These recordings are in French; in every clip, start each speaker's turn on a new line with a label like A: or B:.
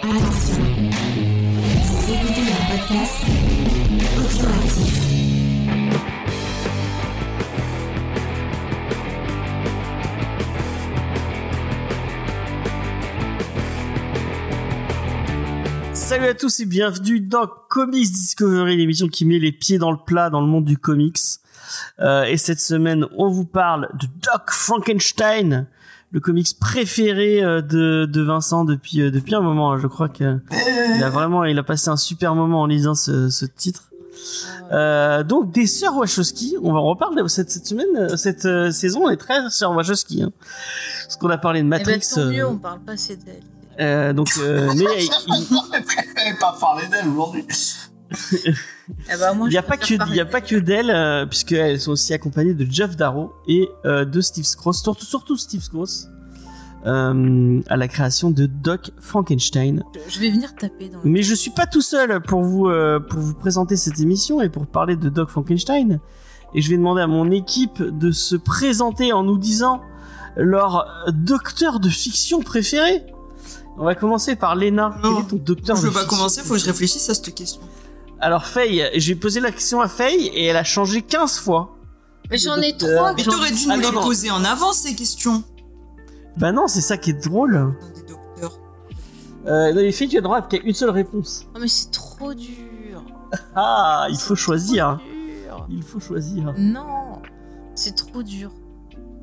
A: Attention, vous écoutez un podcast audioactif.
B: Salut à tous et bienvenue dans Comics Discovery, l'émission qui met les pieds dans le plat dans le monde du comics. Euh, et cette semaine, on vous parle de Doc Frankenstein, le comics préféré euh, de, de Vincent depuis euh, depuis un moment. hein. Je crois que
C: Euh,
B: il
D: Euh.
B: a vraiment il a passé un super moment en lisant ce, ce titre. Euh, donc des sœurs Wachowski, on va en reparler cette, cette semaine, euh, cette euh, saison, on est très sœurs Wachowski. Hein. Parce qu'on a parlé de
D: Eh ben,
B: Matrix.
D: tant
B: euh,
D: mieux, on parle pas c'est d'elle.
B: euh, donc, euh, mais il-
C: fallait pas parler d'elle aujourd'hui.
D: Eh ben, moi,
B: Il n'y a
D: je
B: pas que,
D: préfère
B: il y a
D: parler
B: pas que d'elles, euh, puisqu'elles sont aussi accompagnées de Jeff Darrow et euh, de Steve Scross, surtout, surtout Steve Scross, euh, à la création de Doc Frankenstein.
D: d'elle. Je vais venir taper dans le...
B: Mais je suis pas tout seul pour vous, euh, pour vous présenter cette émission et pour parler de Doc Frankenstein. Et je vais demander à mon équipe de se présenter en nous disant leur docteur de fiction préféré. On va commencer par Lena.
E: Non.
B: Quel est ton docteur
E: Je
B: de
E: veux pas
B: fiction
E: commencer, faut que je réfléchisse à cette question.
D: Ah,
B: Alors Faye, j'ai posé la question à Faye et elle a changé 15 fois.
D: Mais j'en ai
B: Euh,
D: trois. que
E: Mais
D: j'en-
E: t'aurais dû
B: Ah,
E: nous les
B: non.
E: poser en avance ces questions.
B: Bah non, c'est ça qui est drôle.
E: Des docteurs.
B: Mm. Euh, dans les faits, tu as droit à qu'à une seule réponse.
D: Oh, mais c'est trop dur.
B: Ah, il
D: C'est
B: faut choisir.
D: trop dur.
B: Il faut choisir.
D: Non, c'est trop dur.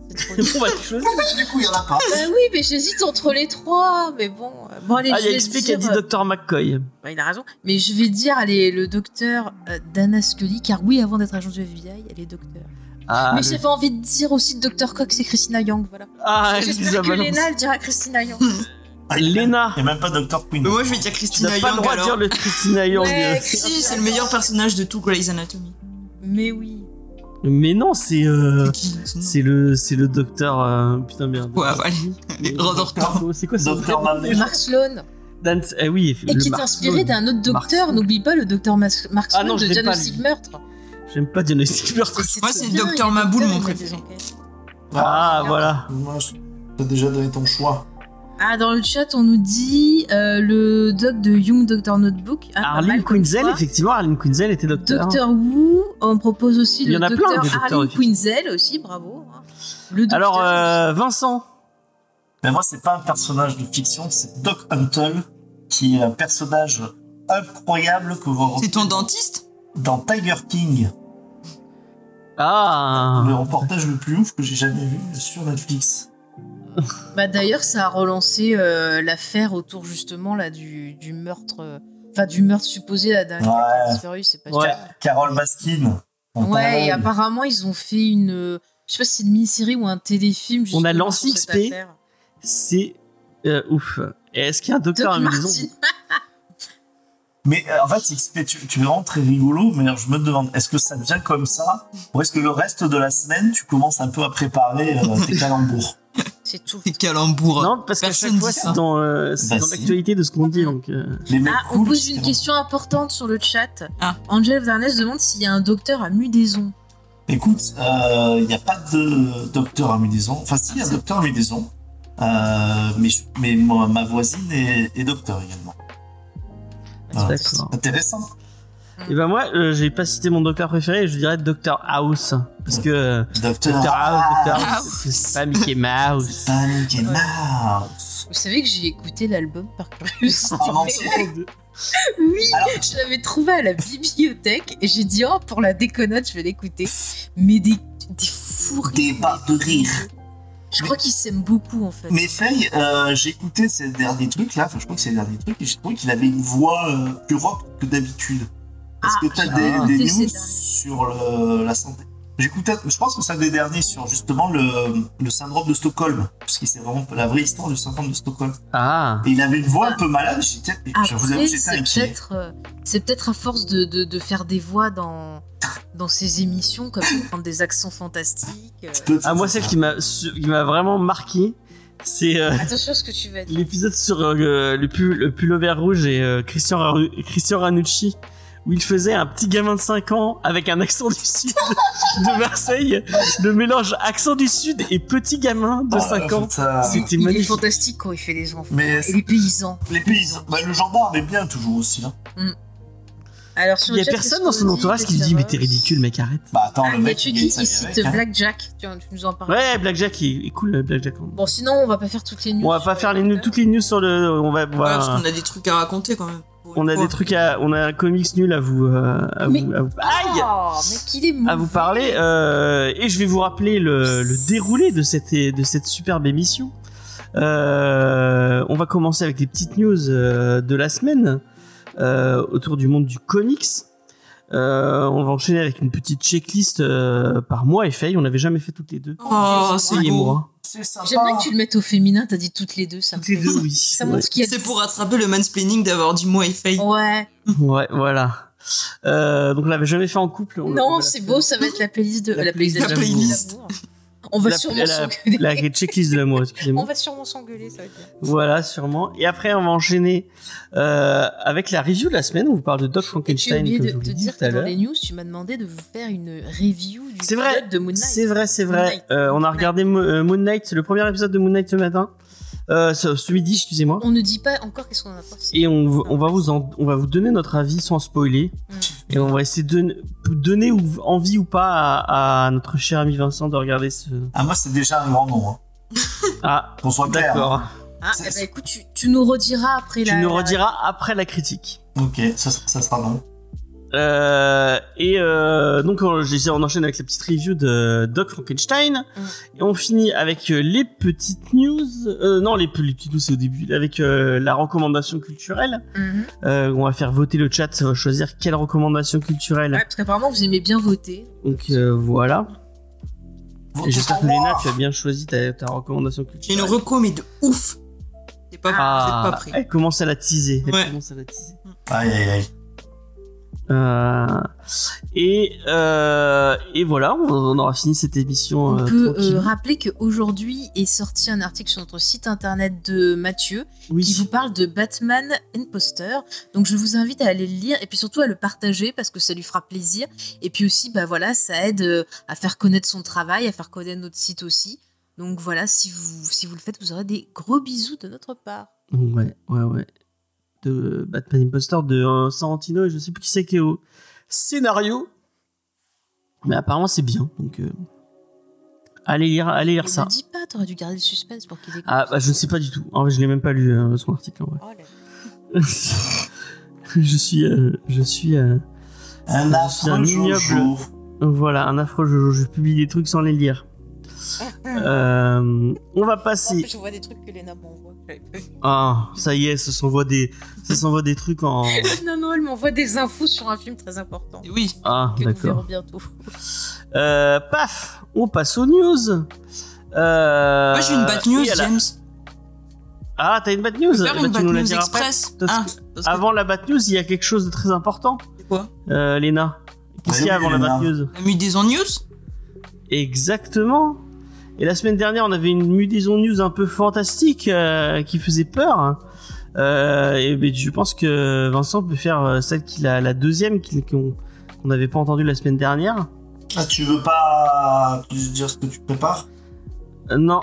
D: C'est trop dur.
B: bon, bah, tu choisis.
C: Du coup, il y en a pas.
D: bah oui, mais j'hésite entre les trois. Mais bon, euh, bon allez,
B: Ah,
D: je
B: il y a
D: vais
B: XP qui a
D: dire,
B: dit
D: euh,
B: Dr McCoy.
D: bah, il a raison. Mais je vais dire, allez, le docteur euh, Dana Scully, car oui, avant d'être agent du FBI, elle est docteur.
B: Ah,
D: mais j'avais envie de dire aussi Docteur Cox et Christina Young, voilà.
B: ah Elisa
D: J'espère que
B: Valence.
D: Léna, elle dira Christina Young.
B: Léna,
C: Et même pas Dr. Queen.
E: Mais moi je vais dire
B: tu
E: Christina
B: n'as pas le
E: Young
B: droit de dire
E: alors.
B: le Christina Young.
D: Ouais,
E: Si, c'est le meilleur personnage de tout Grey's Anatomy.
D: Mais oui.
B: Mais non, c'est euh,
E: C'est qui son nom
B: c'est le c'est le docteur euh, putain merde. Euh,
E: Ouais, bah, allez, allez, redortons.
B: C'est quoi ce
C: Dr.
B: vrai nom
C: Mandel.
D: Mark Sloan.
B: Dan- eh oui,
D: Et
B: le
D: qui est
B: Mark Sloan.
D: inspiré d'un autre
B: Mark
D: docteur.
B: Sloan.
D: N'oublie pas le docteur Mas- Mark
B: Ah
D: Sloan
B: non, je
D: de
B: l'ai pas,
D: Diagnostic
B: lui.
D: Meurtre.
B: J'aime pas Diagnostic Meurtre.
E: Moi, c'est
D: bien,
E: Docteur
D: il est
E: Maboul,
D: docteur,
E: mon
D: il fait
E: préféré.
D: des enquêtes.
B: Ah, voilà.
C: Moi, je t'ai déjà donné ton choix.
D: Ah, dans le chat, on nous dit euh, le doc de Young Doctor Notebook. Ah, pas mal
B: Arlene
D: comme
B: Quinzel,
D: quoi.
B: effectivement, Arlene Quinzel était docteur.
D: Docteur Wu, on propose aussi
B: Il y
D: le
B: en a plein,
D: docteur
B: des docteurs
D: Arlene
B: de fiction.
D: Quinzel aussi, bravo. hein. Le docteur-
B: Alors, euh, Vincent,
C: Mais moi, c'est pas un personnage de fiction, c'est Doc Huntle, qui est un personnage incroyable que vous
E: C'est
C: retrouvez
E: ton dentiste
C: dans Tiger King, le
B: Ah
C: reportage le plus ouf que j'ai jamais vu sur Netflix.
D: Bah, D'ailleurs, ça a relancé euh, l'affaire autour justement là, du, du meurtre. euh, Enfin, du meurtre supposé la dernière
C: Ouais.
D: disparu, c'est pas
B: Ouais.
C: Carole Baskin. en
D: Ouais,
C: parallèle.
D: et apparemment, ils ont fait une. euh, Je sais pas si c'est une mini-série ou un téléfilm.
B: On a
D: justement
B: lancé
D: sur cette
B: XP.
D: affaire.
B: C'est euh, ouf. Et Est-ce qu'il y a un
D: Doc
B: docteur à la maison
D: Martin.
C: Mais euh, en fait, XP, tu, tu es vraiment très rigolo, mais alors je me demande, est-ce que ça devient comme ça Ou est-ce que le reste de la semaine, tu commences un peu à préparer euh, tes calembours
D: C'est tout.
E: C'est calembour.
B: Non, parce qu'à
E: Personne
B: chaque fois,
E: dit
B: c'est
E: ça.
B: dans, euh, c'est
C: Bah
B: dans
C: si.
B: l'actualité de ce qu'on dit. Donc, euh,
C: Les mecs
D: Ah, on
C: cool,
D: pose une
C: justement.
D: question importante sur le chat.
E: Ah.
D: Angel Vernes demande s'il y a un docteur à Mudaison.
C: Écoute, il n'y a pas de docteur à Mudaison. Enfin, si, il y a un docteur à Mudaison. Euh, mais je- mais moi, ma voisine est, est docteur également. Ah.
B: D'accord.
C: Intéressant.
B: Et ben moi, euh, j'ai pas cité mon docteur préféré, je dirais Docteur House. Parce que euh,
C: Docteur.
B: Docteur House, Docteur
E: Ah.
B: House, c'est- c'est pas Mickey Mouse.
C: Panic and
D: Ouais.
C: Mouse.
D: Vous savez que j'ai écouté l'album par curiosité.
C: En entier.
D: oui,
C: Ah, Alors,
D: je l'avais trouvé à la bibliothèque et j'ai dit, oh, pour la déconnade, je vais l'écouter. Mais des, des fous rires.
C: Des barres de rire.
D: Je crois qu'ils s'aiment beaucoup en fait.
C: Mais Faye, euh, j'ai écouté ces derniers trucs là, enfin, je crois que c'est les derniers trucs, et j'ai trouvé qu'il avait une voix euh, plus rock que d'habitude. Est-ce
D: Ah,
C: que t'as
D: j'ai
C: des,
D: écouté
C: des
D: ces
C: news
D: derniers.
C: sur le- la santé J'écoutais, je pense que c'est un des derniers sur justement le, le syndrome de Stockholm, parce que c'est vraiment la vraie histoire du syndrome de Stockholm.
B: Ah
C: Et il avait une voix un peu malade, j'étais, je vous avoue,
D: Ah, Après,
C: j'étais
D: c'est
C: inquiet.
D: peut-être, euh, c'est peut-être à force de, de- de faire des voix dans, dans ces émissions, comme ça, prendre des accents fantastiques. euh.
B: Ah, moi, celle qui m'a su- qui m'a vraiment marqué, c'est euh,
D: Attention à ce que tu vas dire.
B: l'épisode sur euh, le, pull, le pullover rouge et euh, Christian, Raru- Christian Ranucci où il faisait un petit gamin de 5 ans avec un accent du sud de Marseille, le mélange accent du sud et petit gamin de
E: Oh,
C: Ah,
B: 5 ans.
C: putain.
B: C'était
D: Il est
B: magnifique.
D: fantastique quand il fait des enfants.
C: Mais
D: Et les paysans.
C: les paysans, bah, le gendarme est bien toujours aussi. Hein.
D: Alors, sur
B: Il y
D: le
B: a
D: chat,
B: personne
D: qu'est-ce
B: dans
D: qu'on
B: son
D: dit,
B: entourage qui lui
D: Peter
B: dit mais t'es
D: Ross
B: ridicule mec arrête.
C: Bah attends,
D: Ah,
C: le
D: mais
C: mec
D: tu
C: il
D: dis,
C: gagne
D: il
C: sa vie
D: cite
C: avec, hein.
D: Blackjack. Tu, tu nous en parles.
B: Ouais Blackjack il est cool Blackjack.
D: Bon, sinon, on va pas faire toutes les news.
B: On va pas
D: sur
B: faire les news-
D: Twitter.
B: toutes les news sur le on va
E: Ouais, parce
B: voilà.
E: qu'on a des trucs à raconter quand même. Pour
B: On
E: une
B: a
E: fois.
B: des trucs à on a un comics nul à vous euh, à
D: Mais-
B: vous à vous- aïe
D: Oh, mais qu'il est mou.
B: à vous parler euh, et je vais vous rappeler le, le déroulé de cette, de cette superbe émission. Euh, on va commencer avec des petites news euh, de la semaine euh, autour du monde du comics. Euh, on va enchaîner avec une petite checklist euh, par mois et Faye. On n'avait jamais fait toutes les deux.
E: Oh, c'est
B: Faye et
E: beau.
B: moi.
C: C'est sympa.
D: J'aime bien que tu le mettes au féminin, t'as dit toutes les deux, ça me
B: Toutes les
D: fait-
B: deux, oui.
D: Ça
B: Ouais.
D: montre qu'il y a
E: C'est
D: du-
E: pour rattraper le mansplaining d'avoir dit moi et Faye.
D: Ouais.
B: Ouais, voilà. Euh, donc on l'avait jamais fait en couple. On- on
D: Non,
B: l'a
D: c'est
B: fait.
D: beau, ça va être la playlist de
B: Oh, La
D: la, playlist de
E: playlist.
D: l'amour.
E: La playlist.
D: On va
B: La-
D: sûrement
B: la-
D: s'engueuler.
B: La checklist de l'amour, excusez-moi.
D: On va sûrement s'engueuler, ça va être bien.
B: Voilà, sûrement. Et après, on va enchaîner euh, avec la review de la semaine. On vous parle de Doc
D: Et tu as
B: Frankenstein
D: oublié
B: que
D: de
B: je vous
D: te
B: l'ai
D: dire
B: dit
D: que
B: tout à
D: dans
B: l'heure.
D: les news, tu m'as demandé de vous faire une review du
B: C'est vrai.
D: pilote de Moon Knight.
B: C'est vrai, c'est vrai.
D: Moon Knight.
B: Euh, on
D: Moon
B: a
D: Knight.
B: regardé Mo- euh, Moon Knight, le premier épisode de Moon Knight ce matin, euh, ce, ce midi, excusez-moi.
D: On ne dit pas encore qu'est-ce qu'on en a pensé.
B: Et on, v- on va vous en- on va vous donner notre avis sans spoiler.
D: Mm.
B: Et on va essayer de don- donner ou- envie ou pas à, à notre cher ami Vincent de regarder ce.
C: Ah, moi, c'est déjà un grand nom. Hein.
B: Ah,
C: Qu'on soit clair. hein.
B: d'accord.
D: Ah,
C: C'est-
D: eh ben, écoute, tu, tu nous rediras après
B: Tu
D: la.
B: nous
D: la-
B: rediras après la critique.
C: Ok, ça, ça sera long.
B: Euh, et euh, donc, on, je disais, on enchaîne avec la petite review de Doc Frankenstein.
D: Mm.
B: Et on finit avec euh, les petites news. Euh, non, les, les petites news, c'est au début. Avec euh, la recommandation culturelle.
D: Mhm.
B: Euh, on va faire voter le chat, euh, choisir quelle recommandation culturelle.
D: Ouais, parce qu'apparemment, vous aimez bien voter.
B: Donc, euh, voilà.
C: Votez
B: Et J'espère
C: pour
B: que Léna,
C: moi.
B: tu as bien choisi ta, ta recommandation
E: J'ai une
B: culturelle.
E: reco, mais de ouf. C'est pas, vous êtes pas
B: Ah,
E: pris.
B: elle commence à la teaser. Elle
E: Ouais.
B: commence à la teaser.
C: Aïe, aïe, aïe.
B: Euh, et, euh, et voilà, on, on aura fini cette émission.
D: On
B: euh,
D: peut
B: tranquille.
D: euh, rappeler qu'aujourd'hui est sorti un article sur notre site internet de Mathieu
B: Oui.
D: qui vous parle de Batman Imposter. Donc je vous invite à aller le lire et puis surtout à le partager parce que ça lui fera plaisir. Et puis aussi, bah voilà, ça aide euh, à faire connaître son travail, à faire connaître notre site aussi. Donc voilà, si vous, si vous le faites, vous aurez des gros bisous de notre part.
B: Ouais, ouais, ouais. De Batman Imposter de euh, Sorrentino et je sais plus qui c'est qui est au scénario. Mais apparemment, c'est bien. Donc, euh, allez lire, allez lire
D: Ne
B: ça.
D: me dis pas, t'aurais dû garder le suspense pour qu'il découvre.
B: Ah, bah, je ne sais pas du tout. En vrai, je l'ai même pas lu euh, son article. En vrai.
D: Oh là là.
B: je suis, euh, je suis, euh,
C: Un
B: Je suis un
C: affreux jojo.
B: voilà, un affreux. Je, je publie des trucs sans les lire. Euh, on va passer.
D: je vois des trucs que Léna m'envoie.
B: Ah, ça y est, ça s'envoie des, ça s'envoie des trucs en.
D: non, non, elle m'envoie des infos sur un film très important.
E: Et Oui,
B: Ah,
D: Que nous verrons
B: d'accord.
D: bientôt.
B: Euh, paf, on passe aux news. Euh,
E: moi j'ai une bad news,
B: et à la-
E: James.
B: Ah, t'as une bad
E: Je
B: news.
E: peux faire
B: Eh ben,
E: une
B: tu
E: bad
B: nous la
E: news
B: diras après.
E: express.
B: Parce
E: Ah,
B: que-
E: parce que-
B: Avant la bad news, il y a quelque chose de très important.
E: c'est quoi
B: Euh, Léna, qu'est-ce qu'il y a
C: Ah oui,
B: avant la bad
C: Léna.
B: news
E: La nuit des ennuis
B: Exactement. Et la semaine dernière, on avait une mudaison news un peu fantastique euh, qui faisait peur. Euh, et ben, je pense que Vincent peut faire euh, celle qu'il a, la deuxième qu'il- qu'on qu'on n'avait pas entendue la semaine dernière.
C: Ah, tu veux pas dire ce que tu prépares
B: Euh, non,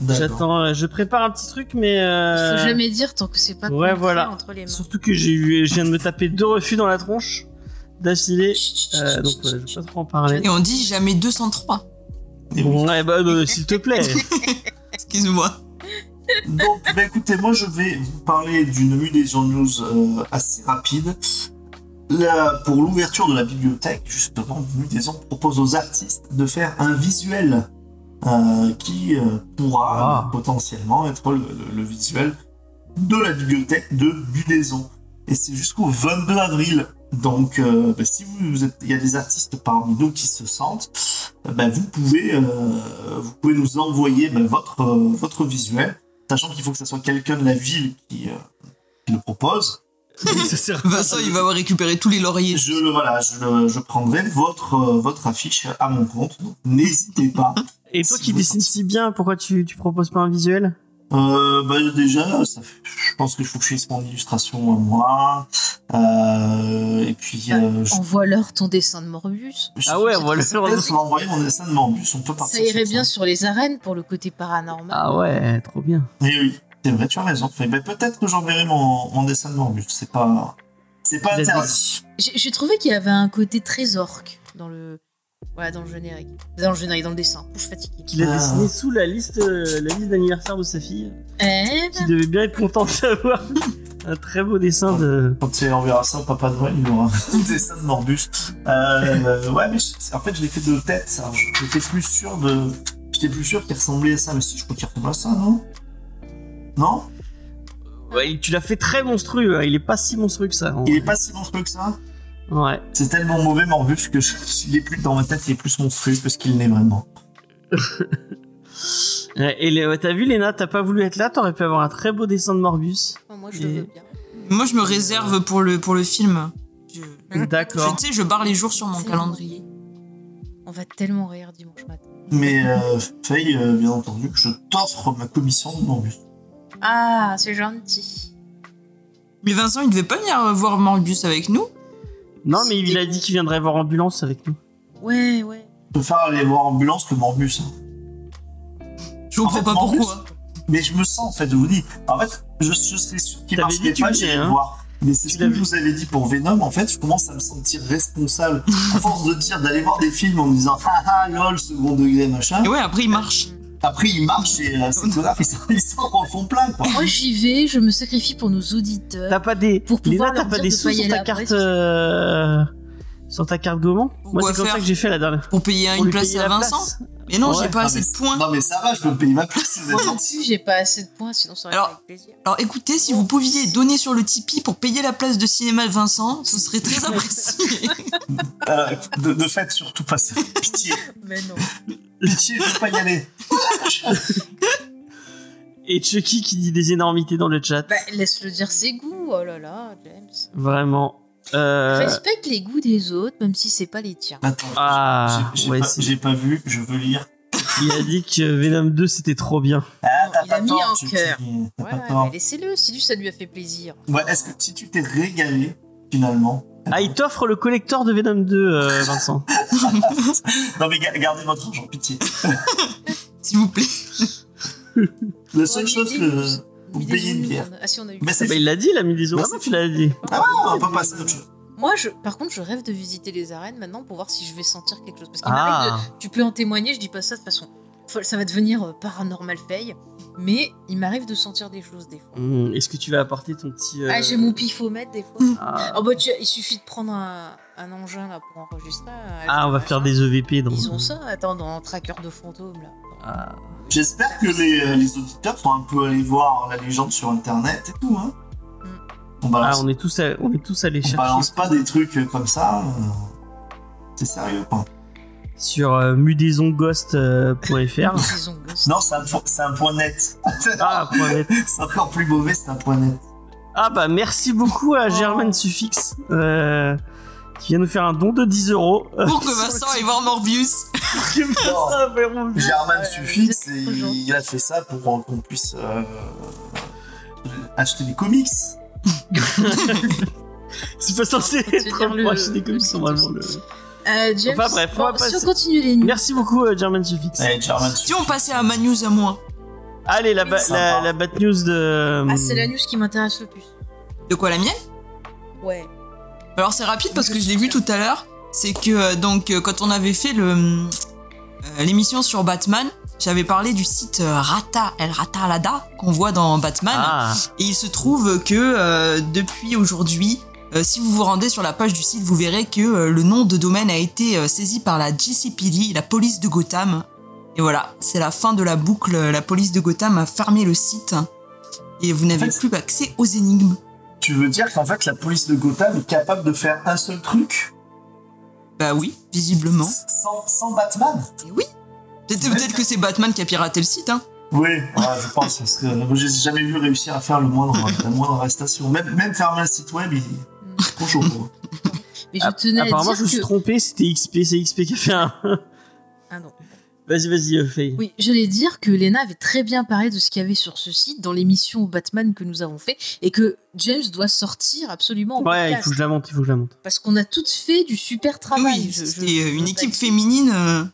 C: D'accord.
B: j'attends, euh, je prépare un petit truc, mais euh,
D: Il faut jamais dire tant que c'est pas
B: ouais,
D: concret
B: voilà.
D: entre les mains.
B: surtout que j'ai eu, je viens de me taper deux refus dans la tronche d'affilée.
D: Chut, chut, chut,
B: Euh,
D: chut,
B: donc
D: chut,
B: voilà,
D: chut.
B: je vais pas trop en parler.
E: Et on dit jamais 203.
C: Et oui.
B: Ouais, bah, bah, s'il te plaît.
E: Excuse-moi.
C: Donc, bah, écoutez, moi je vais vous parler d'une mudaison news euh, assez rapide. Là, pour l'ouverture de la bibliothèque, justement, Mudaison propose aux artistes de faire un visuel euh, qui euh, pourra
B: Ah.
C: euh, potentiellement être le, le- le visuel de la bibliothèque de Mudaison. Et c'est jusqu'au 22 avril. Donc, euh, bah, si vous vous êtes- il y a des artistes parmi nous qui se sentent, euh, bah, vous pouvez, euh, vous pouvez nous envoyer bah, votre euh, votre visuel, sachant qu'il faut que ce soit quelqu'un de la ville qui, euh, qui le propose.
B: Ça sert à-
E: Vincent, il va avoir récupéré tous les lauriers.
C: Je le voilà, je, le- je prendrai votre euh, votre affiche à mon compte. Donc, N'hésitez pas.
B: Et toi qui dessines si bien, pourquoi tu, tu proposes pas un visuel
C: Euh, bah, déjà, ça fait- je je pense qu'il faut que je fasse mon illustration à moi. Euh, et puis, euh, je,
D: Envoie-leur ton dessin de Morbius.
C: je-
B: Ah ouais,
C: je-
B: on va le faire.
C: peut-être m'envoyer mon dessin de Morbus, on peut partir.
D: Ça irait
C: sur
D: bien sur les arènes pour le côté paranormal.
B: Ah ouais, trop bien.
C: Eh oui, c'est vrai, tu as raison. Mais ben, peut-être que j'enverrai mon, mon dessin de Morbus. C'est pas, c'est pas
B: Peut-être.
C: interdit.
D: J'ai j'ai trouvé qu'il y avait un côté très orque dans le. Voilà, dans le générique. Dans le générique, dans le dessin. Je suis fatiguée.
B: Qu'il a
C: Ah.
B: dessiné sous la liste, euh, la liste d'anniversaire de sa fille,
D: Eh
B: qui
D: ben,
B: devait bien être contente d'avoir un très beau dessin de.
C: Quand il enverra ça, Papa Noël, il aura un dessin de Morbus. Euh, ouais, mais je- en fait, je l'ai fait de tête, ça. J'étais plus sûr de. J'étais plus sûr qu'il ressemblait à ça, mais si je crois qu'il ressemble à ça, non Non
B: Ouais, tu l'as fait très monstrueux. hein. Il est pas si monstrueux que ça. hein. en
C: Il
B: vrai.
C: est pas si monstrueux que ça
B: Ouais.
C: C'est tellement mauvais, Morbus, que je... il est plus dans ma tête, il est plus monstrueux que ce qu'il n'est vraiment.
B: Ouais, Et les- ouais, t'as vu, Léna, t'as pas voulu être là. T'aurais pu avoir un très beau dessin de Morbius.
D: moi, je le veux bien.
E: Moi, je me réserve pour le, pour le film. Je, je-
B: D'accord.
E: tu sais, je barre les jours sur mon
D: C'est
E: calendrier.
D: On va tellement rire dimanche matin.
C: Mais euh, Faye, euh, bien entendu, je t'offre ma commission de Morbus.
D: Ah, c'est gentil.
E: Mais Vincent, il devait pas venir euh, voir Morbius avec nous.
B: Non, mais il a dit qu'il viendrait voir ambulance avec nous.
D: Ouais, ouais.
C: Je préfère aller voir ambulance que Morbus. hein.
E: Je
B: Ah,
E: comprends
C: En fait,
E: pas
C: Morbus,
E: pourquoi.
C: Mais je me sens, en fait, je vous dis. En fait, je, je serais sûr qu'il
B: T'avais
C: marcherait
B: dit, tu
C: pas,
B: le dis,
C: j'irais
B: hein.
C: voir. Mais c'est
B: Tu
C: ce que je
B: l'avais-
C: vous avais dit pour Venom, en fait, je commence à me sentir responsable. à force de dire, d'aller voir des films en me disant, ah ah, lol, second degré, machin.
E: Et ouais, après, il marche.
C: Après, ils marchent et euh, ces connards, ils s'en- ils s'en refont plein, quoi.
D: Moi, j'y vais, je me sacrifie pour nos auditeurs.
B: T'as pas des.
D: Pour pouvoir
B: Léna, t'as
D: leur
B: pas
D: dire
B: des
D: de
B: sous
D: pas y
B: sur
D: aller
B: ta
D: après,
B: carte.
D: c'est-
B: euh, Sur ta carte Gaumont Moi,
E: quoi
B: c'est comme ça
E: faire
B: que j'ai fait la dernière.
E: Pour payer
B: Pour
E: une
B: lui
E: place
B: payer
E: à
B: la
E: Vincent.
B: place.
E: Mais non,
B: Ouais.
E: j'ai pas
C: Ah,
E: assez
C: mais-
E: de points.
C: Non, mais ça va, je peux payer ma place, vous êtes
D: Moi non
C: gentils.
D: plus, j'ai pas assez de points, sinon ça aurait
E: Alors-
D: été avec plaisir.
E: Alors écoutez, si vous pouviez donner sur le Tipeee pour payer la place de cinéma de Vincent, ce serait très apprécié.
C: Euh, de, de fait, surtout pas ça. Pitié,
D: Mais non.
C: pitié, je veux pas y aller.
B: Et Chucky qui dit des énormités dans le chat.
D: Bah, laisse-le dire ses goûts, oh là là, James.
B: Vraiment. Euh...
D: Respecte les goûts des autres, même si c'est pas les tiens.
C: Attends,
B: Ah,
C: j'ai j'ai
B: ouais,
C: pas,
B: c'est-
C: j'ai pas vu, je veux lire.
B: il a dit que Venom 2 c'était trop bien.
C: Ah,
D: Non,
C: t'as
D: il
C: pas
D: a mis
C: tort,
D: un
C: tu- tu-
D: cœur.
C: t'as
D: Ouais,
C: pas
D: ouais,
C: tort.
D: mais laissez-le, si lui ça lui a fait plaisir.
C: Ouais, est-ce que si tu t'es régalé, finalement
B: Ah, il t'offre le collector de Venom 2, euh, Vincent.
C: Non, mais ga- gardez votre argent, pitié.
E: S'il vous plaît.
C: La
D: Ouais,
C: seule
D: mais
C: chose
D: des-
C: que.
D: mais
C: vous
D: des
C: payez une
D: zones,
C: bière.
D: on a- Ah si, on a eu.
C: Mais
B: Ah
C: c'est.
B: bah, il l'a dit, il a mis des euros,
C: Merci.
B: tu l'as dit.
C: Ah ouais, on va pas passer à autre chose.
D: Moi, je, par contre, je rêve de visiter les arènes maintenant pour voir si je vais sentir quelque chose. Parce qu'il m'arrive
B: Ah,
D: de- Tu peux en témoigner, je dis pas ça de façon. folle, Ça va devenir euh, paranormal fail, mais il m'arrive de sentir des choses des fois.
B: Hum, est-ce que tu vas apporter ton petit. euh,
D: Ah, j'ai mon pifomètre des fois.
B: Ah,
D: Oh, bah, tu- il suffit de prendre un, un engin là pour enregistrer. un-
B: Ah, on va faire des EVP dans.
D: Ils ont ça, attends, dans un tracker de fantômes là.
B: Ah.
C: J'espère que les, euh, les auditeurs sont un peu allés voir la légende sur internet et tout, hein.
D: Mm.
C: On balance,
B: Ah, on est tous, à- on est tous allés
C: on
B: chercher
C: balance pas des trucs euh, comme ça. euh, C'est sérieux, quoi.
B: sur euh, mudaisonghost.fr.
D: Ils ont gossé.
C: Non, c'est un, point- c'est un point net.
B: ah, point net.
C: c'est encore plus mauvais, c'est un point net.
B: Ah bah merci beaucoup à
D: Oh.
B: Germaine Suffix euh, qui vient nous faire un don de 10 euros.
E: Pour que Vincent aille voir Morbius.
B: Ça, vraiment bien.
C: Germain
D: Ouais,
C: Suffix,
D: vous êtes trop
C: il-
D: gentil.
C: il a fait ça pour euh, qu'on puisse euh, acheter des comics.
B: C'est pas censé
D: Tu veux
B: être
D: dire le-
B: proche des
D: le
B: comics
D: site
B: normalement.
D: aussi.
B: le-
D: Euh, James,
B: Enfin, bref, on va
D: bon,
B: passer-
D: si on continue les news,
B: Merci beaucoup euh, Germaine Suffix.
C: Eh, Germain Suffix.
E: Si on passait à ma news à moi.
B: Allez la, ba-
C: Sympa.
B: la, la bad news de. euh,
D: ah, c'est la news qui m'intéresse le plus.
E: De quoi la mienne
D: Ouais.
E: Alors c'est rapide parce que je l'ai vu tout à l'heure. C'est que euh, donc euh, quand on avait fait le euh, l'émission sur Batman, j'avais parlé du site euh, Rata El Ratalada qu'on voit dans Batman.
B: Ah,
E: Et il se trouve que euh, depuis aujourd'hui, euh, si vous vous rendez sur la page du site, vous verrez que euh, le nom de domaine a été euh, saisi par la GCPD, la police de Gotham. Et voilà, c'est la fin de la boucle. La police de Gotham a fermé le site. Et vous n'avez
C: En fait,
E: plus accès aux énigmes.
C: Tu veux dire qu'en fait, la police de Gotham est capable de faire un seul truc
E: Bah oui, visiblement.
C: sans, sans Batman
E: Et oui Peut-être peut-être que c'est Batman qui a piraté le site, hein.
C: Oui, ouais, je pense, parce que moi, je les ai jamais vu réussir à faire le moindre, la moindre arrestation. Même, même fermer un site web, il
E: Hmm.
C: est trop chaud. quoi.
D: Mais je
B: app-
D: tenais à
B: apparemment
D: dire
B: je me suis
D: que...
B: trompé, c'était XP, c'est XP qui a fait un.
D: Ah non.
B: Vas-y, vas-y, euh, Faye.
D: Oui, j'allais dire que Lena avait très bien parlé de ce qu'il y avait sur ce site dans l'émission Batman que nous avons fait et que James doit sortir absolument en
B: Ouais, il
D: podcast,
B: faut que je la monte, il faut que je la monte.
D: parce qu'on a toutes fait du super travail. Ah
E: oui,
D: bah, Je- je-
E: c'était euh, une
D: je-
E: équipe féminine. euh,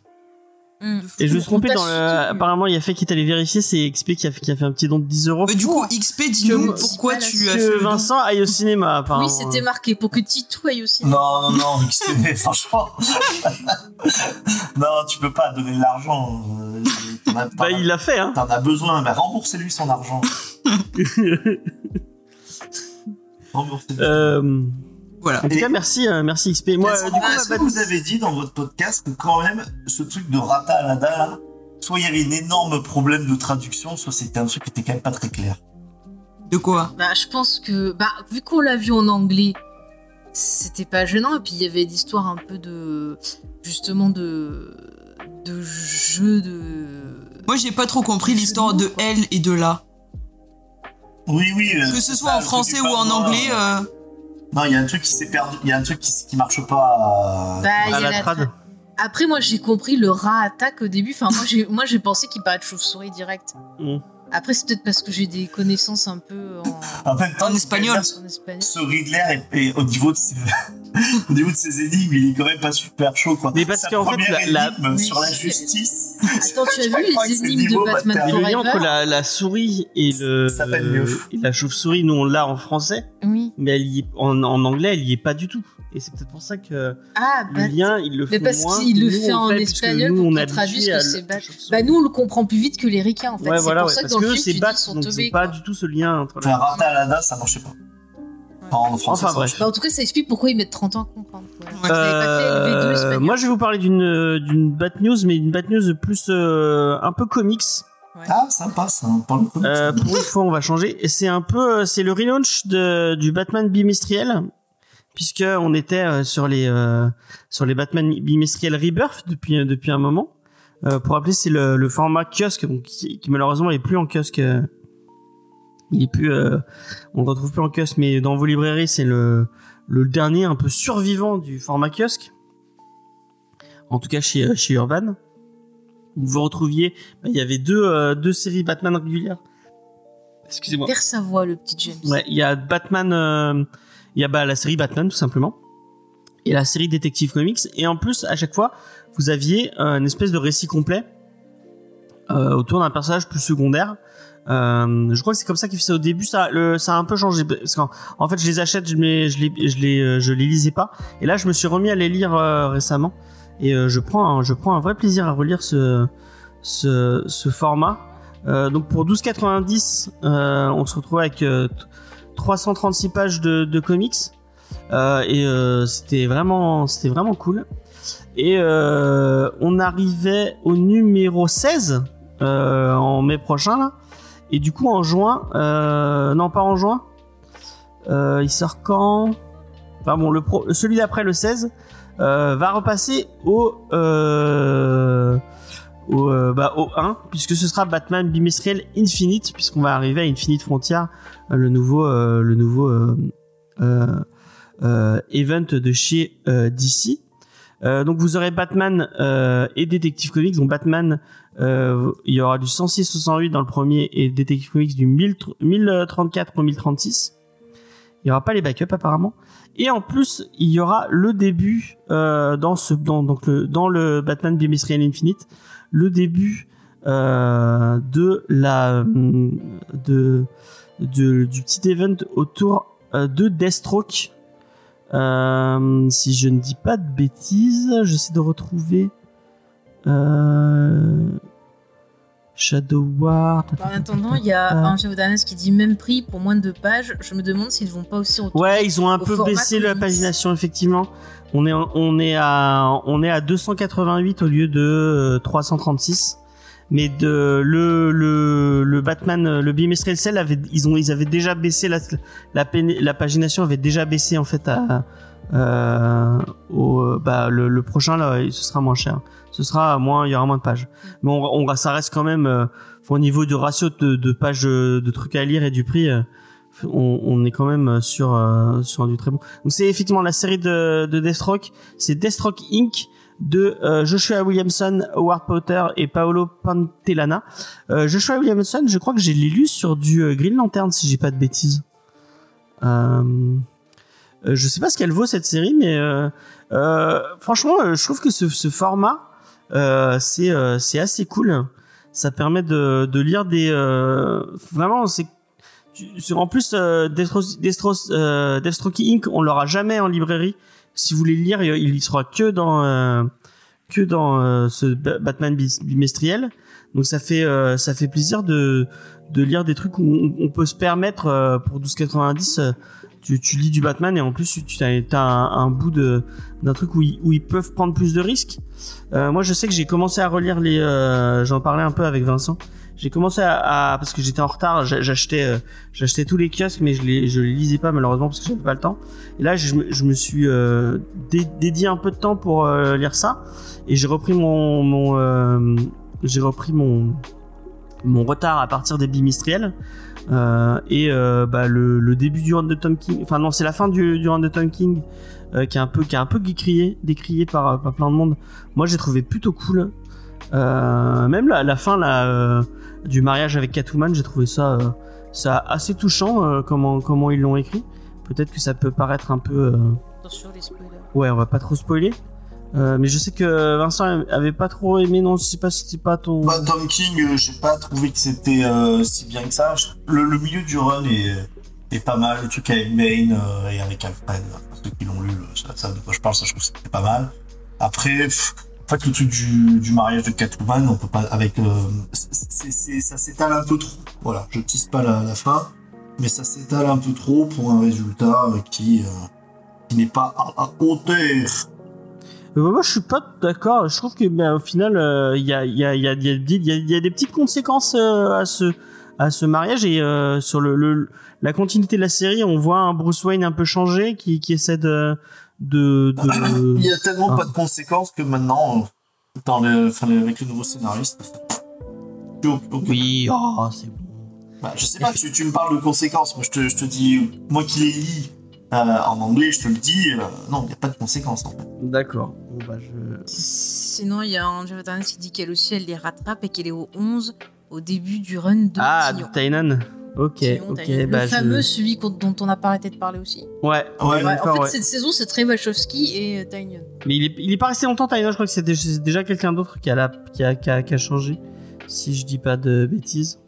D: Mm.
B: Et je me suis trompé
D: On t'a
B: dans le.
D: soutenu.
B: Apparemment, il y a fait qui est allé vérifier, c'est XP qui a, fait, qui a fait un petit don de 10 euros.
E: Mais Bah, du
C: hein.
E: coup, XP, dis-nous
B: Que-
E: pourquoi
D: que
E: tu as fait
B: Que
E: le don.
B: Vincent aille au cinéma, apparemment.
D: Oui, c'était marqué pour que Tito aille aussi.
C: Non, non, non, XP, mais franchement. non, tu peux pas donner de l'argent. euh, t'en as- t'en
B: Bah,
C: as-
B: il l'a fait, hein.
C: T'en as besoin, bah remboursez-lui son argent. Remboursez-lui.
B: Euh,
E: Voilà.
B: en tout
C: Et-
B: cas, merci, euh, merci XP. Moi,
C: Est-ce
B: euh, du
C: que-
B: coup,
C: est-ce
B: ma
C: que vous avez dit dans votre podcast que quand même, ce truc de ratalada, là, soit il y avait un énorme problème de traduction, soit c'était un truc qui était quand même pas très clair.
E: De quoi
D: Bah, je pense que, bah, vu qu'on l'a vu en anglais, c'était pas gênant. Et puis il y avait l'histoire un peu de, justement de, de jeu de.
E: Moi, j'ai pas trop compris l'histoire de elle et de là.
C: Oui, oui. euh,
E: Que ce
C: c'est
E: soit
C: ça,
E: en
C: le truc
E: français
C: du
E: ou en
C: patois,
E: anglais,
C: euh,
E: euh,
C: Non, il y a un truc qui s'est perdu, il y a un truc qui, qui marche pas. euh,
D: Bah, il y
B: à
D: a
B: la
D: la
B: trad.
D: tra- Après, moi, j'ai compris le rat attaque au début. Enfin, moi, j'ai, moi, j'ai pensé qu'il parlait de chauve-souris direct.
B: Mm.
D: Après, c'est peut-être parce que j'ai des connaissances un peu en,
C: En même temps,
E: En espagnol.
D: en espagnol.
C: Ce Riddler est, est au niveau de ses, au niveau de ses énigmes, il est quand même pas super chaud quoi.
B: Mais parce
C: Sa
B: qu'en fait,
C: première
B: la- la-
C: énigme sur la
D: Mais si,
C: justice.
D: Attends, tu
C: Je
D: as vu
C: crois que
D: les
C: c'est
D: énigmes
C: niveau
D: de Batman
C: matériel.
B: Et le lien entre
D: Forever
B: la, la souris et le.
C: Ça s'appelle mieux.
B: et la chauve-souris, nous, on l'a en français,
D: Oui.
B: mais elle y est- en, en anglais, elle y est pas du tout. Et c'est peut-être pour ça que
D: Ah,
B: le
D: bah,
B: lien, il le fait.
D: Mais parce
B: moins,
D: qu'il le
B: nous, on
D: fait en
B: puisque
D: espagnol
B: nous,
D: pour
B: on
D: qu'on
B: est habitué
D: traduise que
B: à
D: c'est
B: la
D: Bat-
B: chauve-souris.
D: bah, nous, on le comprend plus vite que les ricains, en fait.
B: ouais,
D: c'est
B: voilà,
D: pour
B: ouais,
D: ça que
B: parce
D: dans le
B: que
D: film, tu
B: c'est
D: dis
B: Bat,
D: ils sont
B: donc c'est
D: teubés.
B: pas
D: quoi.
B: du tout ce lien entre
C: Enfin,
B: la.
C: Ratalada, ça marchait pas. En français,
B: Enfin,
C: ça marchait
B: bref.
D: Bah, en tout cas, ça explique pourquoi ils mettent 30 ans à comprendre. voilà.
E: Ouais.
D: Parce qu'ils avaient pas fait
B: Euh,
D: V2 espagnol.
B: moi, je vais vous parler d'une euh, d'une bad news, mais une bad news plus euh, un peu comics.
C: pas. Ah, sympa, ça. Pour le coup,
B: Euh,
C: ça-
B: pour une fois, on va changer. Et c'est un peu, euh, c'est le relaunch de, du Batman bimestriel, puisque on était euh, sur les euh, sur les Batman bimestriel Rebirth depuis depuis un moment. Euh, pour rappeler, c'est le, le format kiosque, bon, qui, qui malheureusement est plus en kiosque. euh, il est plus, euh, on le retrouve plus en kiosque, mais dans vos librairies, c'est le le dernier un peu survivant du format kiosque. En tout cas, chez euh, chez Urban. Où vous retrouviez, bah, il y avait deux, euh, deux séries Batman régulières. Excusez-moi.
D: Perd sa voix, le petit James.
B: Ouais, il y a Batman, euh, il y a bah, la série Batman tout simplement, et la série Detective Comics, et en plus à chaque fois vous aviez euh, une espèce de récit complet euh, autour d'un personnage plus secondaire. Euh, je crois que c'est comme ça qu'il faisait au début. Ça, le, ça a un peu changé parce qu'en en fait je les achète, mais je les, je les, euh, je les lisais pas. Et là je me suis remis à les lire euh, récemment, et euh, je prends, un, je prends un vrai plaisir à relire ce, ce, ce format. Euh, donc pour 12,90, euh, on se retrouve avec euh, t- 336 pages de, de comics. Euh, et euh, c'était vraiment, c'était vraiment cool. Et euh, on arrivait au numéro 16 euh, en mai prochain. Là. Et du coup, en juin, euh, non, pas en juin, euh, il sort quand Enfin bon, le pro- celui d'après, le 16, euh, va repasser au. Euh, au, euh, bah, au 1, puisque ce sera Batman bimestriel Infinite, puisqu'on va arriver à Infinite Frontier, euh, le nouveau, euh, le nouveau euh, euh, euh, event de chez euh, DC. Euh, donc vous aurez Batman euh, et Detective Comics. Donc Batman, euh, il y aura du 106 68 dans le premier et Detective Comics du 1000 1034 au 1036. Il n'y aura pas les backups apparemment. Et en plus, il y aura le début euh, dans ce dans, donc le, dans le Batman bimestriel Infinite le début euh, de la euh, de, de- du petit event autour euh, de Deathstroke. Euh, si je ne dis pas de bêtises, j'essaie de retrouver euh, Shadow War.
D: Bah, En attendant, il y a
B: Euh.
D: Angelo Darnes qui dit même prix pour moins de deux pages. Je me demande s'ils vont pas aussi retourner.
B: Ouais, ils ont un
D: Au
B: peu
D: format
B: baissé la
D: comics.
B: pagination effectivement. On est on est à on est à 288 au lieu de euh, 336. Mais de le le, le Batman euh, le bimestriel cell avait ils ont ils avaient déjà baissé la la, pén- la pagination avait déjà baissé en fait à euh, au bah le, le prochain là ce sera moins cher. Ce sera moins il y aura moins de pages. Mais on, on ça reste quand même euh, au niveau du ratio de, de pages euh, de trucs à lire et du prix euh, on, on est quand même euh, sur euh, sur du très bon. Donc c'est effectivement la série de, de Deathstroke, c'est Deathstroke Inc. de euh, Joshua Williamson, Howard Potter et Paolo Pantelana. Euh, Joshua Williamson, je crois que j'ai l'ai lu sur du euh, Green Lantern, si j'ai pas de bêtises. Euh, euh, je sais pas ce qu'elle vaut cette série, mais euh, euh, franchement, euh, je trouve que ce, ce format, euh, c'est euh, c'est assez cool. Ça permet de, de lire des euh, vraiment c'est tu- sur- en plus euh, Destro, Destro, euh, Deathstroke Inc. On l'aura jamais en librairie. Si vous voulez le lire, il il y sera que dans euh, que dans euh, ce Ba- Batman bi- bimestriel. Donc ça fait euh, ça fait plaisir de de lire des trucs où on, on peut se permettre euh, pour 12,90 euh, tu, tu lis du Batman et en plus tu tu as, t'as un, un bout de d'un truc où ils, où ils peuvent prendre plus de risques. Euh, moi je sais que j'ai commencé à relire les euh, j'en parlais un peu avec Vincent. J'ai commencé à, à- parce que j'étais en retard, j'a- j'achetais euh, j'achetais tous les kiosques mais je les je les lisais pas malheureusement parce que j'avais pas le temps. Et là je, me- je me suis euh, dé- dédié un peu de temps pour euh, lire ça et j'ai repris mon mon euh, j'ai repris mon mon retard à partir des bimestriels. Euh, et euh, bah, le, le début du run de Tom King, enfin non, c'est la fin du, du run de Tom King euh, qui est un peu, qui est un peu décrié, décrié par, par plein de monde. Moi, j'ai trouvé plutôt cool. Euh, même la, la fin là, euh, du mariage avec Catwoman, j'ai trouvé ça, euh, ça assez touchant euh, comment, comment ils l'ont écrit. Peut-être que ça peut paraître un peu. euh,
D: Attention les spoilers.
B: Ouais, on va pas trop spoiler. Euh, mais je sais que Vincent avait pas trop aimé, non, je sais pas si c'était pas ton.
C: Bah, Tom King, euh, j'ai pas trouvé que c'était euh, si bien que ça. Je- Le, le milieu du run est, est pas mal. Le truc avec Bane euh, et avec Alfred, euh, pour ceux qui l'ont lu, euh, ça, ça, de quoi je parle, ça je trouve que c'était pas mal. Après, pff, en fait, le truc du, du mariage de Catwoman, on peut pas. avec euh, c- c'est- c'est- Ça s'étale un peu trop. Voilà, je tisse pas la, la fin, mais ça s'étale un peu trop pour un résultat euh, qui, euh, qui n'est pas à, à hauteur.
B: Euh, moi, je suis pas d'accord. Je trouve que ben, au final, euh, il y, a, il y, a, il y, a, il y, a, des- il y a- il y a des petites conséquences euh, à ce à ce mariage et euh, sur le, le- la continuité de la série, on voit un Bruce Wayne un peu changé qui, qui essaie de de, de-
C: Il y a tellement
B: Ah.
C: pas de conséquences que maintenant, euh, dans le, enfin, le- avec le nouveau scénariste, plus au- aucune-
B: oui, oh, c'est bon.
C: Bah, je sais pas, tu, tu me parles de conséquences. Moi, je te, je te dis, moi qui les lis euh, en anglais, je te le dis, euh, non, il n'y a pas de conséquences. En fait.
B: D'accord. Bon, bah, je-
D: Sinon, il y a Angel Internet qui dit qu'elle aussi, elle les rattrape et qu'elle est au 11 au début du run de
B: Ah,
D: Tignon.
B: Tainan. Ok,
D: Tignon, t'as
B: ok.
D: eu
B: Bah,
D: le
B: je-
D: fameux, celui qu'on- dont on n'a pas arrêté de parler aussi.
B: Ouais.
C: Ouais,
D: Ouais, en
B: d'accord,
D: fait,
B: ouais.
D: cette saison, c'est très Wachowski et euh, Tynion.
B: Mais il est, il est pas resté longtemps, Tainan. Je crois que c'est dé- c'est déjà quelqu'un d'autre qui a, la, qui, a, qui, a, qui a changé. Si je dis pas de bêtises.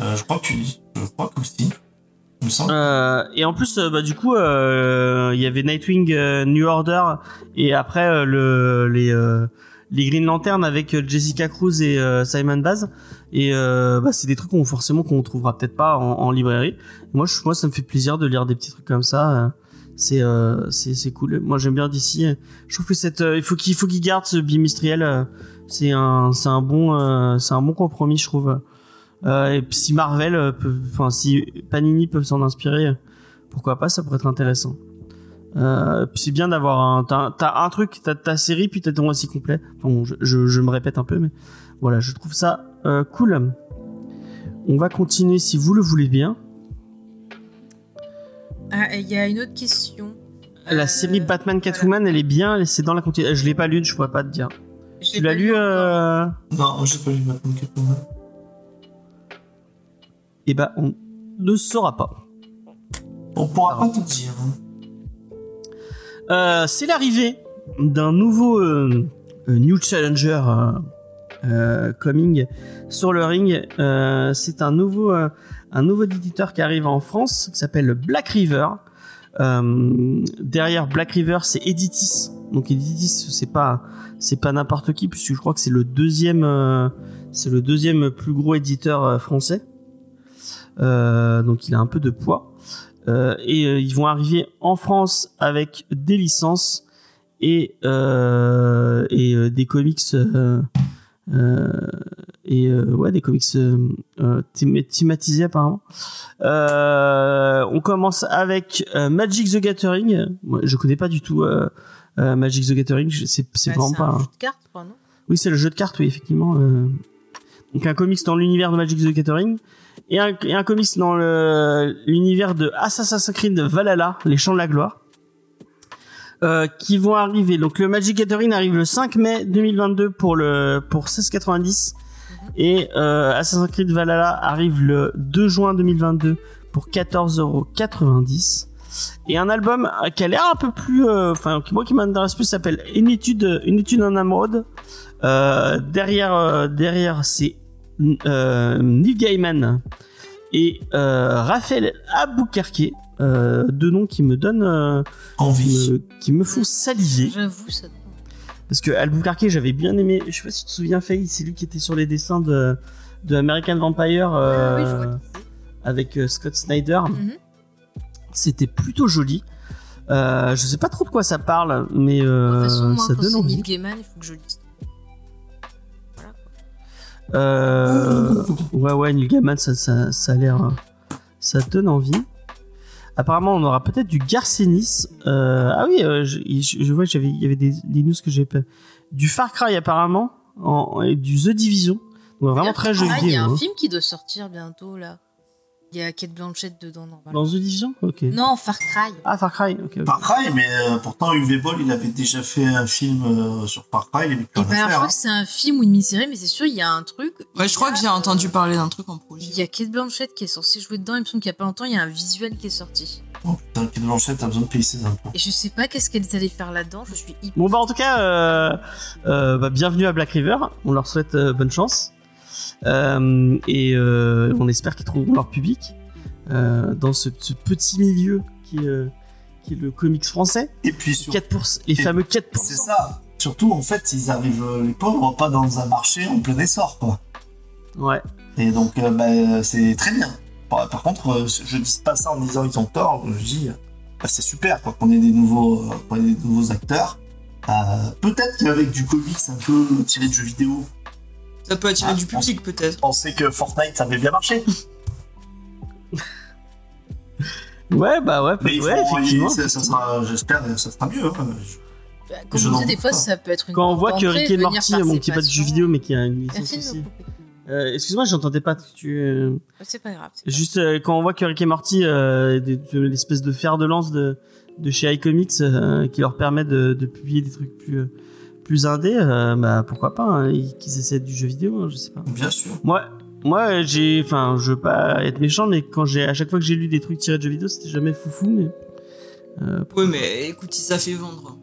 C: Euh, je crois que tu lis. Je crois que aussi. Il me semble.
B: Euh, et en plus, euh, bah, du coup, euh, il y avait Nightwing, euh, New Order, et après euh, le, les, euh, les Green Lantern avec euh, Jessica Cruz et euh, Simon Baz. Et euh, bah, c'est des trucs qu'on forcément qu'on trouvera peut-être pas en, en librairie. Moi, je, moi, ça me fait plaisir de lire des petits trucs comme ça. euh, C'est euh, c'est c'est cool. Moi, j'aime bien d'ici. Je trouve que cette euh, il faut qu'il faut qu'il garde ce bimestriel. euh, c'est un c'est un bon euh, c'est un bon compromis, je trouve. Euh, et puis si Marvel, euh, peut- enfin si Panini peuvent s'en inspirer, euh, pourquoi pas, ça pourrait être intéressant. Euh, puis c'est bien d'avoir un, t'as, t'as un truc, t'as ta série, puis t'as ton récit complet. Enfin, bon, je, je, je me répète un peu, mais voilà, je trouve ça euh, cool. On va continuer si vous le voulez bien.
D: Ah, et il y a une autre question.
B: La
D: Euh,
B: série Batman
D: voilà.
B: Catwoman, elle est bien, elle- c'est dans la continuité. Je l'ai pas lue, je pourrais pas te dire.
D: Je l'ai
B: Tu l'as
D: pas
B: lu
D: encore. Bah,
B: euh...
C: Non, j'ai pas lu maintenant Catwoman.
B: Eh ben, on ne saura pas.
C: On pourra
B: Ah.
C: pas te dire. hein.
B: Euh, c'est l'arrivée d'un nouveau euh, euh, New Challenger euh, euh, coming sur le ring. Euh, c'est un nouveau, euh, un nouveau éditeur qui arrive en France qui s'appelle Black River. Euh, derrière Black River, c'est Editis. Donc Editis, c'est pas, c'est pas n'importe qui puisque je crois que c'est le deuxième, euh, c'est le deuxième plus gros éditeur euh, français. Euh, donc il a un peu de poids. Euh, et euh, ils vont arriver en France avec des licences et, euh, et euh, des comics euh, euh, et euh, ouais des comics euh, euh, thém- thématisés apparemment. Euh, on commence avec euh, Magic the Gathering. Moi, je connais pas du tout euh, euh, Magic the Gathering. je- C'est c'est
D: Ouais,
B: vraiment pas. hein
D: un
B: un-
D: jeu de cartes, quoi, non
B: oui, c'est le jeu de cartes, oui, effectivement. euh. Donc un comics dans l'univers de Magic the Gathering et un, et un comics dans le- l'univers de Assassin's Creed Valhalla, les Chants de la Gloire. euh, qui vont arriver. Donc le Magic Gathering arrive le 5 mai 2022 pour le pour 16,90 et euh, Assassin's Creed Valhalla arrive le 2 juin 2022 pour 14,90€. Et un album euh, qui a l'air un peu plus, euh, enfin qui- moi qui m'intéresse plus s'appelle une étude, une étude en amode. Euh, derrière, euh, derrière c'est euh, Neil Gaiman et euh, Raphaël Aboukerke, euh, deux noms qui me donnent, euh,
C: Envie.
B: me- qui me font saliver.
D: J'avoue, ça.
B: Parce que Albuquerque, j'avais bien aimé. Je sais pas si tu te souviens, Faye, c'est lui qui était sur les dessins de, de American Vampire euh,
D: Ah Oui, je vois qui c'est.
B: avec euh, Scott Snyder.
D: Mhm.
B: C'était plutôt joli. Euh, je sais pas trop de quoi ça parle, mais
D: De
B: euh,
D: toute façon, moi,
B: ça
D: quand
B: donne
D: c'est Neil
B: envie.
D: Gaiman, il faut que je le dise.
B: Euh, ouais, ouais, Neil Gaiman, ça, ça, ça a l'air. euh, Ça donne envie. Apparemment, on aura peut-être du Garcinis. Euh, ah oui, euh, je, je- je vois, j'avais, il y avait des, des news que j'ai pas. Du Far Cry, apparemment, en, et du The Division. Donc, vraiment très joli.
D: Ah, il y a
B: hein.
D: un film qui doit sortir bientôt, là. Il y a Kate Blanchett dedans, normalement.
B: Dans The Division Ok.
D: Non, Far Cry.
B: Ah, Far Cry, ok. ok.
C: Par Cry, mais euh, pourtant, UV Ball, il avait déjà fait un film euh, sur Par Cry, il avait plus
D: Et
C: rien
D: ben,
C: à
D: je
C: faire.
D: crois
C: hein.
D: que c'est un film ou une mini-série, mais c'est sûr, il y a un truc.
E: Ouais, je crois que j'ai entendu parler d'un truc en
D: euh, Il
E: projet.
D: y a Kate Blanchett qui est censée jouer dedans. Il me semble qu'il n'y a pas longtemps, il y a un visuel qui est sorti.
C: Oh putain, Kate Blanchett a besoin de payer ses impôts.
D: Et je sais pas qu'est-ce qu'elles allaient faire là-dedans. Je suis hyper.
B: Bon, bah, en tout cas, euh, euh, bah, bienvenue à Black River. On leur souhaite euh, bonne chance. Euh, et euh, on espère qu'ils trouveront leur public euh, dans ce, ce petit milieu qui est, euh, qui est le comics français.
C: Et puis, sur...
B: 4%, les
C: Et-
B: fameux 4%.
C: c'est ça. Surtout, en fait, ils arrivent, euh, les pauvres, pas dans un marché en plein essor, quoi.
B: Ouais.
C: Et donc, euh, bah, c'est très bien. Par, par contre, euh, je dis pas ça en disant ils ont tort. Je dis, euh, bah, c'est super quoi, qu'on ait des nouveaux, euh, qu'on ait des nouveaux acteurs. Euh, peut-être qu'avec du comics un peu tiré de jeux vidéo,
E: Ça peut attirer
C: Ah,
E: du public peut-être.
C: on sait que Fortnite ça avait bien marché.
B: Ouais, bah ouais,
C: Mais
B: ouais,
C: ils feront-
B: effectivement.
C: ils- ça, ça sera, j'espère, que ça sera mieux. hein. Je-
D: Bah, Comme
C: Je
D: on
C: n'en
D: dit, des
C: doute
D: fois,
C: pas.
D: ça peut être une.
B: Quand on voit
D: porte
B: que
D: d'entrée,
B: Rick et
D: venir
B: Morty, hein,
D: par
B: bon,
D: ses
B: qui est pas de
D: passions.
B: jeu vidéo, mais qui a une licence
D: Merci de
B: aussi.
D: nous couper.
B: Euh, Excuse-moi, j'entendais pas. Tu, euh,
D: C'est pas grave. c'est pas
B: Juste euh, quand on voit que Rick et Morty, euh, de- de l'espèce de fer de lance de, de chez iComics euh, qui leur permet de, de publier des trucs plus, euh, plus indés, euh, bah, pourquoi pas hein, et Qu'ils essaient du jeu vidéo, hein, je sais pas.
C: Bien sûr.
B: Moi, moi j'ai. Enfin, je veux pas être méchant, mais quand j'ai, à chaque fois que j'ai lu des trucs tirés de jeux vidéo, c'était jamais foufou, mais. euh,
E: Ouais, mais écoute, si ça fait vendre. hein.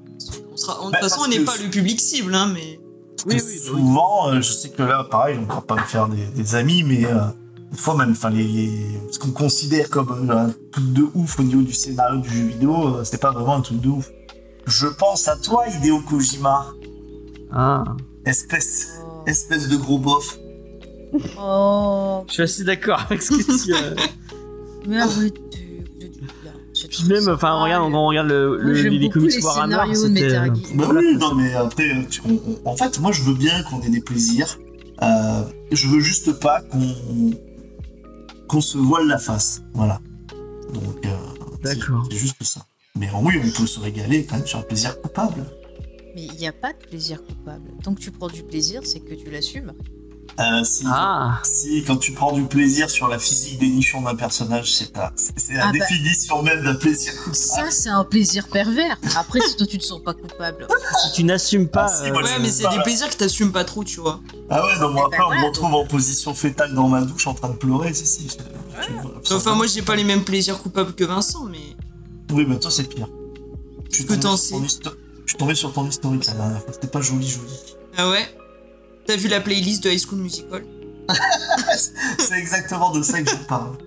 E: On sera... De toute
C: Bah,
E: façon, on
C: parce
E: n'est
C: que-
E: pas le public cible, hein, mais.
C: Parce que souvent, euh, je sais que là, pareil, on ne va pas me faire des, des amis, mais euh, des fois même, enfin, les, les- ce qu'on considère comme euh, un truc de ouf au niveau du scénario du jeu vidéo, euh, c'est pas vraiment un truc de ouf. Je pense à toi, Hideo Kojima,
B: ah.
C: espèce,
D: grave.
C: espèce de gros bof.
D: Oh,
B: Je suis assez d'accord avec ce que tu. euh,
D: mais arrête de- de- de- là, je
B: Puis
D: trouve
B: même,
D: ça
B: enfin, regarde,
D: mal.
B: on regarde le, le-
D: Moi, j'aime
B: les, les
D: beaucoup
B: comics
D: les
B: Warhammer.
D: scénarios de
B: c'était,
D: Metal
B: euh,
D: Gear.
C: Bah oui, non, mais après, tu- on- on- en fait, moi, je veux bien qu'on ait des plaisirs. euh, je veux juste pas qu'on qu'on se voile la face. Voilà. Donc, euh, c'est-
B: D'accord.
C: c'est juste ça. Mais euh, oui, on peut se régaler quand même sur un plaisir coupable.
D: Mais il n'y a pas de plaisir coupable. Tant que tu prends du plaisir, c'est que tu l'assumes.
C: Euh, si,
B: Ah,
C: si quand tu prends du plaisir sur la physique des nichons d'un personnage, c'est pas. C'est c'est la
D: Ah bah.
C: définition même d'un plaisir.
D: Ça, c'est un plaisir pervers. Après, si toi, tu ne te sens pas coupable.
B: si tu n'assumes pas.
C: Ah, si,
B: euh,
C: moi,
E: Ouais, mais c'est des plaisirs que t'assumes pas trop, tu vois.
C: Ah ouais, donc
D: Eh ben
C: après on
D: voilà,
C: me retrouve en position fétale dans ma douche en train de pleurer, si si. je- je- je-
E: Enfin, moi, j'ai pas les mêmes plaisirs coupables que Vincent, mais.
C: Oui, bah toi c'est pire. Je suis
E: Que
C: tombé
E: t'en
C: sur ton
E: sais.
C: histo- Je suis tombé sur ton historique la dernière fois. C'était pas joli, joli.
E: Ah ouais T'as vu la playlist de High School Musical
C: c'est exactement de ça que je parle.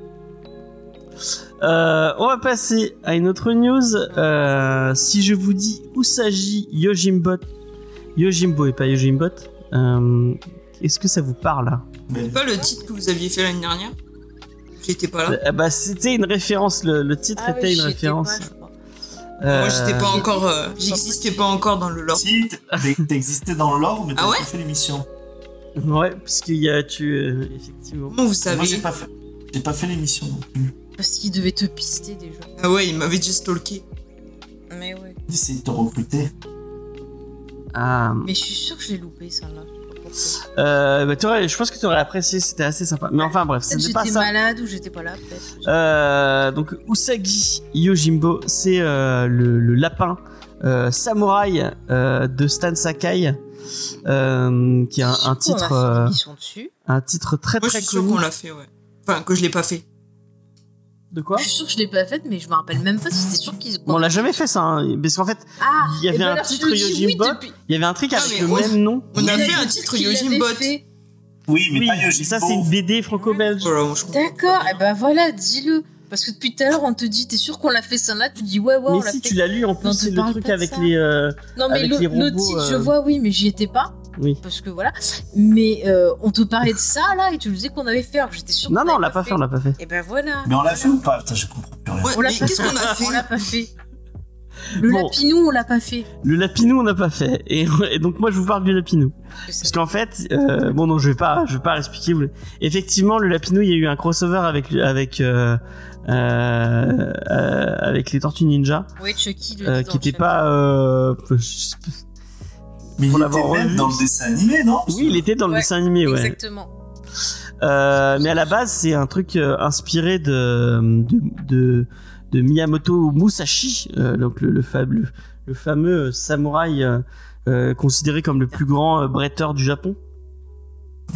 B: Euh, on va passer à une autre news. Euh, si je vous dis où s'agit Yojimbot, Yojimbo et pas Yojimbot, euh, est-ce que ça vous parle
C: Mais
E: Pas le titre que vous aviez fait l'année dernière J'étais pas là.
B: Euh, bah, C'était une référence, le, le titre
D: Ah
B: était une référence.
E: Moi, j'étais pas
B: Euh,
E: encore. euh, J'existais pas encore dans le lore.
C: si, t'es- t'existais dans l'or, mais t'as
E: Ah ouais
C: pas fait l'émission.
B: Ouais, parce qu'il y a tu euh, effectivement.
E: Comment vous
C: Moi j'ai
E: savez
C: pas fait. J'ai pas fait l'émission non plus.
D: Parce qu'il devait te pister déjà.
E: Ah ouais, il m'avait déjà stalké.
D: Mais ouais.
C: J'ai essayé de te recruter.
B: Ah,
D: Mais je suis sûre que je l'ai loupé, ça là
B: euh, bah, t'aurais- je pense que tu aurais apprécié, c'était assez sympa. Mais enfin bref, c'était pas
D: J'étais
B: ça.
D: malade ou j'étais pas là, peut-être.
B: Euh, donc Usagi Yojimbo, c'est euh, le, le lapin euh, Samurai euh, de Stan Sakai, euh, qui est un, un titre, euh,
D: Ils sont dessus.
B: un titre très
E: Moi, je
B: très
E: suis sûr qu'on
B: connu.
E: l'a fait, ouais. Enfin, que je l'ai pas fait.
B: De quoi
D: Je suis sûre que je l'ai pas faite, mais je me rappelle même pas si c'est sûr qu'ils.
B: On l'a jamais fait ça, hein, parce qu'en fait,
D: Ah,
B: Il y avait
D: eh ben
B: un
D: alors,
B: titre
D: tu me dis oui
B: Yojimbo.
D: depuis-
B: il y avait un truc
E: Ah,
B: avec
E: mais
B: le
E: on-
B: même nom.
E: On a
D: Il
E: fait un
D: dit
E: titre
D: qu'il
E: Yojimbo.
D: l'avait fait.
C: Oui, mais
B: Oui,
C: pas Yojimbo.
B: et ça c'est une BD franco-belge.
E: Oh là, moi, je comprends
D: D'accord,
E: pas.
D: et ben voilà, dis-le. Parce que depuis tout à l'heure, on te dit, t'es sûr qu'on l'a fait ça là Tu dis, ouais, ouais, on
B: Mais
D: l'a
B: si
D: fait.
B: tu l'as lu en
D: on
B: plus,
D: te
B: c'est le
D: parle
B: truc
D: pas de
B: avec
D: ça.
B: les. euh,
D: non, mais
B: avec
D: le,
B: les
D: le
B: robots,
D: titre, je
B: euh,
D: vois, oui, mais j'y étais pas.
B: Oui.
D: Parce que voilà. Mais euh, on te parlait de ça là, et tu nous disais qu'on avait fait. alors que J'étais sûre
B: Non,
D: qu'on
B: non, on
D: l'avait
B: l'a pas fait, on l'a pas fait.
D: Et ben voilà.
C: Mais on l'a fait ou pas Putain, je comprends plus rien.
E: Ouais,
D: On l'a
E: mais
D: pas
E: qu'est-ce qu'on a fait
D: On l'a pas fait. Le
B: Bon.
D: lapinou, on l'a pas fait.
B: Le lapinou, on n'a pas fait. Et, et donc moi, je vous parle du lapinou. Parce qu'en fait, euh, bon non, je vais pas, je vais pas expliquer. vous- Effectivement, le lapinou, il y a eu un crossover avec avec euh, euh, euh, avec les Tortues Ninja,
D: Ouais, Chucky, le
B: euh,
D: dit dans
B: qui
D: le
B: était
D: chat.
B: pas. euh, je-
C: Mais il
B: Pour
C: était
B: l'avoir
C: même
B: revu.
C: dans le dessin animé, non
B: oui, il était dans le
D: Ouais,
B: dessin animé, ouais.
D: Exactement.
B: Euh, mais à la base, c'est un truc euh, inspiré de, de, de, de Miyamoto Musashi, euh, donc le, le, fab- le- le fameux samouraï euh, euh, considéré comme le plus grand euh, bretteur du Japon.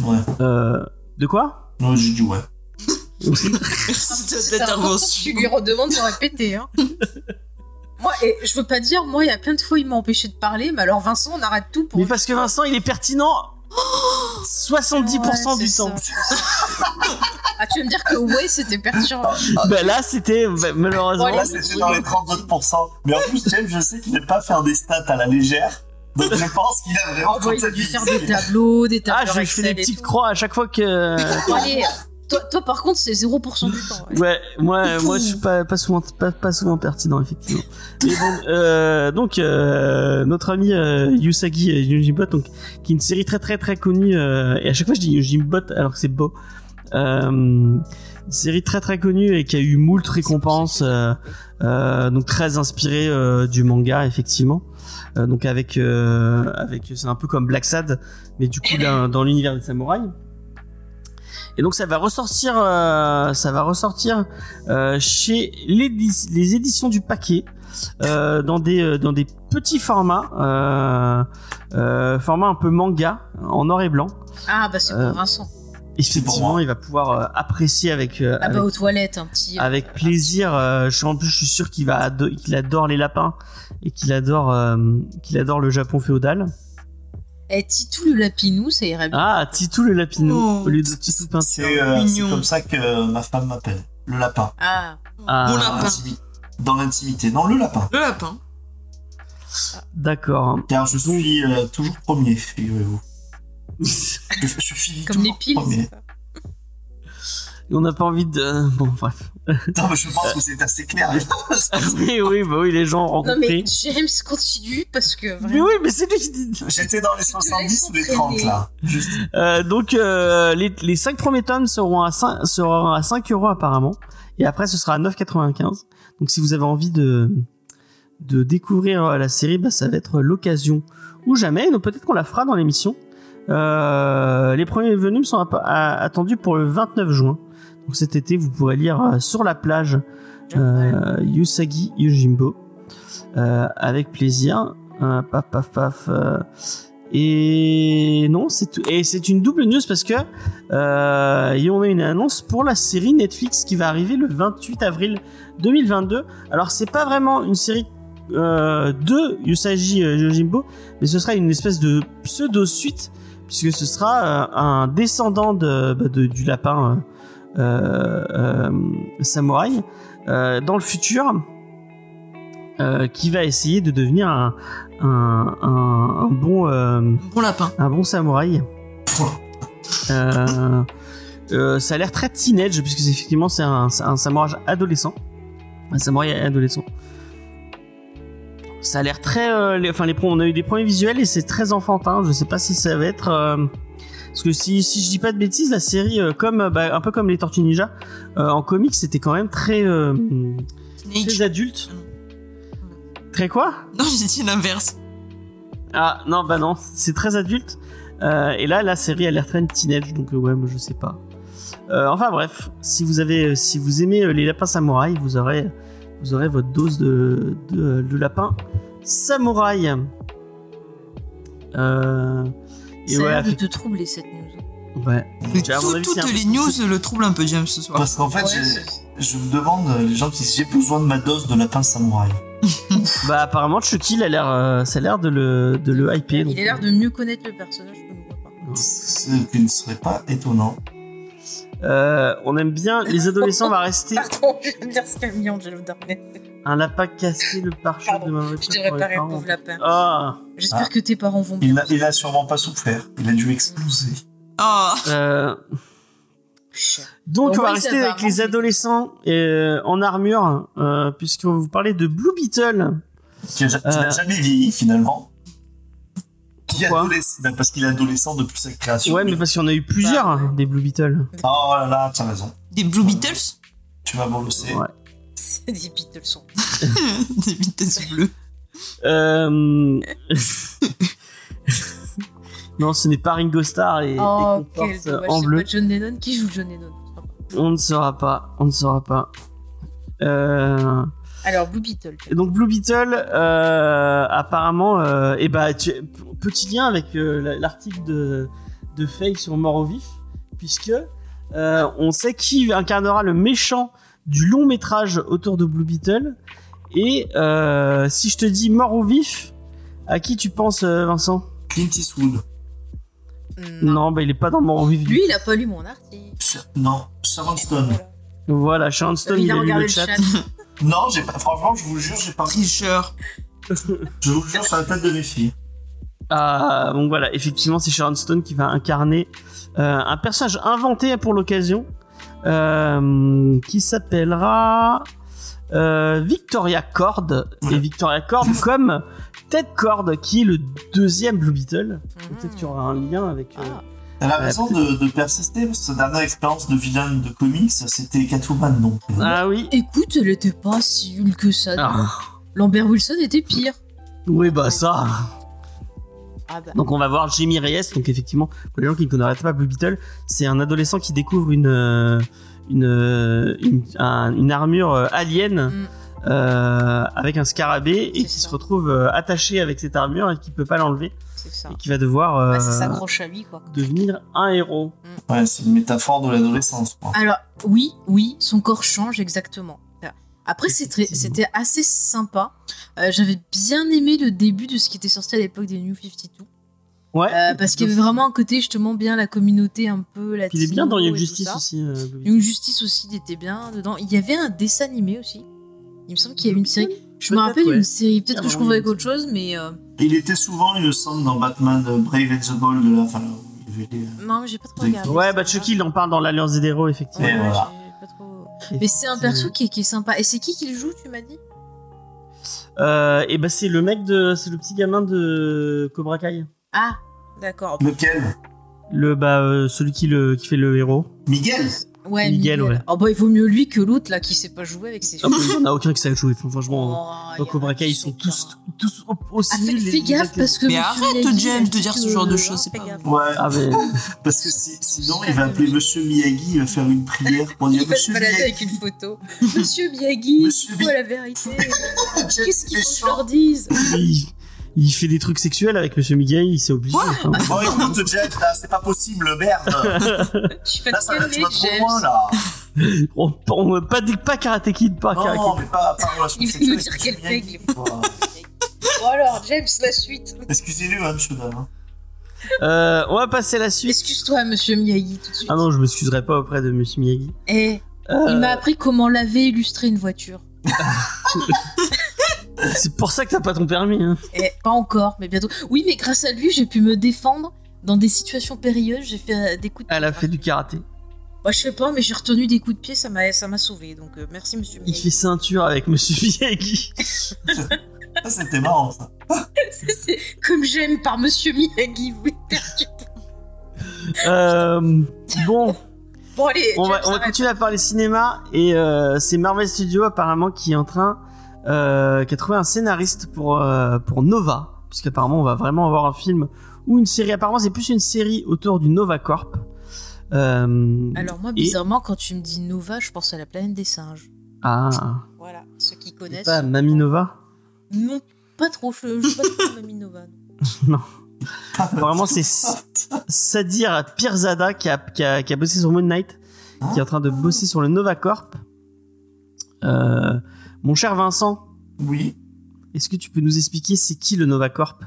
C: Ouais.
B: Euh, de quoi
C: Non, j'ai dit ouais.
E: Merci de
D: C'est
E: cette
D: un
E: intervention.
D: Tu lui redemandes de répéter. Hein. moi, et je veux pas dire, moi, il y a plein de fois, il m'a empêché de parler, mais alors Vincent, on arrête tout pour.
B: Mais parce que Vincent, il est pertinent 70%
D: Ouais,
B: du
D: c'est
B: temps.
D: ça. ah, tu veux me dire que ouais, c'était perturbant.
B: Bah là, c'était bah, malheureusement.
D: Bon, allez.
C: Là, c'était dans les 30 autres pourcents. Mais en plus, James, je sais qu'il n'aime pas faire des stats à la légère. Donc je pense qu'il a vraiment
D: Oh, bah, il a dû faire des tableaux, des
B: ah,
D: tableaux.
B: je fais des petites croix à chaque fois que.
D: Bon, allez, toi, toi, par contre, c'est 0% du temps. ouais.
B: Ouais, moi, moi, je suis pas, pas souvent, pas, pas souvent pertinent, effectivement. Mais bon, euh, donc euh, notre ami euh, Yusagi euh, Yojimbo, donc qui est une série très très très connue, euh, et à chaque fois je dis Yojimbo alors que c'est beau. Euh, une série très très connue et qui a eu moult récompenses, euh, euh, donc très inspirée euh, du manga, effectivement. Euh, donc avec, euh, avec, c'est un peu comme Black Sad, mais du coup dans, dans l'univers des samouraïs. Et donc ça va ressortir, euh, ça va ressortir euh, chez l'édi- les éditions du paquet, euh, dans des euh, dans des petits formats, euh, euh, format un peu manga en noir et blanc.
D: Ah, bah, c'est pour
B: Euh,
D: Vincent.
C: pour
B: Effectivement,
C: moi.
B: il va pouvoir euh, apprécier avec euh,
D: Ah,
B: avec,
D: bah, aux toilettes, un petit.
B: avec plaisir. euh, je, en plus, je suis sûr qu'il va ado- qu'il adore les lapins et qu'il adore euh, qu'il adore le Japon féodal.
D: Eh, Titou le lapinou, ça irait bien.
B: Ah, Titou le lapinou
E: Oh.
B: au lieu de Titou peinture.
C: C'est euh, c'est
E: Mignon.
C: comme ça que ma femme m'appelle. Le lapin.
D: Ah,
B: Ah.
E: Mon
C: Dans
E: lapin.
C: l'intimi- Dans l'intimité. Non, le lapin.
E: Le lapin.
B: D'accord. hein.
C: Car je suis euh, toujours premier, figurez-vous. Je, je finis
D: comme
C: toujours
D: les piles.
C: premier.
B: On n'a pas envie de. Bon, bref.
C: Non, mais je pense que c'est assez clair.
B: oui, oui, bah oui, les gens ont
D: Non, mais
B: rencontré.
D: James continue parce que
B: Mais,
D: vraiment.
B: oui, mais c'est lui qui dit.
C: J'étais dans les
D: Tu te
C: 70 ou les
D: laisses
C: 30
D: entraîner.
C: là. Juste.
B: Euh, donc, euh, les, les 5 premiers tomes seront à 5, seront à 5 euros apparemment. Et après, ce sera à 9,95. Donc, si vous avez envie de, de découvrir euh, la série, bah, ça va être l'occasion ou jamais. Donc, peut-être qu'on la fera dans l'émission. Euh, les premiers volumes sont app- à- attendus pour le 29 juin. Donc, cet été, vous pourrez lire euh, Sur la plage euh, Yusagi Yojimbo euh, avec plaisir. Euh, paf, paf, paf. euh, et non, c'est tout. Et c'est une double news parce que euh, et on a une annonce pour la série Netflix qui va arriver le 28 avril 2022. Alors c'est pas vraiment une série euh, de Yusagi euh, Yojimbo, mais ce sera une espèce de pseudo suite puisque ce sera euh, un descendant de, bah, de- du lapin euh, euh, euh, samouraï euh, dans le futur euh, qui va essayer de devenir un, un, un- un bon euh,
E: Bon lapin.
B: un bon samouraï. Euh, euh, ça a l'air très teenage puisque c'est- effectivement c'est un, un samouraï adolescent, un samouraï adolescent. Ça a l'air très, euh, les- enfin les pro- on a eu des premiers visuels et c'est très enfantin. Je sais pas si ça va être euh, parce que si, si je dis pas de bêtises, la série euh, comme euh, bah, un peu comme les Tortues Ninja euh, en comics c'était quand même très euh, très
E: Teenage.
B: adulte. Très quoi
E: Non, j'ai dit l'inverse.
B: Ah non, bah non, c'est très adulte. Euh, et là, la série a l'air très teenage, donc euh, ouais, moi je sais pas. Euh, enfin bref, si vous avez, euh, si vous aimez euh, les lapins samouraïs, vous aurez, vous aurez votre dose de, de, de lapin Samouraï. Euh, et
D: Ça
B: ouais,
D: a l'air de
B: avec-
D: te troubler cette news.
B: ouais.
E: Mais
B: J'ai- à mon
E: tout-
B: avis,
E: toutes
B: c'est un-
E: les news le troublent un peu, James, ce soir.
C: Parce qu'en fait, j'ai- je me demande, euh, les gens qui disent j'ai besoin de ma dose de lapin samouraï.
B: Bah apparemment Chucky, il a l'air, euh, ça a l'air de le, de le hyper. donc,
D: Il a l'air de mieux connaître le personnage que nous voit pas.
C: Ce qui ne serait pas étonnant.
B: euh, on aime bien. Les adolescents va rester
D: Pardon, je viens de dire ce qu'a mis Angelo Darnet.
B: un lapin cassé le pare-choc
D: Pardon,
B: de ma voiture.
D: Je devrais
B: pour les
D: pas rire,
B: parents.
D: pauvre lapin.
B: Ah,
D: J'espère
C: Ah.
D: que tes parents vont
C: Il
D: bien.
C: n'a il a sûrement pas souffert. Il a dû exploser.
E: Ah,
B: euh,
D: Chut.
B: donc
D: Bon,
B: on va
D: oui, ça
B: rester
D: va,
B: avec
D: hein,
B: les
D: mais-
B: adolescents euh, en armure, euh, puisqu'on va vous parler de Blue Beetle.
C: Qui a ja- qui n'a
B: Euh.
C: jamais vieilli finalement. Qui est
B: Pourquoi
C: adolescent, ben, parce qu'il est adolescent depuis sa création.
B: Ouais, mais parce qu'il y en a eu plusieurs
D: Bah, ouais.
B: hein, des Blue Beetle.
C: Oh là là, t'as raison.
E: des Blue Beatles
C: Tu vas bolosser.
B: Ouais.
D: C'est des Beatles hein. sont.
E: Des Beatles bleus.
B: Euh... non, ce n'est pas Ringo Starr et, et
D: Oh,
B: qu'on
D: quel
B: porte, euh,
D: dommage.
B: en
D: C'est
B: bleu.
D: pas John Lennon qui joue John Lennon.
B: On ne saura pas, on ne saura pas. Euh,
D: Alors, Blue Beetle.
B: et donc Blue Beetle, euh, apparemment, euh, et bah, tu- petit lien avec euh, la- l'article de, de Faye sur Mort au Vif, puisque euh, on sait qui incarnera le méchant du long métrage autour de Blue Beetle. Et euh, si je te dis Mort au Vif, à qui tu penses, euh, Vincent
C: Clint Eastwood.
D: Non.
B: non. bah il est pas dans Mort au Vif. du-
D: Lui, il a pas lu mon article.
C: Sh- non, Sharon Stone.
D: Voilà.
B: Voilà, Sharon Stone, il, a, lu le chat.
C: Non, j'ai pas. Franchement, je vous jure, j'ai
B: Ah.
C: pas.
E: Tricheur.
C: Je vous jure sur la tête de mes filles.
B: Ah, donc voilà, effectivement, c'est Sharon Stone qui va incarner euh, un personnage inventé pour l'occasion euh, qui s'appellera euh, Victoria Cord. Et Victoria Cord comme Ted Cord, qui est le deuxième Blue Beetle.
D: Mhm.
B: Peut-être qu'il y aura un lien avec. euh,
D: Ah.
C: Elle a
B: Ouais,
C: raison de, de persister, parce que sa dernière expérience de vilaine de comics, c'était Catwoman, donc. euh,
B: Ah oui.
D: Écoute, elle était pas si nulle que ça.
B: Ah,
D: Lambert Wilson était pire.
B: oui, bah ça.
D: Ah bah.
B: Donc on va voir Jimmy Reyes, donc effectivement, pour les gens qui ne connaissent pas Blue Beetle, c'est un adolescent qui découvre une, euh, une, euh, une, un- une armure euh, alien
D: Mm.
B: euh, avec un scarabée et
D: C'est
B: qui
D: ça.
B: se retrouve euh, attaché avec cette armure et qui peut pas l'enlever
D: C'est ça.
B: et qui va devoir euh,
D: Bah, ça s'accroche à lui, quoi.
B: devenir un héros.
C: Ouais, c'est une métaphore de l'adolescence, quoi.
D: Alors, oui, oui, son corps change exactement. Après, c'est très- c'était assez sympa. Euh, J'avais bien aimé le début de ce qui était sorti à l'époque des New 52.
B: Ouais.
D: Euh, parce qu'il y avait vraiment un côté justement bien la communauté un peu
B: Puis il est bien dans Young
D: latino et tout
B: Justice
D: ça.
B: aussi. euh, Blue Beetle.
D: Young Justice aussi il était bien dedans. Il y avait un dessin animé aussi. Il me semble qu'il y avait une série. Je me
B: Peut-être,
D: rappelle
B: ouais.
D: une série. Peut-être
B: Ah,
D: que je
B: oui,
D: confonds avec
B: oui.
D: autre chose, mais euh,
C: Il était souvent, il me semble, dans Batman euh, Brave and the Bold, de la. Enfin, là, où il y avait euh, les-
D: non, mais j'ai pas trop
C: Ouais,
D: regardé.
B: Ouais,
D: ça,
B: bah
D: voilà.
B: Chucky, il en parle dans l'Alliance des héros,
D: Ouais,
B: effectivement.
C: Et voilà.
D: j'ai pas trop- Mais c'est un perso qui est, qui est sympa. Et c'est qui qui le joue, tu m'as dit
B: Euh, et bah c'est le mec de, c'est le petit gamin de Cobra Kai,
D: Ah, d'accord.
C: Lequel
B: le bah euh, celui qui le qui fait le héros.
C: Miguel
D: Ouais,
B: Miguel,
D: Miguel,
B: ouais.
D: Oh bah il vaut mieux lui que l'autre là qui sait pas jouer avec ses
B: Ah, mais Il n'y en a aucun qui savait jouer, enfin, franchement. hein.
D: Oh,
B: Dans
D: y en a
B: Cobra Kai,
D: qui
B: ils sont
D: pas. hein.
B: tous, tous au- aussi
D: Ah, fais,
B: nuls, les-
D: fais
B: les
D: gaffe
B: acteurs.
D: parce que.
E: Mais
D: monsieur
E: arrête,
D: Miyagi,
E: James,
D: il
E: de
D: a
E: dire
D: dit
E: ce
D: que-
E: genre de
D: Ah,
E: choses, c'est
D: fais
E: pas
D: gaffe.
C: Ouais,
B: Ah, mais-
C: parce que si- sinon, il va appeler Monsieur Miyagi, il va faire une prière pour dire
D: Il va se
C: Monsieur
D: balader
C: Miyagi,
D: avec une photo. Monsieur Miyagi,
C: Monsieur
D: dis-moi la vérité. Qu'est-ce qu'il faut que je
C: méchant.
D: leur dise
B: il, il fait des trucs sexuels avec Monsieur Miguel, il s'est obligé. enfin.
C: Bon, écoute, James, là, c'est pas possible, merde
D: Je suis
C: Là, Ah, ça va, tu
D: fatiguée,
C: vas trop
D: James.
C: loin, là
B: On- on- pas, des- pas Karate Kid, pas Karate
C: Non,
B: Kid.
C: mais pas, pas relation
D: Il veut
C: sexuelle
D: nous dire
C: avec
D: quel
C: Monsieur Miyagi, quoi.
D: Bon alors, James, la suite.
C: Excusez-le, hein, monsieur dame. hein.
B: Euh, on va passer à la suite.
D: Excuse-toi, monsieur Miyagi, tout de suite.
B: Ah non, je m'excuserai pas auprès de Monsieur Miyagi. Euh,
D: Eh, il m'a appris comment laver et illustrer une voiture.
B: C'est pour ça que t'as pas ton permis. Hein.
D: Eh, pas encore, mais bientôt. Oui, mais grâce à lui, j'ai pu me défendre dans des situations périlleuses. J'ai fait euh, des coups de
B: Elle a fait du karaté.
D: Moi, je sais pas, mais j'ai retenu des coups de pied, ça m'a, ça m'a sauvé. Donc, euh, merci, monsieur.
B: Il fait
D: Miyagi.
B: ceinture avec Monsieur Miyagi.
C: Ça, c'était marrant, ça.
D: C'est- c'est comme j'aime par monsieur Miyagi, vous êtes perdu.
B: Euh, bon,
D: Bon, allez,
B: on
D: James,
B: va, on va
D: arrête.
B: continuer à parler cinéma et euh, c'est Marvel Studios apparemment qui est en train euh, qui a trouvé un scénariste pour euh, pour Nova puisqu'apparemment on va vraiment avoir un film ou une série apparemment c'est plus une série autour du Nova Corp Euh,
D: Alors, moi,
B: Et-
D: bizarrement, quand tu me dis Nova, je pense à la planète des singes.
B: ah
D: Voilà, ceux qui connaissent.
B: pas Mami Nova
D: Non pas trop. Je, je suis pas trop Mamie Nova.
B: Apparemment, c'est Sadir Pirzada qui a, qui, a, qui a bossé sur Moon Knight, qui est en train de bosser sur le Novacorp. Euh, mon cher Vincent,
C: Oui.
B: est-ce que tu peux nous expliquer c'est qui le Novacorp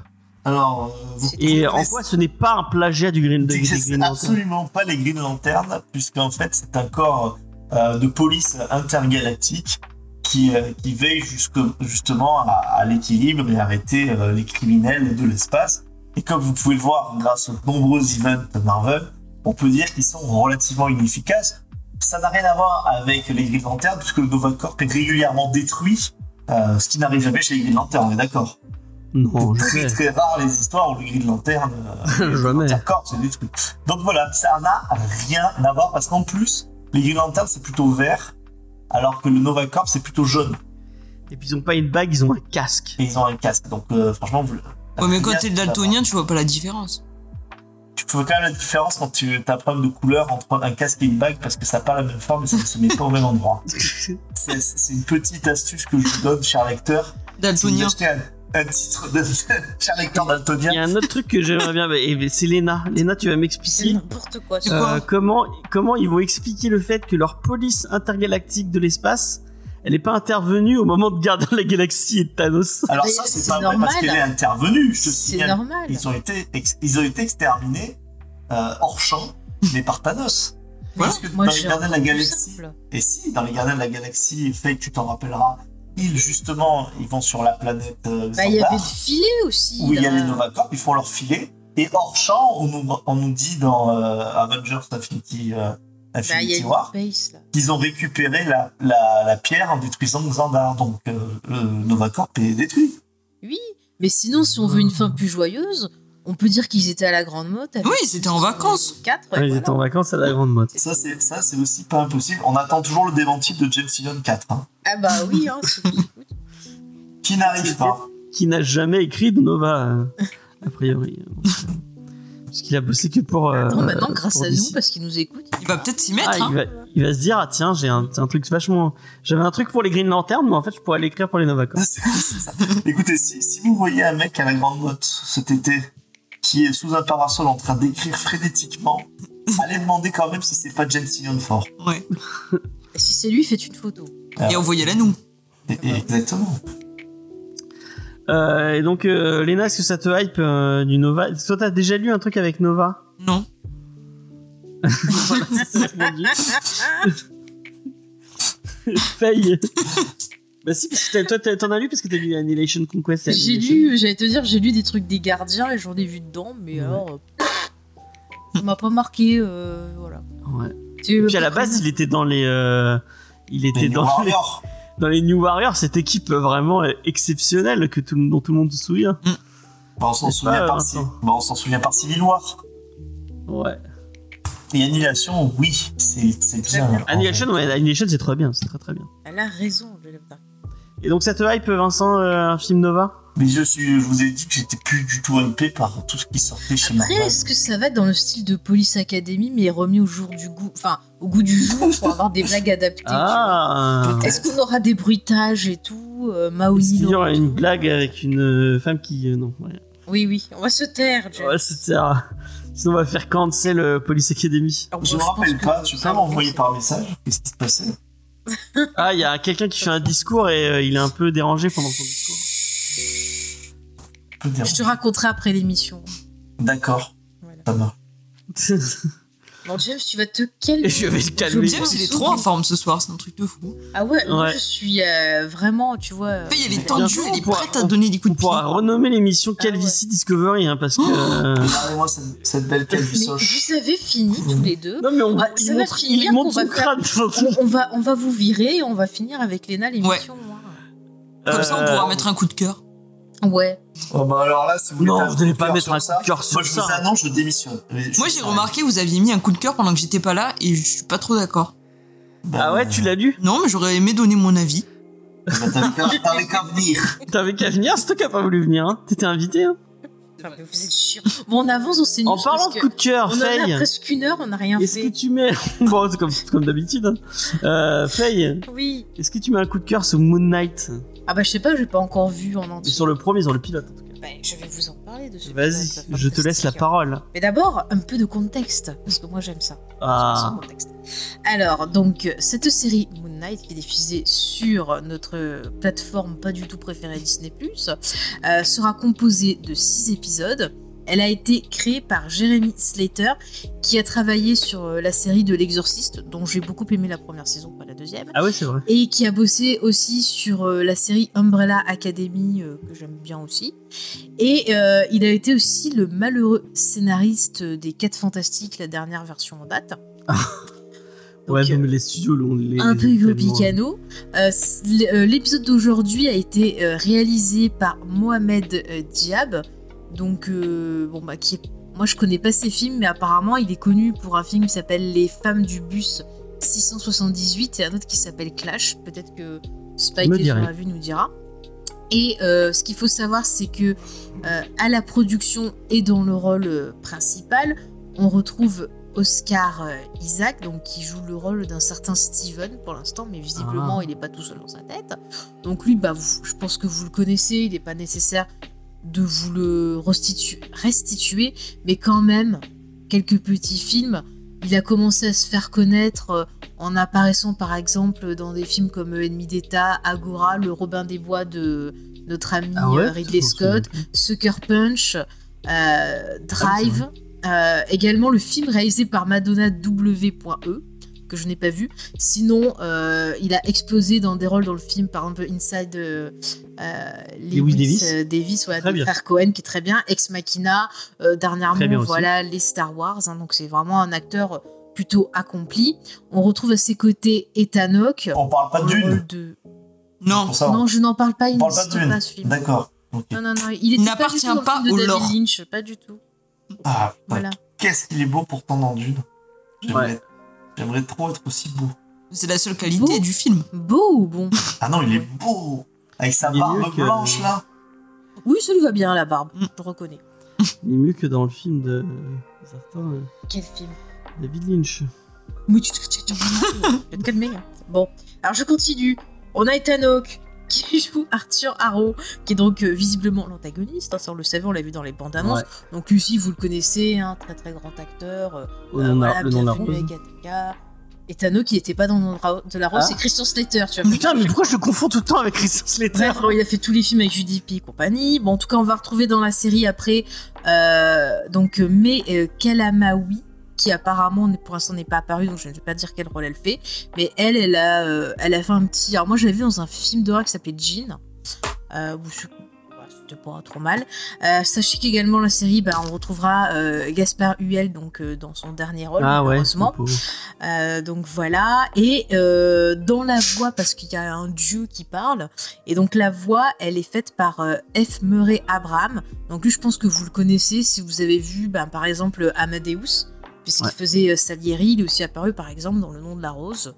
C: Alors, euh, vous
B: Et en quoi ce n'est pas un plagiat du Green, de,
C: C'est
B: des
C: que
B: Green
C: c'est
B: Lantern
C: absolument pas les Green Lanterns, puisqu'en fait, c'est un corps euh, de police intergalactique qui, euh, qui veille jusque, justement à, à l'équilibre et arrêter euh, les criminels de l'espace. Et comme vous pouvez le voir, grâce aux nombreux events de Marvel, on peut dire qu'ils sont relativement inefficaces. Ça n'a rien à voir avec les Green Lanterns, puisque le Nova Corp est régulièrement détruit, euh, ce qui n'arrive jamais chez les Green Lanterns, on est d'accord.
B: Non, je
C: Très
B: sais.
C: très rare les histoires où le Green Lantern euh,
B: Jamais.
C: D'accord, c'est des trucs. Donc voilà, ça n'a rien à voir parce qu'en plus, les Green Lanterns c'est plutôt vert, alors que le Nova Corps c'est plutôt jaune
B: Et puis ils ont pas une bague, ils ont un casque.
C: et ils ont un casque. Donc euh, franchement, vous,
E: Ouais, mais quand
C: Bien,
E: t'es
C: ça va.
E: daltonien, tu vois pas la différence.
C: tu peux quand même la différence quand tu as un problème de couleur entre un casque et une bague parce que ça n'a pas la même forme et ça ne se met pas au même endroit. C'est c'est une petite astuce que je vous donne, cher lecteur. Si vous
E: Daltonien.
C: achetez un, un titre de cher lecteur
B: Il y
C: daltonien,
B: a un autre truc que j'aimerais bien, mais- mais c'est Léna. Léna, tu vas
D: C'est
B: m'expliquer
D: n'importe quoi.
E: C'est
D: ça.
B: euh,
E: quoi
B: comment, comment ils vont expliquer le fait que leur police intergalactique de l'espace, elle n'est pas intervenue au moment de Gardiens de la Galaxie et de Thanos.
C: alors
D: Mais
C: ça c'est
D: c'est
C: pas vrai parce
D: normal.
C: qu'elle est intervenue, je te
D: C'est
C: signale.
D: normal.
C: ils ont été, ex- ils ont été exterminés euh, hors champ, mais par Thanos.
E: Voilà.
C: Parce que
D: Moi,
C: dans les
D: j'ai
C: Gardiens de la
D: un
C: Galaxie,
D: simple.
C: et si, dans les Gardiens de la Galaxie, Faye, tu t'en rappelleras, ils justement, ils vont sur la planète euh,
D: Bah, il y
C: Xandar,
D: avait hein. le filet aussi.
C: où il y a
D: là.
C: les Novacorp, ils font leur filet, et hors champ, on nous, on nous dit dans euh, Avengers Infinity, euh,
D: Bah, il y a
C: Infinity
D: une
C: War
D: base, là.
C: qu'ils ont récupéré la, la, la pierre en détruisant Xandar, donc euh, le Novacorp est détruit.
D: Oui, mais sinon, si on veut une fin plus joyeuse, on peut dire qu'ils étaient à la Grande Motte. avec-
E: Oui, ils étaient en vacances.
D: Quatre,
B: Ah, ils
D: ouais, voilà.
B: étaient en vacances à la Grande Motte.
C: Ça, c'est ça, c'est aussi pas impossible. On attend toujours le démenti de James Gunn 4. hein.
D: Ah bah oui, hein, c'est- écoute,
C: qui n'arrive pas.
B: Qui n'a jamais écrit de Nova, euh, a priori. Parce qu'il a bossé que pour. euh,
D: Attends, maintenant, grâce
B: pour
D: à
B: DC.
D: nous, parce qu'ils nous écoutent,
E: Il va peut-être s'y
B: Ah,
E: mettre. hein.
B: il, va, il va se dire, ah tiens, j'ai un, un truc vachement. J'avais un truc pour les Green Lantern, mais en fait, je pourrais l'écrire pour les Nova Corps.
C: C'est ça. Écoutez, si, si vous voyez un mec à la grande motte cet été qui est sous un parasol en train d'écrire frénétiquement, allez demander quand même si c'est pas James Tynion Ford.
E: Ouais.
D: si c'est lui, faites une photo.
E: Et envoyez-la nous.
C: Et- et exactement.
B: Euh, et donc, euh, Léna, est-ce que ça te hype euh, du Nova Toi, t'as déjà lu un truc avec Nova
E: Non.
B: Voilà, c'est ce qu'on dit. Faille. bah si, parce que t'as- toi, t'as- t'en as lu parce que t'as lu Annihilation Conquest. et
D: J'ai
B: Annihilation.
D: lu, j'allais te dire, j'ai lu des trucs des gardiens et j'en ai vu dedans, mais
B: Ouais.
D: alors. euh, ça m'a pas marqué, euh, voilà.
B: Ouais.
D: Tu
B: Et
D: veux
B: puis à
D: pas
B: la base, il était dans les. euh, il
C: Mais
B: était
C: les
B: dans les,
C: Warriors,
B: dans les New Warriors, cette équipe vraiment euh, exceptionnelle que tout, le- dont tout le monde se souvient.
C: bah, on s'en
B: C'est pas,
C: souvient par ci.
B: Vincent.
C: Bah, on s'en souvient par Civil War.
B: Ouais.
C: Et Annihilation, oui, c'est c'est
D: Très
C: bien.
D: bien.
B: Annihilation, ouais, Annihilation, c'est très bien, c'est très très bien.
D: Elle a raison, je l'aime pas.
B: Et donc ça te hype, Vincent, euh, un film Nova
C: Mais je, suis, je vous ai dit que j'étais plus du tout hypé par tout ce qui sortait chez
D: Après,
C: Marvel.
D: est-ce que ça va être dans le style de Police Academy, mais remis au jour du goût, enfin, au goût du jour pour avoir des blagues adaptées tu
B: Ah
D: vois. Est-ce qu'on aura des bruitages et tout euh, Maoni
B: Est-ce qu'il y
D: dans
B: aura
D: le
B: une
D: trou
B: blague avec une euh, femme qui. euh, non, ouais.
D: Oui, oui, on va se taire, Jack.
B: Ouais, c'est ça. Sinon, on va faire cancel euh, Police Academy.
D: Alors,
C: Je me
D: moi, pense
C: rappelle
D: que
C: pas, tu
D: ça
C: peux
D: va
C: m'envoyer
D: être-
C: par message Qu'est-ce qui se passait
B: Ah, il y a quelqu'un qui fait un discours et euh, il est un peu dérangé pendant son discours.
C: Je peux dire.
D: Je te raconterai après l'émission.
C: D'accord,
D: Voilà.
C: ça marche.
D: Non, James, tu vas te calmer.
B: Et je vais le calmer.
E: James, il est trop en forme ce soir, c'est un truc de fou.
D: Ah ouais, moi,
B: Ouais.
D: je suis euh, vraiment, tu vois. euh,
E: En fait, elle est
B: Bien
E: tendue,
B: sûr,
E: elle est
B: on pourra-
E: prête à donner des
B: On
E: coups de
B: pourra
E: pied.
B: renommer l'émission
D: Ah ouais.
B: Calvici Discovery, hein, parce que. euh,
C: Regardez-moi cette, cette belle
D: Mais
C: calvisoche.
D: vous avez fini tous les deux.
B: Non, mais on,
D: Ah,
B: il
D: ça va
B: montre,
D: finir
B: il montre
D: qu'on va
B: son
D: faire-
B: crâne.
D: On, on va, on va vous virer et on va finir avec Léna l'émission. hein.
E: Comme ça, on
B: Euh,
E: pourra mettre un coup de cœur.
D: Ouais.
C: Oh bah alors là, si vous voulez
B: Non,
C: faire
B: vous n'allez
C: coup de
B: pas
C: cœur
B: mettre
C: sur
B: un
C: ça,
B: coup de cœur
C: Moi,
B: sur
C: je
B: ça.
C: vous annonce, je démissionne. Mais je-
E: Moi, j'ai remarqué que vous aviez mis un coup de cœur pendant que j'étais pas là et je suis pas trop d'accord.
B: Ah ouais, tu l'as lu
E: Non, mais j'aurais aimé donner mon avis.
C: Bah, T'avais qu'à t'avais qu'à venir.
B: T'avais qu'à venir, c'est toi qui n'as pas voulu venir. hein. T'étais invité. Hein.
D: Non, mais vous êtes chiant. Bon, on avance, on s'est
B: En parlant de coup de cœur,
D: On en a
B: Faye,
D: presque une heure, on n'a rien
B: est-ce que
D: fait.
B: tu mets. bon, c'est comme, comme d'habitude. hein. Euh, Faye,
D: Oui.
B: est-ce que tu mets un coup de cœur sur Moon Knight
D: Ah bah je sais pas, j'ai pas encore vu en
B: Mais
D: entier.
B: Sur le premier, sur le pilote. en tout cas.
D: Bah, je vais vous en parler de ce pilote, ça
B: Vas-y,
D: va
B: je te laisse la
D: fantastique.
B: parole.
D: Mais d'abord, un peu de contexte, parce que moi j'aime ça.
B: Ah.
D: Sans contexte. Alors, donc, euh, cette série Moon Knight qui est diffusée sur notre euh, plateforme pas du tout préférée Disney, euh, sera composée de 6 épisodes. Elle a été créée par Jeremy Slater, qui a travaillé sur euh, la série de L'Exorciste, dont j'ai beaucoup aimé la première saison, pas la deuxième.
B: Ah ouais, c'est vrai.
D: Et qui a bossé aussi sur euh, la série Umbrella Academy, euh, que j'aime bien aussi. Et euh, il a été aussi le malheureux scénariste des 4 Fantastiques, la dernière version en date. Donc,
B: ouais, non,
D: euh,
B: mais les studios, on les.
D: un peu Hugo
B: tellement-
D: Picano. Euh, c- l- euh, L'épisode d'aujourd'hui a été euh, réalisé par Mohamed euh, Diab, donc euh, bon bah qui est- moi je connais pas ses films, mais apparemment il est connu pour un film qui s'appelle Les femmes du bus 678 et un autre qui s'appelle Clash. Peut-être que Spike
B: Me
D: et sur
B: dirait.
D: la vue nous dira. Et euh, ce qu'il faut savoir, c'est que euh, à la production et dans le rôle euh, principal, on retrouve Oscar euh, Isaac, donc qui joue le rôle d'un certain Steven pour l'instant, mais visiblement
B: Ah.
D: il n'est pas tout seul dans sa tête. Donc lui, bah, vous- je pense que vous le connaissez, il n'est pas nécessaire de vous le restitu- restituer, mais quand même, quelques petits films. Il a commencé à se faire connaître euh, en apparaissant par exemple dans des films comme euh, Ennemi d'État, Agora, Le Robin des Bois de notre ami
B: Ah ouais
D: euh, Ridley
B: Ça, je m'en souviens
D: Scott, Sucker Punch, euh, Drive, euh, également le film réalisé par Madonna W.E que je n'ai pas vu. Sinon, euh, il a explosé dans des rôles dans le film, par exemple Inside euh, euh,
B: Lewis Davis.
D: euh, Davis, ouais,
B: Très
D: de
B: bien.
D: frère Cohen, qui est très bien. Ex Machina,
B: Très bien
D: euh, dernièrement,
B: aussi.
D: voilà, les Star Wars. hein, donc c'est vraiment un acteur plutôt accompli. On retrouve à ses côtés Ethan Hawke.
C: On parle pas
D: dans
C: de
D: le
C: d'une.
D: rôle de-
E: Non.
C: Pour ça.
D: Non, je n'en parle pas, il
C: On parle pas
D: n'existe
C: de
D: pas,
C: Dune.
D: ce film.
C: D'accord. Ok.
D: Non, non, non, il était pas du
E: n'appartient
D: tout dans le
E: pas
D: film de
E: au
D: David
E: lore.
D: Lynch, pas du tout.
C: Ah, putain,
D: Voilà.
C: qu'est-ce qu'il est beau pourtant dans Dune. J'aimerais,
B: Ouais.
C: j'aimerais trop être aussi beau.
E: C'est la seule qualité
D: Bon.
E: du film.
D: Beau ou bon
C: Ah non, il est beau Avec sa
B: Il est mieux
C: barbe
B: que-
C: blanche là
D: Oui, ça lui va bien, la barbe,
E: Mm.
D: je reconnais.
B: Il est mieux que dans le film de de certains euh,
D: Quel film
B: David Lynch.
D: Mais tu tu- tu- tu- je vais te calmer. hein. Bon, alors je continue. On a Ethan Hawke qui joue Arthur Harrow, qui est donc euh, visiblement l'antagoniste. hein. ça, on le savait, on l'a vu dans les bandes annonces.
B: Ouais.
D: Donc Lucie, vous le connaissez, un très très grand acteur. euh,
B: Au nom de la-
D: voilà,
B: le nom de la
D: bienvenue
B: rose.
D: avec Gattaca. Ethan Hawke, il n'était pas dans le nom de Ra- de la rose,
B: Ah.
D: c'est Christian Slater. Tu vois.
B: Putain, mais pourquoi je le confonds tout le temps avec Christian Slater
D: Bref, bon, il a fait tous les films avec Judy P et compagnie. Bon, en tout cas, on va retrouver dans la série après euh, donc euh, May euh, Kalamaui, qui apparemment n'est- pour l'instant n'est pas apparue, donc je ne vais pas dire quel rôle elle fait. Mais elle, elle a, euh, elle a fait un petit. Alors moi, je l'avais vu dans un film d'horreur qui s'appelait Jean. Euh, où je- ouais, C'était pas trop mal. Euh, sachez qu'également la série, bah, on retrouvera euh, Gaspard Huel donc euh, dans son dernier rôle,
B: Ah ouais, c'est
D: malheureusement.
B: le pauvre.
D: Euh, donc voilà, et euh, dans la voix, parce qu'il y a un dieu qui parle, et donc la voix, elle est faite par euh, F. Murray Abraham. Donc lui, je pense que vous le connaissez si vous avez vu, ben, par exemple, Amadeus, puisqu'il
B: Ouais.
D: faisait euh, Salieri, il est aussi apparu, par exemple, dans Le Nom de la Rose.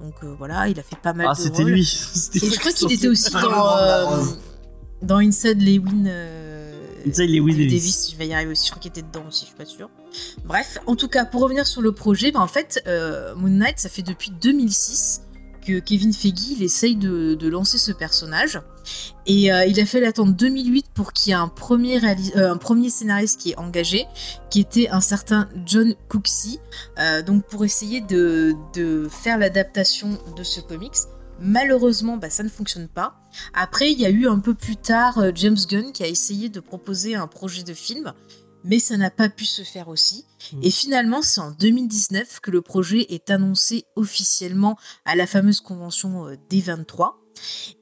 D: Donc euh, voilà, il a fait pas mal
B: Ah,
D: de
B: c'était
D: rôles.
B: lui.
D: Et je crois qu'il était aussi
C: Le Nom
D: dans,
C: de la
D: euh,
C: Rose.
D: dans Inside Lewin. euh,
B: Inside Llewyn
D: Davis.
B: Davis,
D: je vais y arriver aussi. Je crois qu'il était dedans aussi, je suis pas sûre. Bref, en tout cas, pour revenir sur le projet, bah, en fait, euh, Moon Knight, ça fait depuis 2006 que Kevin Feige il essaye de, de lancer ce personnage. Et euh, il a fait l'attente 2008 pour qu'il y ait un premier, réalis- euh, un premier scénariste qui est engagé, qui était un certain John Cooksey, euh, donc pour essayer de, de faire l'adaptation de ce comics. Malheureusement, bah, ça ne fonctionne pas. Après, il y a eu un peu plus tard euh, James Gunn qui a essayé de proposer un projet de film, mais ça n'a pas pu se faire aussi.
B: Mm.
D: Et finalement, c'est en 2019 que le projet est annoncé officiellement à la fameuse convention euh, D23.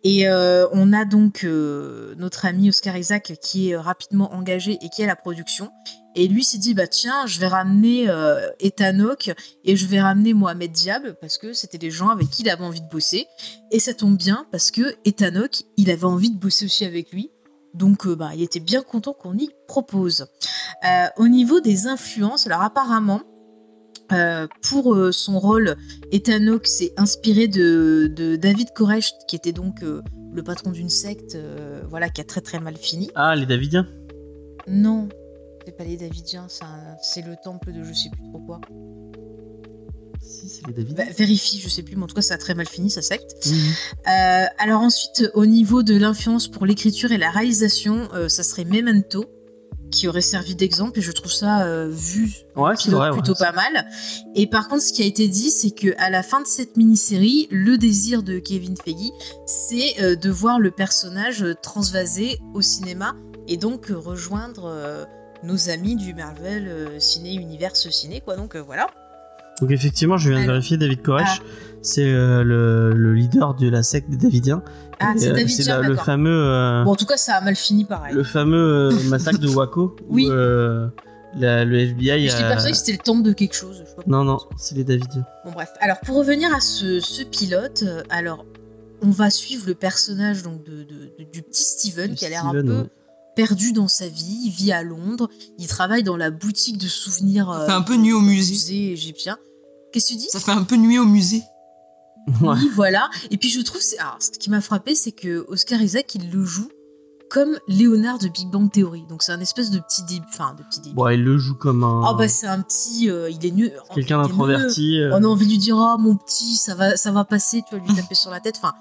D: Et euh, on a donc euh, notre ami Oscar Isaac qui est euh, rapidement engagé et qui est à la production. Et lui s'est dit, bah tiens, je vais ramener euh, Ethan Hawke et je vais ramener Mohamed Diab parce que c'était des gens avec qui il avait envie de bosser. Et ça tombe bien parce que Ethan Hawke, il avait envie de bosser aussi avec lui. Donc euh, bah, il était bien content qu'on y propose. Euh, au niveau des influences, alors apparemment, euh, pour euh, son rôle, Ethan Hawke s'est inspiré de, de David Koresh, qui était donc euh, le patron d'une secte euh, voilà, qui a très très mal fini.
B: Ah, les Davidiens.
D: Non, c'est pas les Davidiens, c'est un- c'est le temple de je sais plus trop quoi.
B: Si, c'est les David.
D: Bah, vérifie, je sais plus, mais en tout cas, ça a très mal fini, sa secte. Euh, alors ensuite, au niveau de l'influence pour l'écriture et la réalisation, euh, ça serait Memento, qui aurait servi d'exemple, et je trouve ça euh, vu
B: Ouais, c'est
D: pilote
B: vrai. ouais.
D: plutôt pas mal. Et par contre, ce qui a été dit, c'est que à la fin de cette mini-série, le désir de Kevin Feige, c'est euh, de voir le personnage euh, transvasé au cinéma et donc euh, rejoindre euh, nos amis du Marvel euh, Ciné Universe Ciné, quoi. Donc euh, voilà.
B: Donc effectivement, je viens de
D: Alors-
B: vérifier, David Koresh,
D: Ah.
B: c'est euh, le, le leader de la secte des Davidiens.
D: Ah, c'est
B: Et, euh,
D: David
B: c'est
D: Jean,
B: la- le
D: d'accord.
B: fameux, euh,
D: Bon, en tout cas, ça a mal fini pareil.
B: le fameux euh, massacre de Waco.
D: Oui.
B: Où, euh, la- le FBI.
D: J'étais
B: a-
D: persuadée que c'était le temple de quelque chose. Je sais pas
B: Non, non, c'est les Davidiens.
D: Bon bref, alors pour revenir à ce, ce pilote, euh, alors on va suivre le personnage donc de, de- de- du petit Steven
B: Du
D: qui a l'air un
B: Steven,
D: peu
B: ouais.
D: perdu dans sa vie, il vit à Londres, il travaille dans la boutique de souvenirs euh,
E: Ça fait un peu nuit au
D: du
E: musée.
D: musée égyptien. Qu'est-ce que tu dis
E: Ça fait un peu nuit au musée.
B: Ouais.
D: Oui, voilà. Et puis je trouve, c'est- alors, ce qui m'a frappé, c'est que Oscar Isaac il le joue comme Léonard de Big Bang Theory. Donc c'est un espèce de petit début, enfin de petit début.
B: Bon, il le joue comme un.
D: Ah bah c'est un petit, euh, il est nul.
B: Quelqu'un
D: il est neuneux.
B: d'introverti. euh,
D: On a envie de lui dire oh mon petit ça va ça va passer tu vas lui taper sur la tête enfin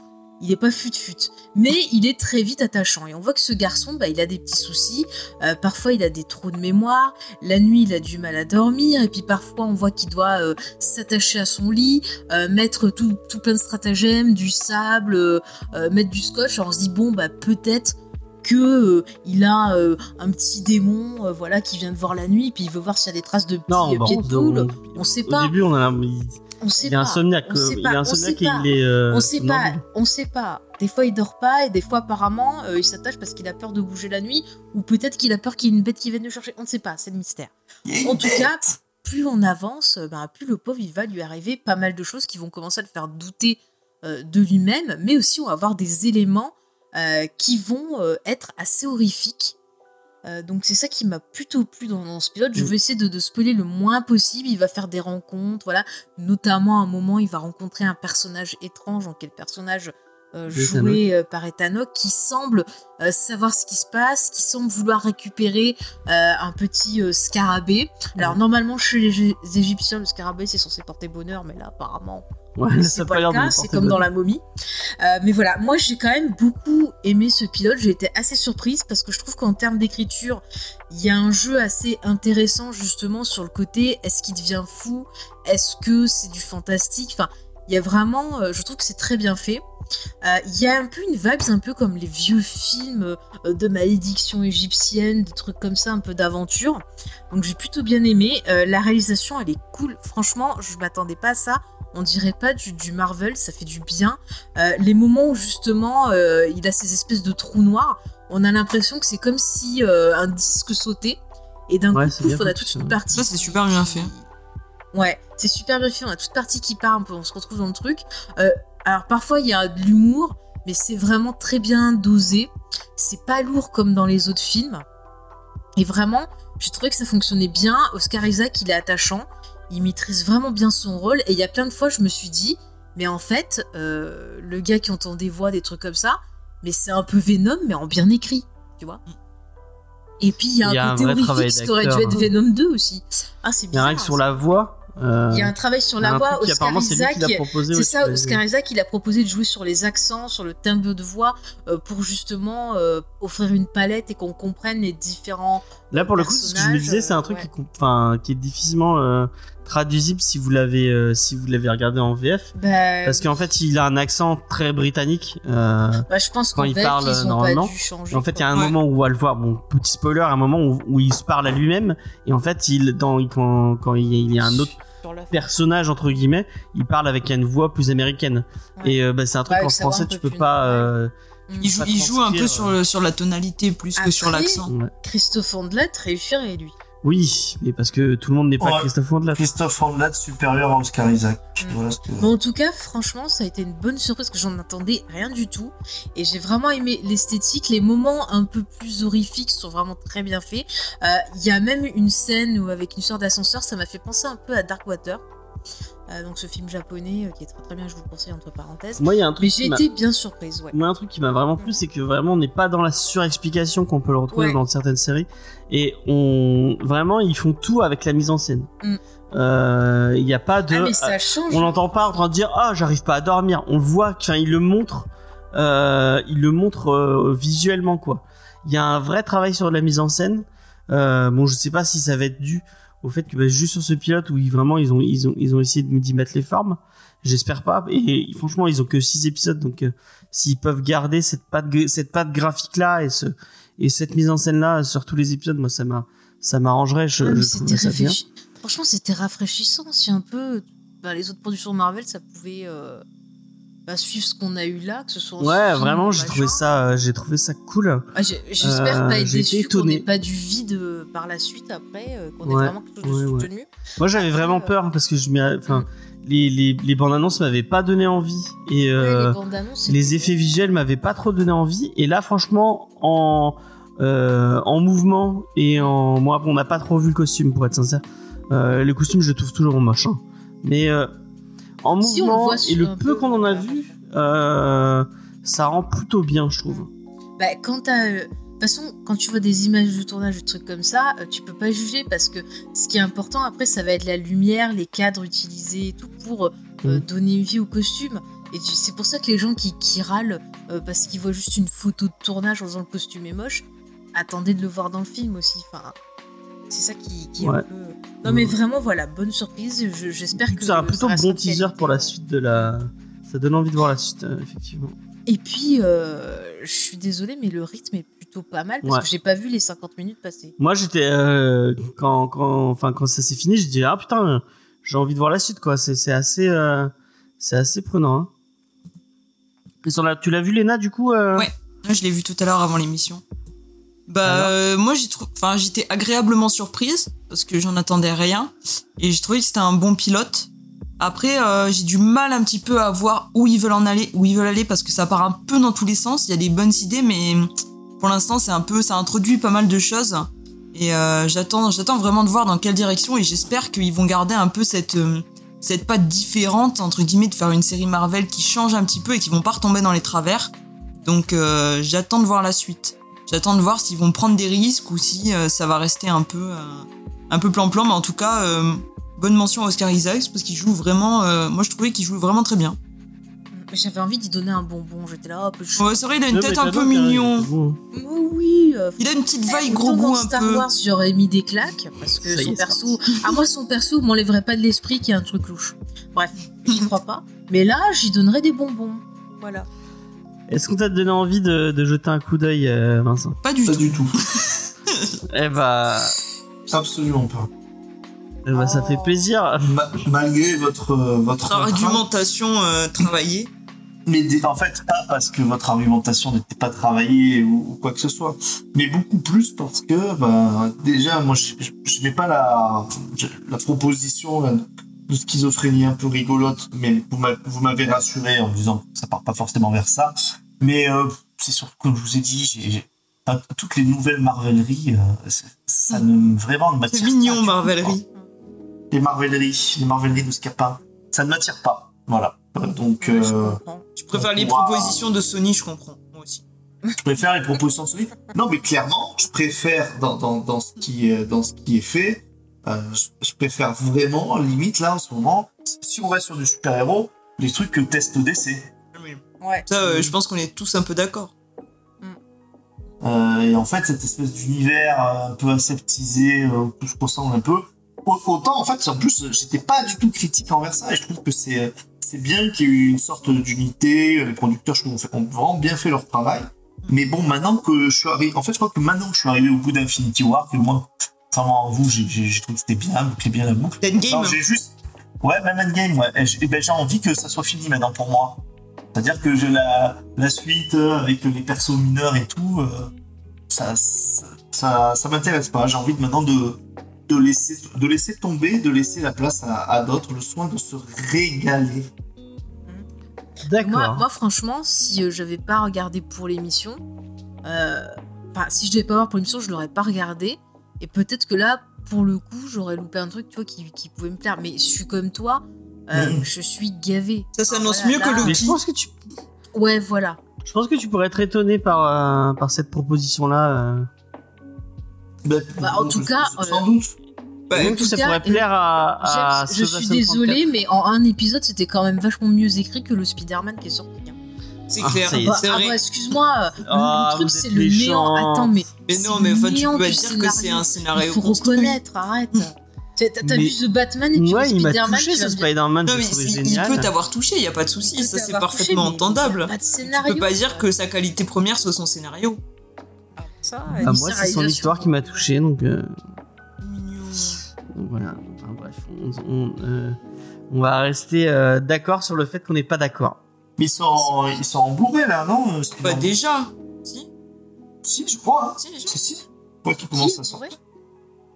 D: il est pas fut fut mais il est très vite attachant et on voit que ce garçon bah il a des petits soucis Euh, parfois il a des trous de mémoire la nuit il a du mal à dormir et puis parfois on voit qu'il doit euh, s'attacher à son lit euh, mettre tout, tout plein de stratagèmes du sable euh, euh, mettre du scotch alors on se dit bon bah peut-être que euh, il a euh, un petit démon euh, voilà qui vient de voir la nuit puis il veut voir s'il y a des traces de petits
B: Non,
D: euh,
B: bah,
D: pieds de poule
B: on-
D: on sait
B: au
D: pas
B: début, on a, il,
D: on sait
B: il est
D: pas.
B: insomniaque.
D: on sait
B: euh, Il est
D: pas, on
B: insomniaque
D: sait
B: et
D: pas.
B: il est. euh,
D: on sait pas,
B: somnambule.
D: on sait pas. Des fois, il dort pas et des fois, apparemment, euh, il s'attache parce qu'il a peur de bouger la nuit ou peut-être qu'il a peur qu'il y ait une bête qui vienne le chercher. On ne sait pas, c'est le mystère.
E: Il y a une
D: En tout
E: bête.
D: cas, plus on avance, euh, ben, plus le pauvre, il va lui arriver pas mal de choses qui vont commencer à le faire douter euh, de lui-même, mais aussi on va avoir des éléments euh, qui vont euh, être assez horrifiques. Euh, donc c'est ça qui m'a plutôt plu dans, dans ce pilote. Je
B: Mm.
D: vais essayer de, de spoiler le moins possible. Il va faire des rencontres, voilà. Notamment à un moment, il va rencontrer un personnage étrange, en quel personnage euh,
B: De
D: joué euh, par Ethanok, qui semble euh, savoir ce qui se passe, qui semble vouloir récupérer euh, un petit euh, scarabée. Alors normalement chez les Gé- Égyptiens, le scarabée c'est censé porter bonheur, mais là apparemment
B: Ouais,
D: c'est
B: ça a pas
D: pas le
B: l'air de
D: cas,
B: lui
D: c'est
B: porter
D: comme dans
B: bonheur.
D: la momie. Euh, mais voilà, moi j'ai quand même beaucoup aimé ce pilote, j'ai été assez surprise parce que je trouve qu'en termes d'écriture, il y a un jeu assez intéressant justement sur le côté est-ce qu'il devient fou, est-ce que c'est du fantastique, enfin il y a vraiment, euh, je trouve que c'est très bien fait. Euh, Il y a un peu une vibe, un peu comme les vieux films euh, de malédiction égyptienne, des trucs comme ça, un peu d'aventure. Donc j'ai plutôt bien aimé. Euh, la réalisation, elle est cool. Franchement, je m'attendais pas à ça on dirait pas du, du Marvel, ça fait du bien. Euh, les moments où justement euh, il a ces espèces de trous noirs, on a l'impression que c'est comme si euh, un disque sautait et d'un
B: Ouais,
D: coup,
B: c'est
D: pouf,
B: bien
D: on a
B: foutu,
D: toute
B: ça,
D: une
B: ouais.
D: partie.
E: Ça, c'est super bien fait. hein.
D: Ouais, c'est super bien fait, on a toute partie qui part un peu, on se retrouve dans le truc. Euh, alors parfois il y a de l'humour, mais c'est vraiment très bien dosé. C'est pas lourd comme dans les autres films. Et vraiment, j'ai trouvé que ça fonctionnait bien. Oscar Isaac, il est attachant, il maîtrise vraiment bien son rôle. Et il y a plein de fois, je me suis dit, mais en fait, euh, le gars qui entend des voix, des trucs comme ça, mais c'est un peu Venom, mais en bien écrit, tu vois. Et puis il y a un
B: Mm. Il y a un
D: côté
B: vrai travail
D: horrifique, ce qui aurait dû être
B: d'acteur, hein.
D: Venom 2 aussi. Ah,
B: Il
D: c'est
B: y a
D: bizarre.
B: un règle sur
D: ça.
B: la voix. euh,
D: Il y a un travail sur
B: il y a
D: la
B: un
D: voix,
B: truc qui,
D: Oscar
B: apparemment, c'est lui
D: Isaac.
B: qui l'a proposé.
D: C'est
B: ouais, tu
D: ça,
B: l'as dit.
D: Oscar Isaac, il a proposé de jouer sur les accents, sur le timbre de voix, euh, pour justement euh, offrir une palette et qu'on comprenne les différents.
B: Là, pour le coup, ce que je me
D: personnage,
B: disais, c'est
D: euh,
B: un truc
D: ouais.
B: qui, com- enfin, qui est difficilement euh, traduisible si vous l'avez euh, si vous l'avez regardé en VF.
D: Bah,
B: Parce qu'en fait, il a un accent très britannique. euh,
D: bah, je pense
B: quand
D: qu'en
B: il
D: VF,
B: parle,
D: ils ont pas
B: normalement,
D: dû changer.
B: en fait, il y a un
E: Ouais.
B: moment où on va le voir. Bon, petit spoiler, un moment où, où il se parle à lui-même. Et en fait, il, dans, il- quand, quand il, il y a un autre personnage entre guillemets, il parle avec une voix plus américaine.
D: Ouais.
B: Et euh, bah, c'est un truc
D: Ouais,
B: en
D: avec sa voix
B: français,
D: un
B: tu
D: peu
B: peux
D: plus
B: pas.
D: normale.
B: euh,
E: Il joue,
B: Pas
E: il joue un peu
B: transpire,
E: sur,
B: euh.
E: le- sur la tonalité plus
B: Ah,
E: que
D: Après,
E: sur l'accent.
B: ouais.
D: Christophe Andelet réussit à réduire.
B: Oui, mais parce que tout le monde n'est pas
C: Ouais.
B: Christophe Wandelat.
C: Christophe Andelat supérieur à Oscar Isaac.
D: Mm.
C: Voilà ce que-
D: Bon, en tout cas, franchement, ça a été une bonne surprise parce que j'en attendais rien du tout. Et j'ai vraiment aimé l'esthétique. Les moments un peu plus horrifiques sont vraiment très bien faits. Euh, Il y a même une scène où, avec une sorte d'ascenseur, ça m'a fait penser un peu à Darkwater. Euh, donc ce film japonais euh, qui est très très bien, je vous le conseille entre parenthèses.
B: Moi, il y a un truc
D: Mais
B: qui
D: j'ai
B: m'a-
D: été bien surprise, ouais. Mm.
B: Moi, un truc qui m'a vraiment plu, c'est que vraiment, on n'est pas dans la surexplication qu'on peut le retrouver
D: Ouais.
B: dans certaines séries. Et on. Vraiment, ils font tout avec la mise en scène.
D: Mm.
B: Euh, Il n'y a pas de.
D: Ah mais
B: euh,
D: ça change.
B: on n'entend pas en train de dire Ah, j'arrive pas à dormir. On le voit, enfin, il le montre. Euh, il le montre euh, visuellement, quoi. Il y a un vrai travail sur la mise en scène. Euh, bon, je sais pas si ça va être dû au fait que bah, juste sur ce pilote où ils, vraiment ils ont, ils, ont, ils ont essayé de d'y mettre les formes. J'espère pas. Et, franchement, ils ont que 6 épisodes, donc euh, s'ils peuvent garder cette patte, gra- cette patte graphique là et, ce, et cette mise en scène là sur tous les épisodes, moi ça m'a ça m'arrangerait. Je,
D: Ouais, Ah, mais
B: je
D: c'était
B: trouverais ça bien.
D: réfléchi. Franchement, c'était rafraîchissant. Si un peu bah, les autres productions Marvel, ça pouvait euh, bah, suivre ce qu'on a eu là, que ce soit. en
B: Ouais,
D: film,
B: vraiment,
D: en
B: j'ai
D: machin.
B: trouvé ça, euh, j'ai trouvé ça cool.
D: Ah, j'ai- J'espère
B: Euh,
D: pas être
B: j'ai été
D: déçu qu'on
B: étonné.
D: n'ait pas du vide euh, par la suite après, euh, qu'on ait
B: Ouais,
D: vraiment quelque chose de
B: ouais, ouais.
D: soutenu.
B: Moi, j'avais
D: Après,
B: vraiment
D: euh,
B: peur hein, parce que je, m'y- enfin,
D: Mm.
B: les les, les bandes annonces m'avaient pas donné envie et
D: Ouais,
B: euh,
D: les bandes annonces.
B: les effets visuels m'avaient pas trop donné envie et là franchement en euh, en mouvement et en moi on n'a pas trop vu le costume pour être sincère Euh, le costume je le trouve toujours moche hein. mais euh, en mouvement
D: Si, on le voit
B: et
D: sur-
B: le
D: un
B: peu
D: peu,
B: qu'on en a
D: ouais.
B: vu euh, ça rend plutôt bien je trouve
D: Bah, quand t'as. euh, De toute façon, quand tu vois des images de tournage, des trucs comme ça, euh, tu peux pas juger parce que ce qui est important après, ça va être la lumière, les cadres utilisés et tout pour euh,
B: Mhm.
D: donner vie au costume. Et tu- c'est pour ça que les gens qui, qui râlent euh, parce qu'ils voient juste une photo de tournage en disant le costume est moche, attendez de le voir dans le film aussi. Enfin, c'est ça qui, qui est
B: Ouais.
D: un peu. Non, mais vraiment, voilà, bonne surprise. Je- J'espère que.
B: c'est un
D: ça
B: plutôt
D: restera
B: bon
D: de
B: teaser
D: qualité,
B: pour la
D: ouais.
B: suite de la ça donne envie de voir la suite euh, effectivement
D: Et puis, euh, je suis désolée, mais le rythme est plutôt pas mal parce
B: Ouais.
D: que j'ai pas vu les 50 minutes passer.
B: Moi, j'étais euh, quand quand enfin quand ça s'est fini, j'ai dit ah putain, euh, j'ai envie de voir la suite quoi. C'est c'est assez euh, c'est assez prenant. Hein. Et sur la- tu l'as vu Léna du coup euh,
E: Ouais. Ouais, je l'ai vu tout à l'heure avant l'émission. Bah, euh, moi, j'ai trou- enfin, j'étais agréablement surprise parce que j'en attendais rien et j'ai trouvé que c'était un bon pilote. Après, euh, j'ai du mal un petit peu à voir où ils veulent en aller, où ils veulent aller parce que ça part un peu dans tous les sens. Il y a des bonnes idées, mais pour l'instant, c'est un peu, ça introduit pas mal de choses et euh, j'attends, j'attends vraiment de voir dans quelle direction et j'espère qu'ils vont garder un peu cette euh, cette patte différente entre guillemets de faire une série Marvel qui change un petit peu et qui vont pas retomber dans les travers. Donc euh, j'attends de voir la suite. J'attends de voir s'ils vont prendre des risques ou si euh, ça va rester un peu euh, un peu plan-plan. Mais en tout cas, euh, bonne mention à Oscar Isaacs parce qu'il joue vraiment. euh, moi, je trouvais qu'il jouait vraiment très bien.
D: Mais Euh, J'avais envie d'y donner un bonbon. J'étais là, hop, je...
E: Ouais, c'est vrai, il a une
B: non, mais
E: tête un
B: t'as
E: peu
B: raison,
E: mignon.
B: bon.
D: Mais oui. euh,
E: Il a une petite vaille
D: autant
E: gros
D: dans
E: goût un
D: Star
E: peu.
D: Wars, j'aurais mis des claques parce que
B: Ça y
D: son
B: est, c'est
D: perso. À moi, son perso m'enlèverait pas de l'esprit qu'il y a un truc louche. Bref, j'y crois pas. Mais là, j'y donnerais des bonbons. Voilà.
B: Est-ce qu'on t'a donné envie de, de jeter un coup d'œil, euh, Vincent
E: Pas du
C: Pas
E: tout.
C: du tout.
B: Eh bah,
C: Absolument pas.
B: eh bah, ça
D: Oh.
B: fait plaisir.
C: Ma- malgré votre, euh, votre
E: Votre argumentation euh, travaillée.
C: Mais dé- en fait, pas parce que votre argumentation n'était pas travaillée ou, ou quoi que ce soit, mais beaucoup plus parce que, bah, déjà, moi, je- je je n'ai pas la, je- la proposition là, de schizophrénie un peu rigolote, mais vous m'a- vous m'avez rassuré en me disant que ça part pas forcément vers ça. Mais euh, c'est surtout, comme je vous ai dit, j'ai- j'ai- enfin, toutes les nouvelles marveleries, euh, c'est- ça ne vraiment ne m'attire
E: Mm. C'est
C: pas.
D: Ah,
E: mignon,
C: du tout, quoi
E: Marvelerie.
C: les marveleries, les marveleries de Scapin, ça ne m'attire pas. Voilà. Euh, Donc,
D: Ouais, je
C: euh,
D: comprends.
E: Je préfère les
C: Wow.
E: propositions de Sony, je comprends. Moi aussi.
C: je préfère les propositions de Sony. Non, mais clairement, je préfère dans, dans, dans, ce, qui est, dans ce qui est fait, euh, je, je préfère vraiment, limite, là, en ce moment, si on va sur du super-héros, les trucs que teste DC.
D: Ouais.
E: Ça, euh, je pense qu'on est tous un peu d'accord.
C: Euh, et en fait, cette espèce d'univers euh, un peu aseptisé, euh, que je ressemble un peu. Au- Autant, en fait, en plus, j'étais pas du tout critique envers ça, et je trouve que c'est euh, c'est bien qu'il y ait eu une sorte d'unité. euh, Les producteurs, je trouve, ont fait- ont vraiment bien fait leur travail. Mais bon, maintenant que je suis arrivé, en fait, je crois que maintenant que je suis arrivé au bout d'Infinity War, que moi, contrairement à vous, j'ai- j'ai j'ai trouvé que c'était bien, bouclé bien la boucle.
E: Endgame.
C: Non, j'ai juste. Ouais, même Endgame, ouais. Et j'ai eh ben, j'ai envie que ça soit fini maintenant pour moi. C'est-à-dire que j'ai la, la suite euh, avec les persos mineurs et tout, euh, ça, ça, ça, ça m'intéresse pas. J'ai envie de, maintenant de, de, laisser, de laisser tomber, de laisser la place à, à d'autres, le soin de se régaler.
D: Moi,
B: D'accord.
D: moi, franchement, si euh, j'avais pas regardé pour l'émission, euh, enfin, si je devais pas voir pour l'émission, je l'aurais pas regardé. Et peut-être que là, pour le coup, j'aurais loupé un truc, tu vois, qui, qui pouvait me plaire. Mais je suis comme toi, euh,
C: Mhm.
D: je suis gavé.
E: Ça
D: Oh
E: s'annonce mieux que
B: Mais
E: le-
B: je pense que tu,
D: Ouais, voilà.
B: je pense que tu pourrais être étonné par, euh, par cette proposition-là. euh.
C: Ben,
D: Bah, en tout cas,
C: sans
D: euh,
C: doute.
E: Bah,
B: Donc
D: tout
B: ça
D: cas,
B: pourrait plaire à, à
D: James, je
B: Sosa
D: suis
B: 134.
D: désolée, mais en un épisode, c'était quand même vachement mieux écrit que le Spider-Man qui est sorti. hein.
E: C'est
B: Ah,
E: clair,
B: ça y est.
E: c'est
D: Ah,
E: vrai.
D: bah, excuse-moi, euh, le,
B: Ah,
D: le truc,
B: vous êtes
D: c'est le néant.
B: méchante.
D: Attends, mais
E: mais non,
D: c'est
E: mais enfin, tu
D: néant
E: peux pas
D: du
E: dire que c'est un
D: il
E: scénario.
D: faut
E: construit.
D: reconnaître, arrête. T'as t'as
B: Mais-
D: vu The Batman et puis
B: Ouais,
D: le
B: il m'a
D: Spider-Man
B: touché
D: qui
B: ce
D: va bien-
B: Spider-Man,
E: Non,
B: je
E: mais
B: l'ai trouvé
E: c'est- il
B: génial.
E: peut t'avoir touché, il y a pas de souci,
D: Il
E: ça
D: peut
E: c'est
D: t'avoir touché,
E: parfaitement
D: mais il y a
E: entendable.
D: Pas de
E: Tu
D: scénario.
E: peux pas dire que sa qualité première soit son scénario.
D: Ah, ça,
B: Ah,
D: euh,
B: moi, c'est son
D: réalisation.
B: histoire qui m'a touché, donc, euh,
E: Mignon.
B: donc voilà. Enfin, bref, on, on, euh, on va rester euh, d'accord sur le fait qu'on n'est pas d'accord.
C: Mais ils sont, en- ils sont en Blu-ray, là, non euh,
E: Bah
C: Spider-Man
E: déjà, si,
C: Si, je crois. Hein.
E: si, déjà.
C: Si, si. Quoi qui commence à
D: Qui,
C: sortir.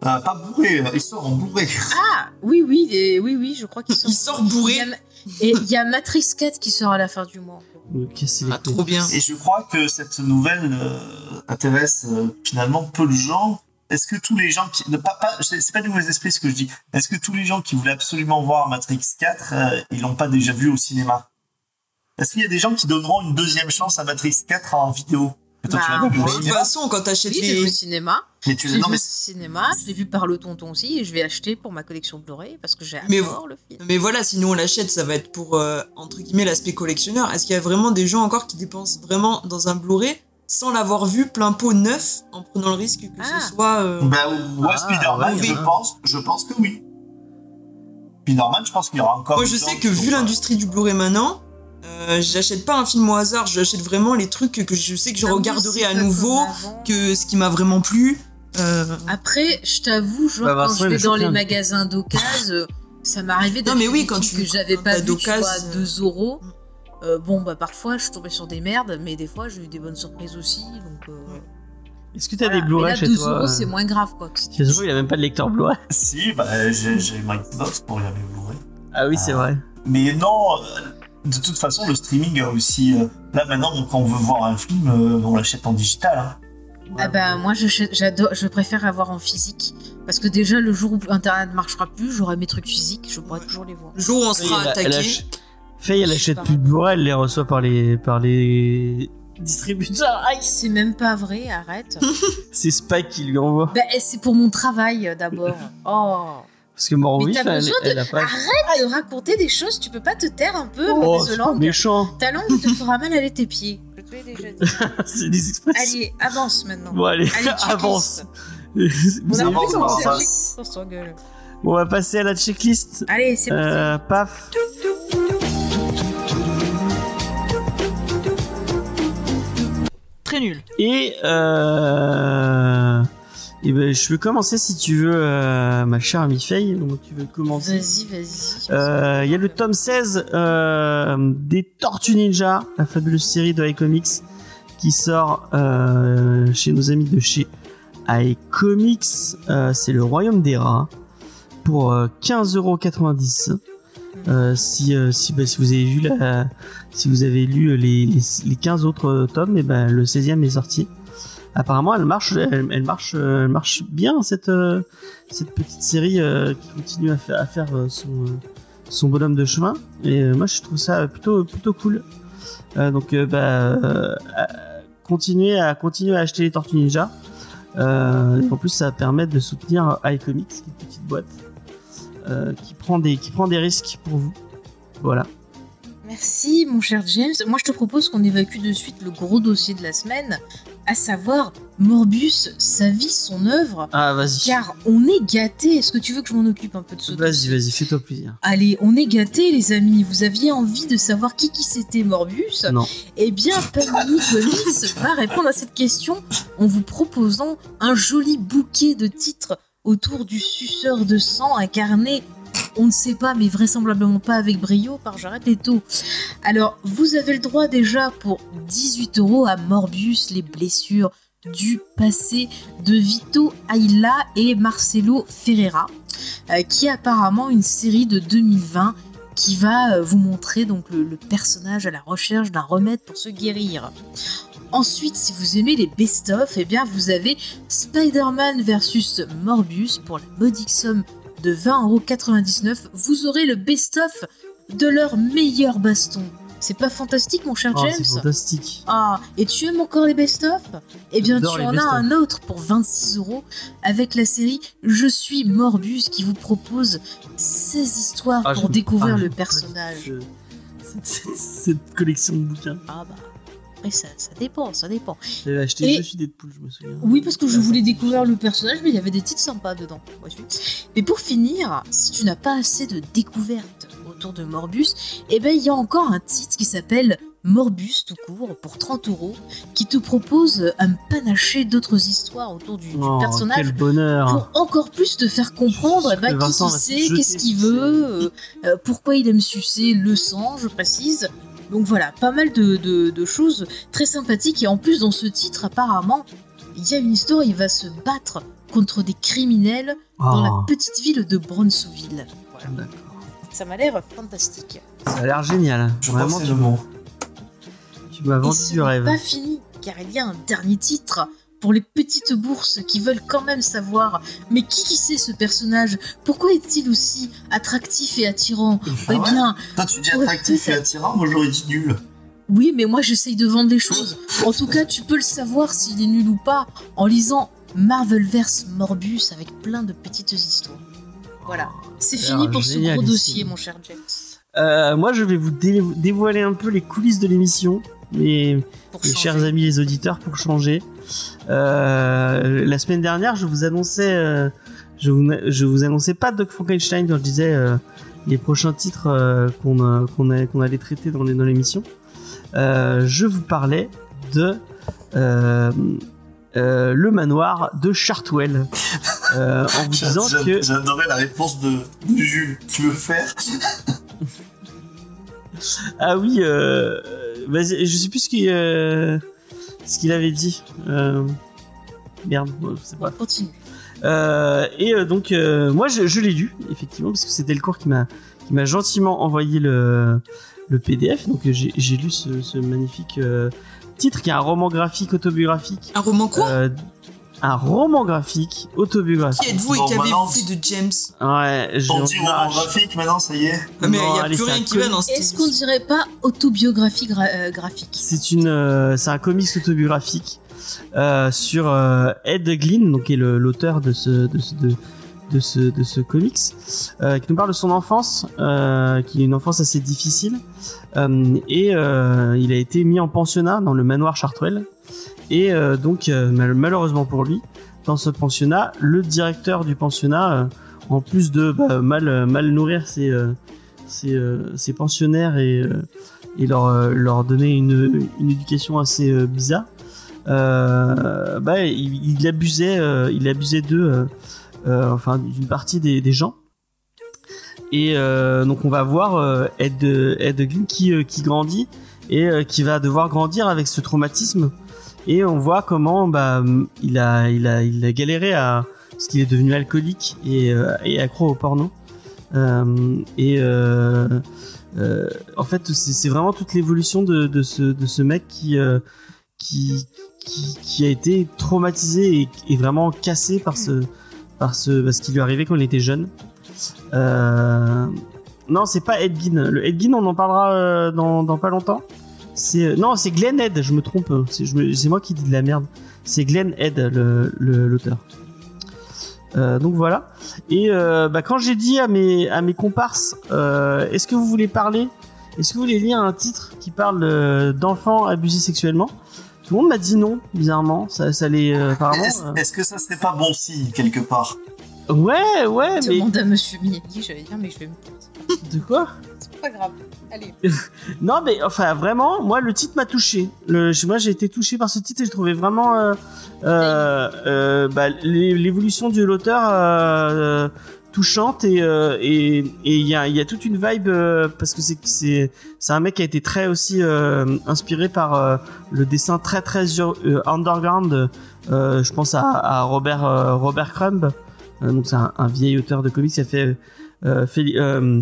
C: Euh, pas bourré, il sort en bourré.
D: Ah oui, oui, et- oui, oui, je crois qu'il sort.
E: Il sort bourré.
D: Il y a ma- Et il y a Matrix 4 qui sort à la fin du mois.
B: Me casser les
E: Ah,
B: couilles.
E: trop bien.
C: Et je crois que cette nouvelle euh, intéresse euh, finalement peu de gens. Est-ce que tous les gens qui. ne pas, pas, c'est c'est pas du mauvais esprit ce que je dis. Est-ce que tous les gens qui voulaient absolument voir Matrix 4, euh, ils l'ont pas déjà vu au cinéma Est-ce qu'il y a des gens qui donneront une deuxième chance à Matrix 4 en vidéo Mais toi, tu
D: Bah,
C: l'as pas vu au
E: De toute
C: cinéma.
E: façon, quand t'achètes
D: Oui, j'ai vu au
E: les.
D: cinéma.
C: Mais tu
D: Je l'ai
C: non,
D: vu
C: mais
D: au cinéma, je l'ai vu par le tonton aussi, et je vais acheter pour ma collection Blu-ray parce que j'ai
E: Mais
D: adore le film.
E: Mais voilà, si nous on l'achète, ça va être pour, euh, entre guillemets, l'aspect collectionneur. Est-ce qu'il y a vraiment des gens encore qui dépensent vraiment dans un Blu-ray sans l'avoir vu plein pot neuf en prenant le risque que
D: Ah.
E: ce soit. euh,
C: Bah, moi,
B: Ah,
C: Spider-Man,
B: ouais,
C: je,
B: ouais.
C: pense, je pense que oui. Spider-Man, je pense qu'il y aura encore.
E: Moi,
C: des
E: je
C: gens
E: sais
C: qui
E: que
C: vont
E: vu
C: pas-
E: l'industrie du Blu-ray maintenant, euh, j'achète pas un film au hasard, j'achète vraiment les trucs que je sais que je
D: Ah oui,
E: regarderai
D: c'est
E: à
D: pas
E: nouveau,
D: comme avant.
E: que ce qui m'a vraiment plu. euh,
D: Après, je t'avoue, genre,
B: Bah,
D: quand
B: Vincent,
D: je
B: il
D: vais
B: a
D: dans
B: chopé
D: les
B: un-
D: magasins d'occasion, euh, ça m'arrivait
E: Non,
D: d'acheter
E: mais oui,
D: des
E: quand
D: trucs
E: tu-
D: que j'avais
E: quand
D: pas
E: t'as
D: vu, tu vois, à
E: d'occasion,
D: 2 euros.
E: Mm.
D: Euh, bon, bah parfois je tombais sur des merdes, mais des fois j'ai eu des bonnes surprises aussi. Donc, euh,
B: Est-ce que t'as
D: voilà.
B: des
D: mais
B: Blu-ray
D: là,
B: chez
D: 2
B: toi
D: euros,
B: euh,
D: c'est moins grave quoi. que si-
B: Chez toi, il a même pas de lecteur Blu-ray.
C: Si, bah, j'ai j'ai ma Xbox pour jamais bourré.
B: Ah oui, c'est vrai.
C: Mais non, euh, de toute façon, le streaming a aussi. euh, Là, maintenant, quand on veut voir un film, euh, on l'achète en digital. hein.
D: Ah bah moi je, j'adore, je préfère avoir en physique parce que déjà le jour où internet marchera plus, j'aurai mes trucs physiques, je pourrai toujours les voir.
E: le jour où on
B: Faye,
E: sera
B: elle a- elle
E: attaqué.
B: ach- Faye, elle
D: Je sais
B: achète
D: pas.
B: plus de Blu-ray, elle les reçoit par les, par les distributeurs. Aïe
D: C'est même pas vrai, arrête.
B: C'est Spike qui lui envoie.
D: bah, eh, c'est pour mon travail euh, d'abord. Oh.
B: Parce que Morowif,
D: Mais t'as
B: elle,
D: besoin de-
B: elle a pas.
D: Arrête de raconter des choses, tu peux pas te taire un peu,
B: oh,
D: mauvaise
B: c'est
D: langue.
B: méchant.
D: Ta langue te fera mal aller tes pieds. Je te l'ai déjà dit.
B: c'est des expressions.
D: Allez, avance maintenant.
B: Bon, allez,
D: Allez, checklist.
B: avance.
D: On
B: Vous avez vu
D: a plus
C: avance,
B: comment
D: commencé
B: ça
D: la
C: avance.
D: checklist pour son gueule.
B: On va passer à la checklist.
D: Allez, c'est parti.
B: Euh, paf.
E: Très nul.
B: Et, euh... et ben, je vais commencer si tu veux, euh, ma chère amie Faye. Donc, tu veux commencer
D: Vas-y, vas-y.
B: Euh, Il y a le tome 16 euh, des Tortues Ninja, la fabuleuse série de iComics qui sort euh, chez nos amis de chez iComics. Euh, c'est le Royaume des Rats pour euh, 15,90€. Euh, si, euh, si, bah, si vous avez vu la- si vous avez lu les, les, les 15 autres euh, tomes, et ben, le 16e est sorti. Apparemment, elle marche, elle, elle marche, euh, elle marche bien cette, euh, cette petite série euh, qui continue à, fa- à faire euh, son, euh, son bonhomme de chemin. Et euh, moi, je trouve ça plutôt, plutôt cool. Euh, donc, euh, bah, euh, à- continuez à continuer à acheter les Tortues Ninja. Euh, et en plus, ça permet de soutenir iComics, qui est une petite boîte euh, qui prend des qui prend des risques pour vous. Voilà.
D: Merci, mon cher James. Moi, je te propose qu'on évacue de suite le gros dossier de la semaine, à savoir Morbius, sa vie, son œuvre.
B: Ah, vas-y.
D: Car on est gâté. Est-ce que tu veux que je m'en occupe un peu de ce
B: Vas-y,
D: dossier
B: vas-y, fais-toi plaisir.
D: Allez, on est gâté, les amis. Vous aviez envie de savoir qui qui c'était Morbius
B: Non.
D: Eh bien, Panini Comics va répondre à cette question en vous proposant un joli bouquet de titres autour du suceur de sang incarné. On ne sait pas, mais vraisemblablement pas avec brio par Jared Leto. Alors, vous avez le droit déjà pour 18 euros à Morbius, les blessures du passé de Vito Ayla et Marcelo Ferreira, euh, qui est apparemment une série de 2020 qui va euh, vous montrer donc le, le personnage à la recherche d'un remède pour se guérir. Ensuite, si vous aimez les best-of, eh bien vous avez Spider-Man versus Morbius pour la modique somme de 20,99€. Vous aurez le best-of de leur meilleur baston. C'est pas fantastique, mon cher
B: Oh, c'est
D: James
B: fantastique.
D: Ah, et tu aimes encore les best-of Eh bien, tu
B: J'adore les
D: en as
B: best-of.
D: un autre pour 26 euros avec la série Je suis Morbus qui vous propose 16 histoires
B: Ah,
D: pour
B: je-
D: découvrir
B: ah,
D: le
B: je-
D: personnage.
B: je- cette, cette- cette collection de bouquins.
D: Ah bah, après, ça, ça dépend, ça dépend.
B: J'avais acheté
D: Et-
B: deux filets de poule, je me souviens.
D: Oui, parce que je
B: Ah,
D: voulais
B: ça-
D: découvrir le personnage, mais il y avait des titres sympas dedans. Voici. Mais pour finir, si tu n'as pas assez de découvertes autour de Morbus, eh ben il y a encore un titre qui s'appelle Morbus tout court pour 30 euros, qui te propose un panaché d'autres histoires autour du, du
B: Oh,
D: personnage.
B: Quel bonheur.
D: Pour encore plus te faire comprendre
B: Je-
D: eh ben,
B: le
D: qui
B: Vincent va se
D: c'est,
B: jeter
D: qu'est-ce qu'il
B: sur ses-
D: veut, euh, euh, pourquoi il aime sucer le sang, je précise. Donc voilà, pas mal de, de- de choses très sympathiques. Et en plus, dans ce titre, apparemment, il y a une histoire, il va se battre contre des criminels dans la
B: Oh,
D: petite ville de Brownsville. Voilà.
B: D'accord.
D: Ça m'a l'air fantastique.
B: Ça a l'air génial.
C: Je crois que
B: Vraiment,
C: c'est
B: tu,
C: le mot.
B: tu m'as
D: Et
B: vendu
D: ce
B: du
D: n'est
B: rêve.
D: pas fini, car il y a un dernier titre pour les petites bourses qui veulent quand même savoir mais qui qui c'est ce personnage Pourquoi est-il aussi attractif et attirant
C: Ah
D: Eh
C: ouais
D: bien,
C: Toi, tu dis
D: Ouais,
C: attractif
D: c'est
C: et
D: ça.
C: attirant, moi j'aurais dit nul.
D: oui, mais moi j'essaye de vendre les choses. En tout cas, tu peux le savoir s'il est nul ou pas en lisant Marvelverse Morbus avec plein de petites histoires. Voilà, c'est
B: Ça a
D: fini
B: l'air
D: pour ce gros
B: génialissime.
D: dossier, mon cher James.
B: Euh, moi, je vais vous dé- dévoiler un peu les coulisses de l'émission. Mais
D: Pour
B: mes
D: changer.
B: chers amis les auditeurs, pour changer. Euh, la semaine dernière, je vous annonçais, euh, je vous, je vous annonçais pas Doc Frankenstein quand je disais euh, les prochains titres euh, qu'on euh, qu'on a- qu'on allait traiter dans les- dans l'émission. Euh, je vous parlais de euh, euh, le manoir de Chartwell, euh, en vous
C: J'a-
B: disant
C: j'a-
B: que
C: J'adorais la réponse de, de Jules. Tu veux faire
B: Ah oui, euh, vas-y, je sais plus ce qu'il euh, ce qu'il avait dit. Euh, merde, je sais
D: Bon,
B: pas.
D: continue.
B: Euh, et euh, donc euh, moi je, je l'ai lu effectivement parce que c'est Delcourt qui m'a qui m'a gentiment envoyé le le PDF. Donc euh, j'ai j'ai lu ce, ce magnifique euh, titre qui est un roman graphique autobiographique.
E: Un roman court
B: Euh, un roman graphique autobiographique.
E: Qui
C: Bon,
E: êtes-vous et
C: maintenant,
E: qu'avez-vous fait de James
B: Ouais, j'ai
C: On
B: envie
C: dit
B: de
C: roman
B: m'arracher.
C: graphique maintenant, ça y est.
E: Ah, Mais il
B: Euh, Non,
E: n'y a
B: allez,
E: plus
B: c'est
E: rien
B: un
E: qui va
B: comic.
E: dans cette
D: Est-ce qu'on
E: émission.
D: dirait pas autobiographie gra- euh, graphique
B: C'est une, euh, c'est un comics autobiographique euh, sur euh, Ed Glynn, donc qui est le- l'auteur de ce, de ce, de, de ce, de ce comics, euh, qui nous parle de son enfance, euh, qui est une enfance assez difficile, Euh, et euh, il a été mis en pensionnat dans le manoir Chartwell, et euh, donc euh, mal- malheureusement pour lui, dans ce pensionnat, le directeur du pensionnat, euh, en plus de bah, mal, euh, mal nourrir ses, euh, ses, euh, ses pensionnaires et euh, et leur, euh, leur donner une, une éducation assez euh, bizarre, euh, bah, il, il abusait, euh, il abusait d'eux, euh, euh, enfin d'une partie des, des gens. Et euh, donc on va voir euh, Ed, Ed Glynn qui, euh, qui grandit et euh, qui va devoir grandir avec ce traumatisme. Et on voit comment bah, il, a, il, a, il a galéré à parce qu'il est devenu alcoolique et, euh, et accro au porno. Euh, et euh, euh, en fait, c'est c'est vraiment toute l'évolution de, de ce, de ce mec qui, euh, qui, qui, qui a été traumatisé et, et vraiment cassé par ce, par ce, parce qu'il lui est arrivé quand il était jeune. Euh, non, c'est pas Ed Gein. Le Ed Gein, on en parlera euh, dans, dans pas longtemps. C'est euh, non, c'est Glenn Ed. Je me trompe. C'est je me- c'est moi qui dis de la merde. C'est Glenn Ed, le- le- l'auteur. Euh, donc voilà. Et euh, bah, quand j'ai dit à mes, à mes comparses, euh, est-ce que vous voulez parler Est-ce que vous voulez lire un titre qui parle euh, d'enfants abusés sexuellement Tout le monde m'a dit non, bizarrement. Ça, ça les. euh, apparemment.
C: Est-ce
B: euh,
C: est-ce que ça serait pas bon signe quelque part
B: Ouais, ouais, mais.
D: Demande à Monsieur Mieli, j'allais dire, mais je vais me
B: De quoi
D: C'est pas grave. Allez.
B: Non, mais enfin, vraiment, moi, le titre m'a touché. Le, je- moi, j'ai été touché par ce titre et je trouvais vraiment euh, euh, euh, bah, l'é- l'évolution de l'auteur euh, euh, touchante et euh, et et il y a, il y a toute une vibe euh, parce que c'est c'est c'est un mec qui a été très aussi euh, inspiré par euh, le dessin très très ur- euh, underground. Euh, je pense à, à Robert euh, Robert Crumb, Euh, donc c'est un, un vieil auteur de comics qui a fait euh, Féli- euh,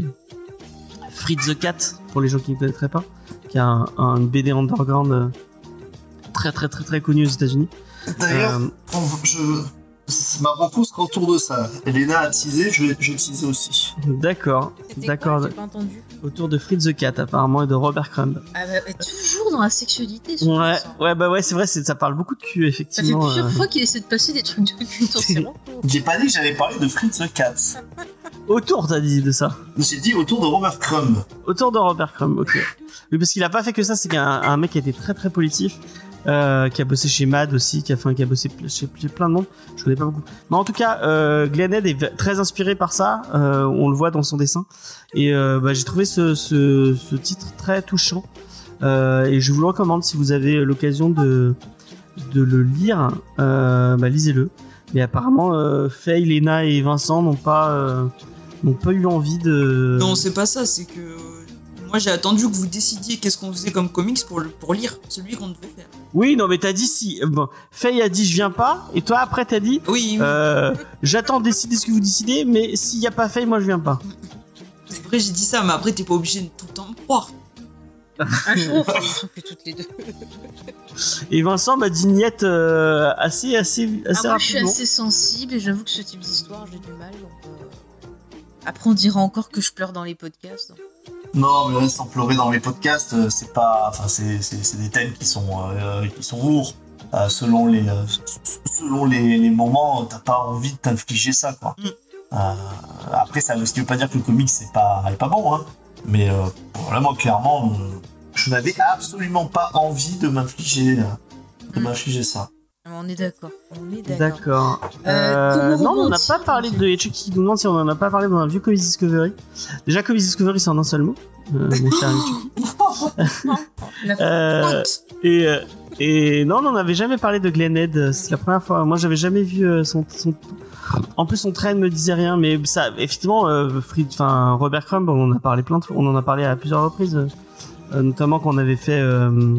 B: Fritz the Cat, pour les gens qui ne connaîtraient pas, qui a un, un BD underground euh, très très très très connu aux États-Unis.
C: D'ailleurs,
B: Euh,
C: on- je... c'est ma rencontre sera autour de ça. Elena a teasé, je vais, je vais teaser aussi.
B: D'accord,
D: C'était
B: d'accord.
D: quoi J'ai pas entendu.
B: Autour de Fritz the Cat apparemment et de Robert Crumb.
D: Ah bah, mais toujours dans la sexualité, ce
B: Ouais,
D: garçon.
B: ouais, bah ouais, c'est vrai, c'est- ça parle beaucoup de cul,
D: Ça fait
B: effectivement.
D: plusieurs
B: euh.
D: fois qu'il essaie de passer des trucs de cul dans ses rencontres.
C: J'ai pas dit que j'allais parler de Fritz the Cat.
B: Autour, t'as dit de ça.
C: J'ai dit autour de Robert Crumb.
B: Autour de Robert Crumb, ok. Oui, parce qu'il a pas fait que ça, c'est qu'un un mec qui a été très très politif, euh, qui a bossé chez Mad aussi, qui a, enfin, qui a bossé ple- chez, chez plein de monde. Je connais pas beaucoup. Mais en tout cas, euh, Glenn Head est v- très inspiré par ça, euh, on le voit dans son dessin. Et euh, bah, j'ai trouvé ce, ce, ce titre très touchant. Euh, et je vous le recommande si vous avez l'occasion de, de le lire, euh, bah, lisez-le. Mais apparemment, euh, Faye, Lena et Vincent n'ont pas, euh, n'ont pas eu envie de.
E: Non, c'est pas ça, c'est que euh, moi j'ai attendu que vous décidiez qu'est-ce qu'on faisait comme comics pour, le- pour lire celui qu'on devait faire.
B: Oui, non, mais t'as dit si. euh, Bon, Faye a dit je viens pas, et toi après t'as dit
E: Oui, oui,
B: euh, j'attends de décider ce que vous décidez, mais s'il n'y a pas Faye, moi je viens pas.
E: c'est vrai, j'ai dit ça, mais après t'es pas obligé de tout le temps me croire.
D: Un jour, on fera des trucs toutes les deux.
B: Et Vincent m'a dit niette euh, assez, assez,
D: Ah,
B: assez
D: moi, je suis
B: rapidement.
D: assez sensible et j'avoue que ce type d'histoire, j'ai du mal. donc, euh, Après, on dira encore que je pleure dans les podcasts. donc.
C: Non, mais là, sans pleurer dans les podcasts, euh, c'est pas. Enfin, c'est, c'est- c'est des thèmes qui sont, euh, qui sont lourds. Euh, selon les, euh, s- s- selon les, les moments, euh, t'as pas envie de t'infliger ça, quoi.
E: Mm.
C: Euh, après, ça, ce qui veut pas dire que le comic c'est pas, est pas bon, hein. Mais euh, voilà, moi, clairement, euh, je n'avais absolument pas envie de m'infliger, euh, de
D: Mm.
C: m'infliger ça.
D: On est d'accord. On est d'accord.
B: D'accord.
D: Euh, comment
B: non, on n'a
D: rebondir
B: pas parlé de E Etche qui nous demande si on en a pas parlé dans un vieux Comics Discovery. Déjà, Comics Discovery, c'est en un seul mot. euh, mon cher Etche.
D: La
B: Euh,
E: What
B: et, euh, et non, on n'en avait jamais parlé de Glen Head. euh, C'est la première fois. Moi, j'avais jamais vu euh, son, son- En plus, son train ne me disait rien, mais ça, effectivement, euh, Fried- enfin Robert Crumb, on en a parlé plein de fois. On en a parlé à plusieurs reprises, euh, euh, notamment quand on avait fait euh,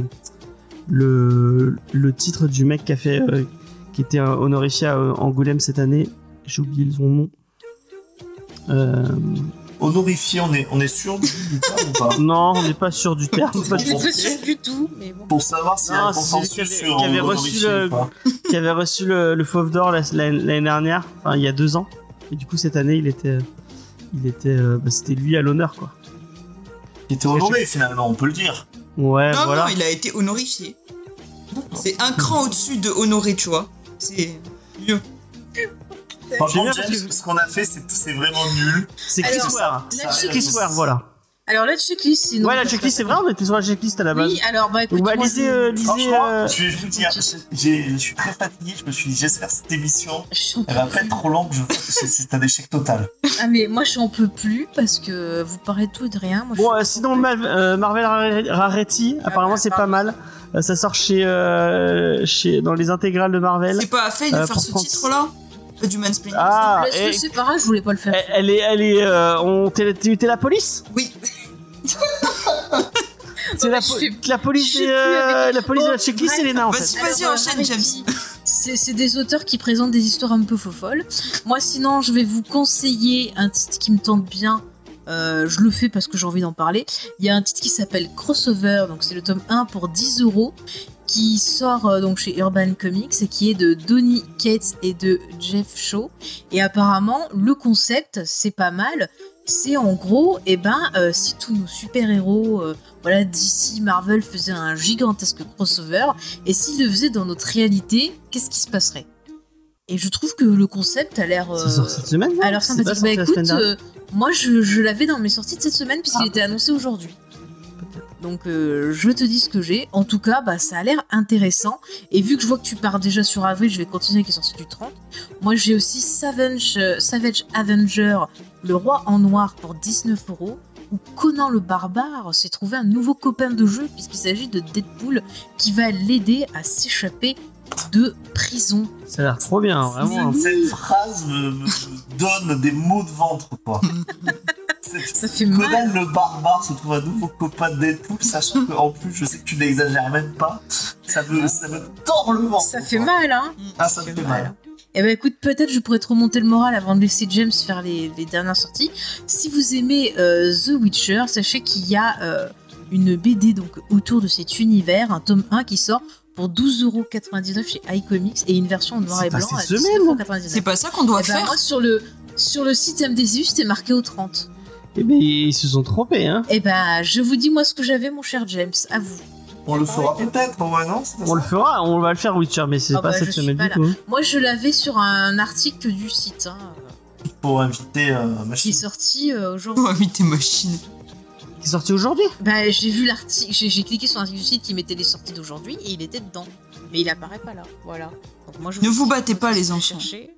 B: le le titre du mec qui a fait, euh, qui était euh, honorifié à euh, Angoulême cette année. J'ai oublié son nom. Euh,
C: Honorifié, on est, on est sûr du du terme ou pas
B: non, on n'est pas sûr du terme.
D: Je
B: Pas
D: suis
B: sûr.
D: pas sûre du tout, mais bon.
C: Pour savoir s'il y a
B: Non,
C: un
B: c'est
C: consensus
B: celui qui avait-
C: sur
B: qui avait reçu
C: honorifié
B: le-
C: ou pas.
B: qui avait reçu le, le Fauve d'Or la- la- l'année dernière, enfin il y a deux ans. Et du coup cette année il était, euh, il était, euh, bah, c'était lui à l'honneur quoi.
C: Il était honoré finalement, on peut le dire.
B: Ouais,
E: Non,
B: Euh, voilà.
E: non, il a été honorifié. C'est un cran au-dessus de honoré, tu vois. C'est mieux.
C: Franchement,
B: bien
C: James,
B: parce que-
C: ce qu'on a fait, c'est c'est vraiment nul.
B: C'est
D: Alors,
B: Chris Ware.
D: la
C: Ça,
B: C'est
D: checklist-
B: Chris Ware, voilà.
D: Alors, la checklist, sinon.
B: ouais, la checklist, c'est vrai, on était sur la checklist à la base.
D: Oui, alors, bah écoute.
B: Bah,
D: moi,
B: lisez,
D: je-
B: euh, lisez,
C: Franchement,
B: euh,
C: je vais vous dire, j'ai- je suis très fatigué. Je me suis dit, j'espère que cette émission,
D: je suis en
C: elle va pas être trop longue. je- c'est- C'est un échec total.
D: Ah mais moi j'en peux plus parce que vous parlez de tout et de rien. Moi, je
B: Bon,
D: suis-
B: euh, sinon Mal- euh, Marvel Rare- Raretti, apparemment
D: bah,
B: c'est pas
D: pardon.
B: mal. Euh, ça sort chez, euh, chez, dans les intégrales de Marvel.
E: C'est pas à fait de
B: Euh,
E: faire
B: pour
E: ce
B: France.
E: titre-là Pas du mansplaining
B: Ah,
D: Laisse-le,
B: et-
D: c'est pas grave, je voulais pas le faire.
B: elle, elle est, elle est, euh, on, t'es, t'es- t'es la police
E: Oui,
B: C'est la,
D: Je
B: po-
D: suis-
B: la police,
D: je suis
B: des, euh,
D: plus
B: la police de la
D: Bon,
B: checklist,
D: bref,
B: Elena en
E: vas-y.
B: fait.
E: Vas-y,
D: Alors,
E: enchaîne,
D: euh,
E: James.
D: C'est c'est des auteurs qui présentent des histoires un peu folles. Moi, sinon, je vais vous conseiller un titre qui me tente bien. Euh, je le fais parce que j'ai envie d'en parler. Il y a un titre qui s'appelle Crossover, donc c'est le tome 1 pour 10 euros, qui sort euh, donc chez Urban Comics et qui est de Donny Cates et de Jeff Shaw. Et apparemment, le concept, c'est pas mal. C'est en gros, eh ben, euh, si tous nos super-héros, euh, voilà, DC, Marvel faisaient un gigantesque crossover, et s'ils le faisaient dans notre réalité, qu'est-ce qui se passerait Et je trouve que le concept a l'air. euh,
B: Ça sort cette semaine là
D: alors
B: C'est pas
D: sympathique. Bah
B: sorti la semaine dernière
D: écoute,
B: Ah.
D: euh, moi je, je l'avais dans mes sorties de cette semaine puisqu'il était annoncé aujourd'hui. Donc euh, je te dis ce que j'ai. En tout cas, bah, ça a l'air intéressant. Et vu que je vois que tu pars déjà sur avril, je vais continuer avec les sorties du 30. Moi j'ai aussi Savage, euh, Savage Avenger, le roi en noir pour 19 euros. Où Conan le barbare s'est trouvé un nouveau copain de jeu puisqu'il s'agit de Deadpool qui va l'aider à s'échapper de prison.
B: Ça a l'air trop bien, vraiment.
C: Cette- Cette phrase me, me- me donne des maux de ventre, quoi. Cette-
D: Ça fait mal.
C: Conan le barbare se trouve un nouveau copain de Deadpool, sachant qu'en plus, je sais que tu n'exagères même pas. Ça me, ça me tord le ventre.
D: Ça fait
C: quoi.
D: mal, hein
C: Ah, ça me fait mal.
D: Eh ben écoute, peut-être je pourrais te remonter le moral avant de laisser James faire les, les dernières sorties. Si vous aimez euh, The Witcher, sachez qu'il y a euh, une BD donc autour de cet univers, un tome 1 qui sort pour 12,99€ chez iComics et une version en noir
B: C'est
D: et
B: pas
D: blanc à
B: cette semaine, non
D: 19,99€.
E: C'est pas ça qu'on doit
D: Eh ben,
E: faire.
D: moi, sur le, sur le site MDCU, c'était marqué au 30.
B: Eh ben, ils se sont trompés, hein.
D: Eh ben, je vous dis moi ce que j'avais, mon cher James, à vous.
C: On le fera peut-être, ouais, non c'est pas
B: On
C: ça
B: le fera, on va le faire Witcher, mais c'est
D: Ah
B: pas
D: bah,
B: cette
D: je suis
B: semaine
D: pas
B: du hein.
D: là.
B: coup.
D: Moi, je l'avais sur un article du site hein,
C: Pour inviter euh,
D: qui est
C: Machine.
D: sorti euh, aujourd'hui.
E: Oh, mais tes machines.
B: Qui est sorti aujourd'hui
D: Bah, j'ai vu l'article, j'ai j'ai cliqué sur l'article du site qui mettait les sorties d'aujourd'hui et il était dedans. Mais il apparaît pas là, voilà. Donc moi, je
E: Ne vous
D: dis,
E: battez pas,
D: allez
E: les enfants.
D: chercher.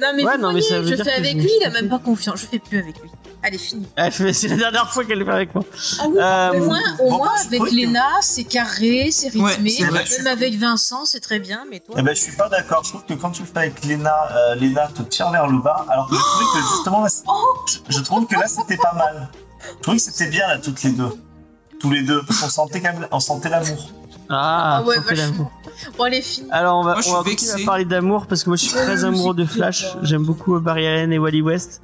D: Non mais,
B: Ouais,
D: vous
B: non, mais ça
D: voyez,
B: veut
D: je
B: dire
D: fais
B: que
D: avec
B: je-
D: lui, il a même pas confiance, je fais plus avec lui. Allez, fini.
B: Ah, mais C'est la dernière fois qu'elle est avec moi.
D: Ah oui,
B: Euh,
D: au moins, au
C: bon,
D: moins
C: bah, je
D: avec
C: crois que-
D: Léna, c'est carré, c'est rythmé.
E: Ouais, c'est
C: vrai.
D: même avec Vincent, c'est très bien, mais toi...
C: Eh ben, je suis pas d'accord. Je trouve que quand tu le fais avec Lena, euh, Lena te tire vers le bas, alors que je trouvais que justement, là, c'est- je, je trouve que là, c'était pas mal. Je trouvais que c'était bien, là, toutes les deux. Tous les deux, parce qu'on sentait quand même, on sentait l'amour.
B: Ah,
D: Ah ouais,
B: ça fait
D: vachement.
B: ben.
D: Bon, allez, fini.
B: Alors on va,
E: Moi, je
B: on va
E: suis
B: continuer
E: vexé.
B: à parler d'amour parce que moi je suis très amoureux de Flash. J'aime beaucoup Barry Allen et Wally West.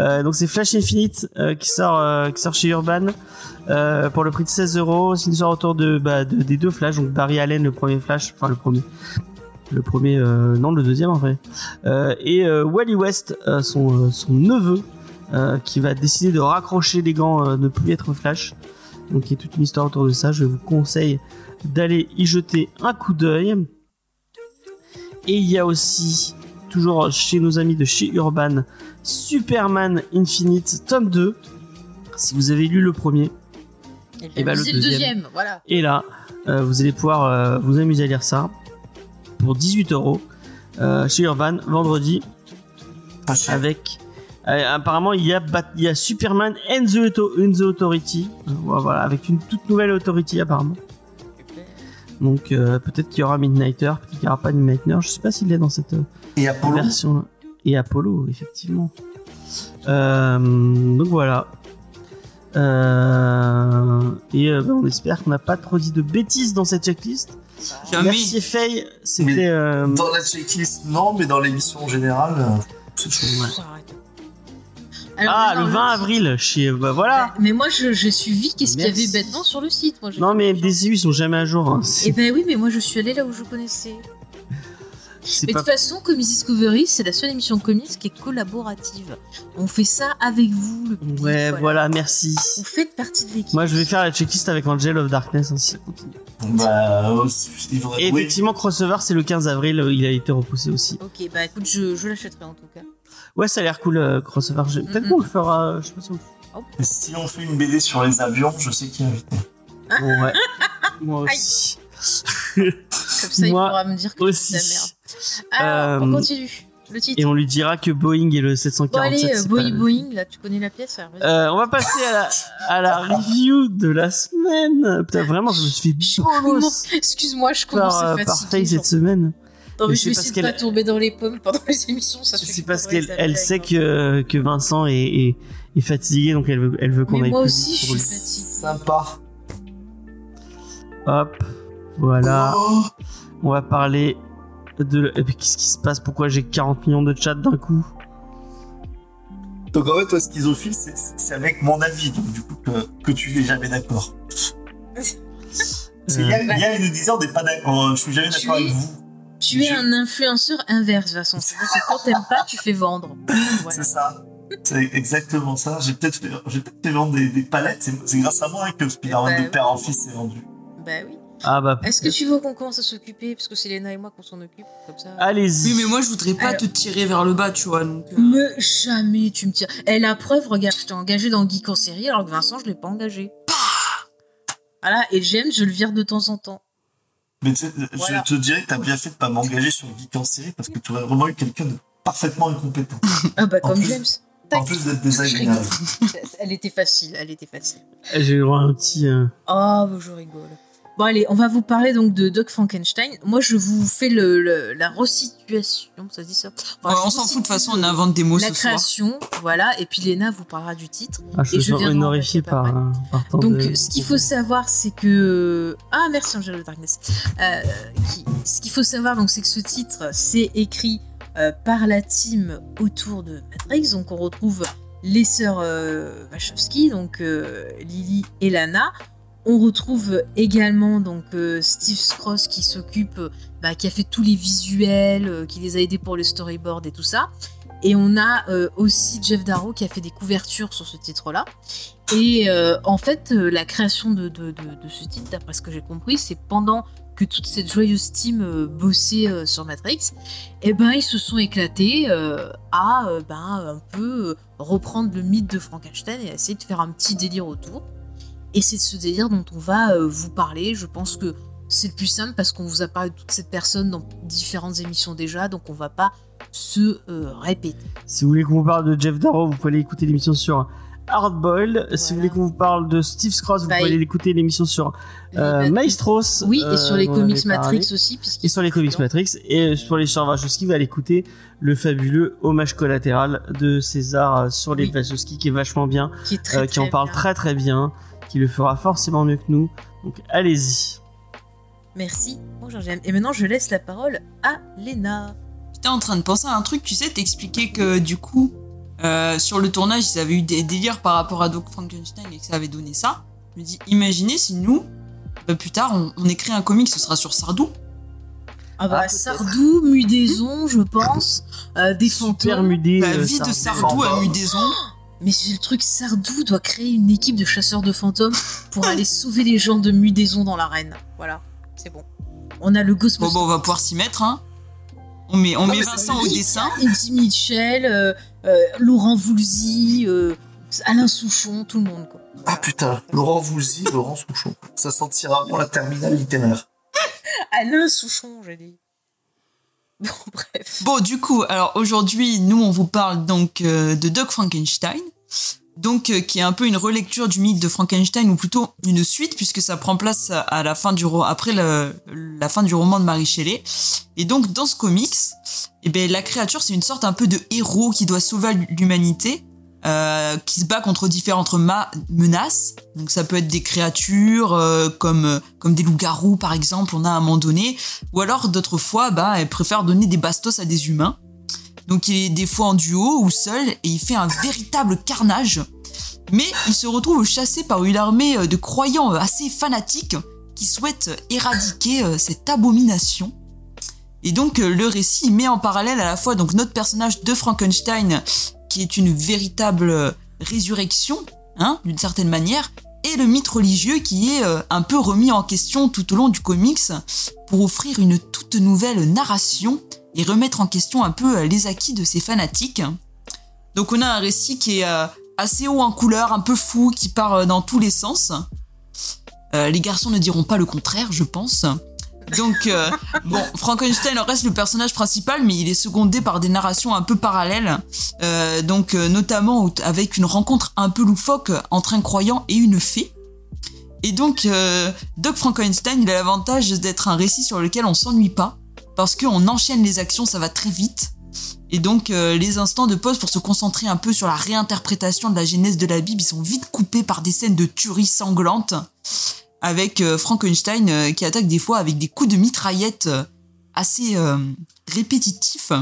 B: Euh, donc c'est Flash Infinite euh, qui sort euh, qui sort chez Urban euh, pour le prix de 16 euros. C'est une histoire autour de, bah, de- des deux Flash. Donc Barry Allen le premier Flash, enfin le premier, le premier euh, non le deuxième en vrai. Euh, et euh, Wally West euh, son euh, son neveu euh, qui va décider de raccrocher les gants, euh, ne plus être Flash. Donc il y a toute une histoire autour de ça. Je vous conseille d'aller y jeter un coup d'œil. Et il y a aussi, toujours chez nos amis de chez Urban, Superman Infinite, tome 2. Si vous avez lu le premier,
D: Et
B: Eh ben, le
D: c'est
B: deuxième.
D: voilà.
B: et là, euh, vous allez pouvoir euh, vous amuser à lire ça pour 18 euros euh, chez Urban, vendredi,
C: Pas cher.
B: avec. euh, apparemment, il y, a Bat- il y a Superman and the, Auto- and the Authority, Euh, voilà, avec une toute nouvelle Authority apparemment. Donc euh, peut-être qu'il y aura Midnighter, peut-être qu'il n'y aura pas de Midnighter, je sais pas s'il est dans cette euh,
C: Et Apollo,
B: version et Apollo effectivement Euh, donc voilà Euh, et euh, ben, on espère qu'on n'a pas trop dit de bêtises dans cette checklist
E: Jamais.
B: merci Faye c'était euh,
C: dans la checklist, non, mais dans l'émission en général, euh, c'est chouette.
D: Ça arrête. Alors,
B: ah
D: non,
B: le
D: non,
B: 20
D: non,
B: avril chez bah voilà
D: Mais moi, je- j'ai suivi qu'est-ce qu'il y avait
B: Merci.
D: bêtement sur le site. Moi, j'ai
B: non
D: fait
B: mais
D: confiance.
B: MDCU ils sont jamais à jour hein.
D: Eh
B: c'est
D: ben oui, mais moi, je suis allée là où je connaissais.
B: c'est
D: Mais de
B: pas
D: toute façon, Comics Discovery, c'est la seule émission comics qui est collaborative. On fait ça avec vous, le public.
B: ouais voilà. merci
D: Vous faites partie de l'équipe.
B: moi je vais faire la checklist avec Angel of Darkness hein, ainsi
C: Bah, euh, c'est- il faudrait-
B: et
C: oui.
B: effectivement crossover c'est le 15 avril euh, il a été repoussé aussi
D: Ok, bah écoute, je, je l'achèterai en tout cas.
B: Ouais, ça a l'air cool, euh, crossover. Je- Peut-être
D: Mhm.
B: qu'on le fera. euh, Je sais pas si on le
C: Mais Si on fait une BD sur les avions, je sais qu'il y a
B: fera. Bon, ouais. Moi aussi.
D: Comme ça, il
B: Moi
D: pourra me dire que
B: Aussi.
D: c'est de la merde. Alors, on
B: Euh,
D: continue. Le titre.
B: Et on lui dira que Boeing et le
D: Bon,
B: 747.
D: allez, euh,
B: c'est
D: Boeing,
B: pas-
D: Boeing, là, tu connais la pièce. alors, vas-y.
B: Euh, on va passer à la, à la review de la semaine. Putain, vraiment, je me suis fait
D: Je
B: bolos
D: commence- Oh, Excuse-moi, je commence
B: par, euh,
D: à fatiguer.
B: par Faye
D: j'en
B: cette semaine.
D: Non, mais
B: Mais
D: je vais
B: c'est
D: essayer de
B: parce
D: pas tomber dans les pommes pendant les émissions, ça suffit.
B: C'est parce qu'elle elle sait que, euh, que Vincent est, est, est fatigué, donc elle veut, elle veut qu'on
D: hein. Mais
B: aille
D: moi
B: plus
D: aussi,
B: vite
D: je
B: pour
D: suis
B: lui.
D: fatiguée.
C: sympa.
B: Hop, voilà.
C: Oh,
B: On va parler de... eh, mais Qu'est-ce qui se passe Pourquoi j'ai 40 millions de chats d'un coup
C: Donc en fait, toi, schizophile, c'est- c'est avec mon avis, donc du coup, que, que tu n'es jamais d'accord. Parce
B: Euh,
C: qu'il y a- il y a une disant, on n'est pas d'accord, hein. je suis jamais
D: Tu
C: d'accord
D: es-
C: avec vous,
D: Tu es
C: Je-
D: un influenceur inverse, Vincent. C'est-à-dire que quand t'aimes pas, tu fais vendre. Voilà.
C: c'est ça. C'est exactement ça. J'ai peut-être fait, j'ai peut-être fait vendre des, des palettes, c'est c'est grâce à moi hein, que Spider-Man
D: Bah
C: de
D: oui.
C: père en fils est vendu.
D: Bah oui.
B: Ah bah...
D: Est-ce que tu veux qu'on commence à s'occuper Parce que c'est Léna et moi qu'on s'en occupe, comme ça.
C: Ah.
B: Allez-y.
E: Oui, mais moi, je voudrais pas
D: Alors.
E: te tirer vers le bas, tu vois. Donc, euh,
D: Mais jamais tu me tires. Et la preuve, regarde, je t'ai engagé dans Geek en série alors que Vincent, je l'ai pas engagé.
C: Bah.
D: Voilà, et James, je le vire de temps en temps.
C: Mais tu sais,
D: Voilà.
C: je te dirais que t'as bien fait de pas m'engager sur Geek en série parce que tu aurais vraiment eu quelqu'un de parfaitement incompétent.
D: Ah bah,
C: En
D: comme
C: plus-
D: James.
C: en plus d'être
D: Je
C: désagréable.
D: Elle était facile, elle était facile.
B: J'ai eu droit à un petit... euh,
D: Oh, bah, je rigole. Bon, allez, on va vous parler donc de Doc Frankenstein. Moi, je vous fais le, le- la resituation, ça se dit ça Enfin,
E: ouais,
D: je
E: on
D: vous
E: s'en
D: situe
E: fout de toute façon, on invente des mots
D: La
E: ce soir.
D: création, voilà, et puis Léna vous parlera du titre.
B: Ah, je
D: Et
B: suis
D: je viens de
B: honorifié
D: m'en
B: par,
D: passer
B: euh, par tant
D: Donc,
B: de-
D: ce qu'il faut savoir, c'est que. Ah, merci Angel of Darkness. Euh, qui- Ce qu'il faut savoir, donc, c'est que ce titre, c'est écrit euh, par la team autour de Matrix. Donc, on retrouve les sœurs euh, Wachowski, donc euh, Lily et Lana. On retrouve également donc euh, Steve Scross qui s'occupe, euh, bah, qui a fait tous les visuels, euh, qui les a aidés pour le storyboard et tout ça. Et on a euh, aussi Jeff Darrow qui a fait des couvertures sur ce titre-là. Et euh, en fait, euh, la création de, de- de- de ce titre, d'après ce que j'ai compris, c'est pendant que toute cette joyeuse team euh, bossait euh, sur Matrix, eh ben ils se sont éclatés euh, à euh, ben, un peu euh, reprendre le mythe de Frankenstein et essayer de faire un petit délire autour. Et c'est de ce délire dont on va euh, vous parler. Je pense que c'est le plus simple parce qu'on vous a parlé de toutes ces personnes dans différentes émissions déjà, donc on va pas se euh, répéter.
B: Si vous voulez qu'on vous parle de Jeff Darrow, vous pouvez aller écouter l'émission sur Hardboiled. Si vous
D: Voilà.
B: voulez qu'on vous parle de Steve Scross, vous
D: Bah,
B: pouvez
D: il-
B: aller écouter l'émission sur euh,
D: Les-
B: Maestros.
D: Oui,
B: euh,
D: et sur les
B: dont on avait
D: comics
B: parlé.
D: Matrix aussi, puisqu'ils
B: Et sur les comics Matrix. Et euh, sur les Charles Wachowski, vous allez écouter le fabuleux hommage collatéral de César euh, sur les
D: Oui.
B: Wachowski, qui est vachement bien,
D: qui, est très,
B: euh, qui en
D: très
B: parle
D: bien.
B: très très bien, qui le fera forcément mieux que nous. Donc allez-y.
D: Merci. Bonjour, j'aime. Et maintenant, je laisse la parole à Léna.
E: J'étais en train de penser à un truc, tu sais, t'expliquais que du coup, euh, sur le tournage, ils avaient eu des délires par rapport à Doc Frankenstein et que ça avait donné ça. Je me dis, imaginez si nous, euh, plus tard, on, on écrit un comic, ce sera sur Sardou.
D: Ah bah,
B: peut-être.
D: Sardou, Mudaison, je pense, euh, des
B: Super
D: fantômes.
B: mudé.
E: La
B: euh,
E: vie de
B: Sardou.
E: Sardou à
C: Fantôme.
E: Mudaison.
D: Mais c'est le truc, Sardou doit créer une équipe de chasseurs de fantômes pour aller sauver les gens de Mudaison dans l'arène. Voilà, c'est bon. On a le
E: Bon,
D: Ghostbuster.
E: bah, on va pouvoir s'y mettre, hein. On met,
C: Non,
E: on met
C: mais c'est
E: Vincent au
C: lui.
E: dessin.
D: Eddie Mitchell, euh, euh, Laurent Voulzy, euh, Alain Souchon, tout le monde, quoi.
C: Ah putain, Laurent Voulzy, Laurent Souchon. Ça sentira bon la terminale littéraire.
D: Alain Souchon, j'ai dit. Bon, bref.
E: Bon, du coup, alors aujourd'hui, nous, on vous parle donc euh, de Doc Frankenstein, donc euh, qui est un peu une relecture du mythe de Frankenstein, ou plutôt une suite, puisque ça prend place à la fin du ro- après le- la fin du roman de Marie Shelley. Et donc, dans ce comics, eh ben, la créature, c'est une sorte un peu de héros qui doit sauver l'humanité, euh, qui se bat contre différentes ma- menaces. Donc, ça peut être des créatures euh, comme, comme des loups-garous, par exemple, on a à un moment donné, ou alors, d'autres fois, bah, elle préfère donner des bastos à des humains. Donc, il est des fois en duo ou seul et il fait un véritable carnage. Mais il se retrouve chassé par une armée euh, de croyants euh, assez fanatiques qui souhaitent euh, éradiquer euh, cette abomination. Et donc, euh, le récit met en parallèle à la fois donc notre personnage de Frankenstein, qui est une véritable euh, résurrection, hein, d'une certaine manière, et le mythe religieux qui est euh, un peu remis en question tout au long du comics pour offrir une toute nouvelle narration et remettre en question un peu euh, les acquis de ces fanatiques. Donc on a un récit qui est euh, assez haut en couleur, un peu fou, qui part euh, dans tous les sens. Euh, les garçons ne diront pas le contraire, je pense. Donc, euh, bon, Frankenstein reste le personnage principal, mais il est secondé par des narrations un peu parallèles. Euh, donc, euh, notamment au- avec une rencontre un peu loufoque entre un croyant et une fée. Et donc, euh, Doc Frankenstein, il a l'avantage d'être un récit sur lequel on s'ennuie pas, parce qu'on enchaîne les actions, ça va très vite. Et donc, euh, les instants de pause pour se concentrer un peu sur la réinterprétation de la genèse de la Bible, ils sont vite coupés par des scènes de tuerie sanglante, avec euh, Frankenstein euh, qui attaque des fois avec des coups de mitraillette euh, assez euh, répétitifs.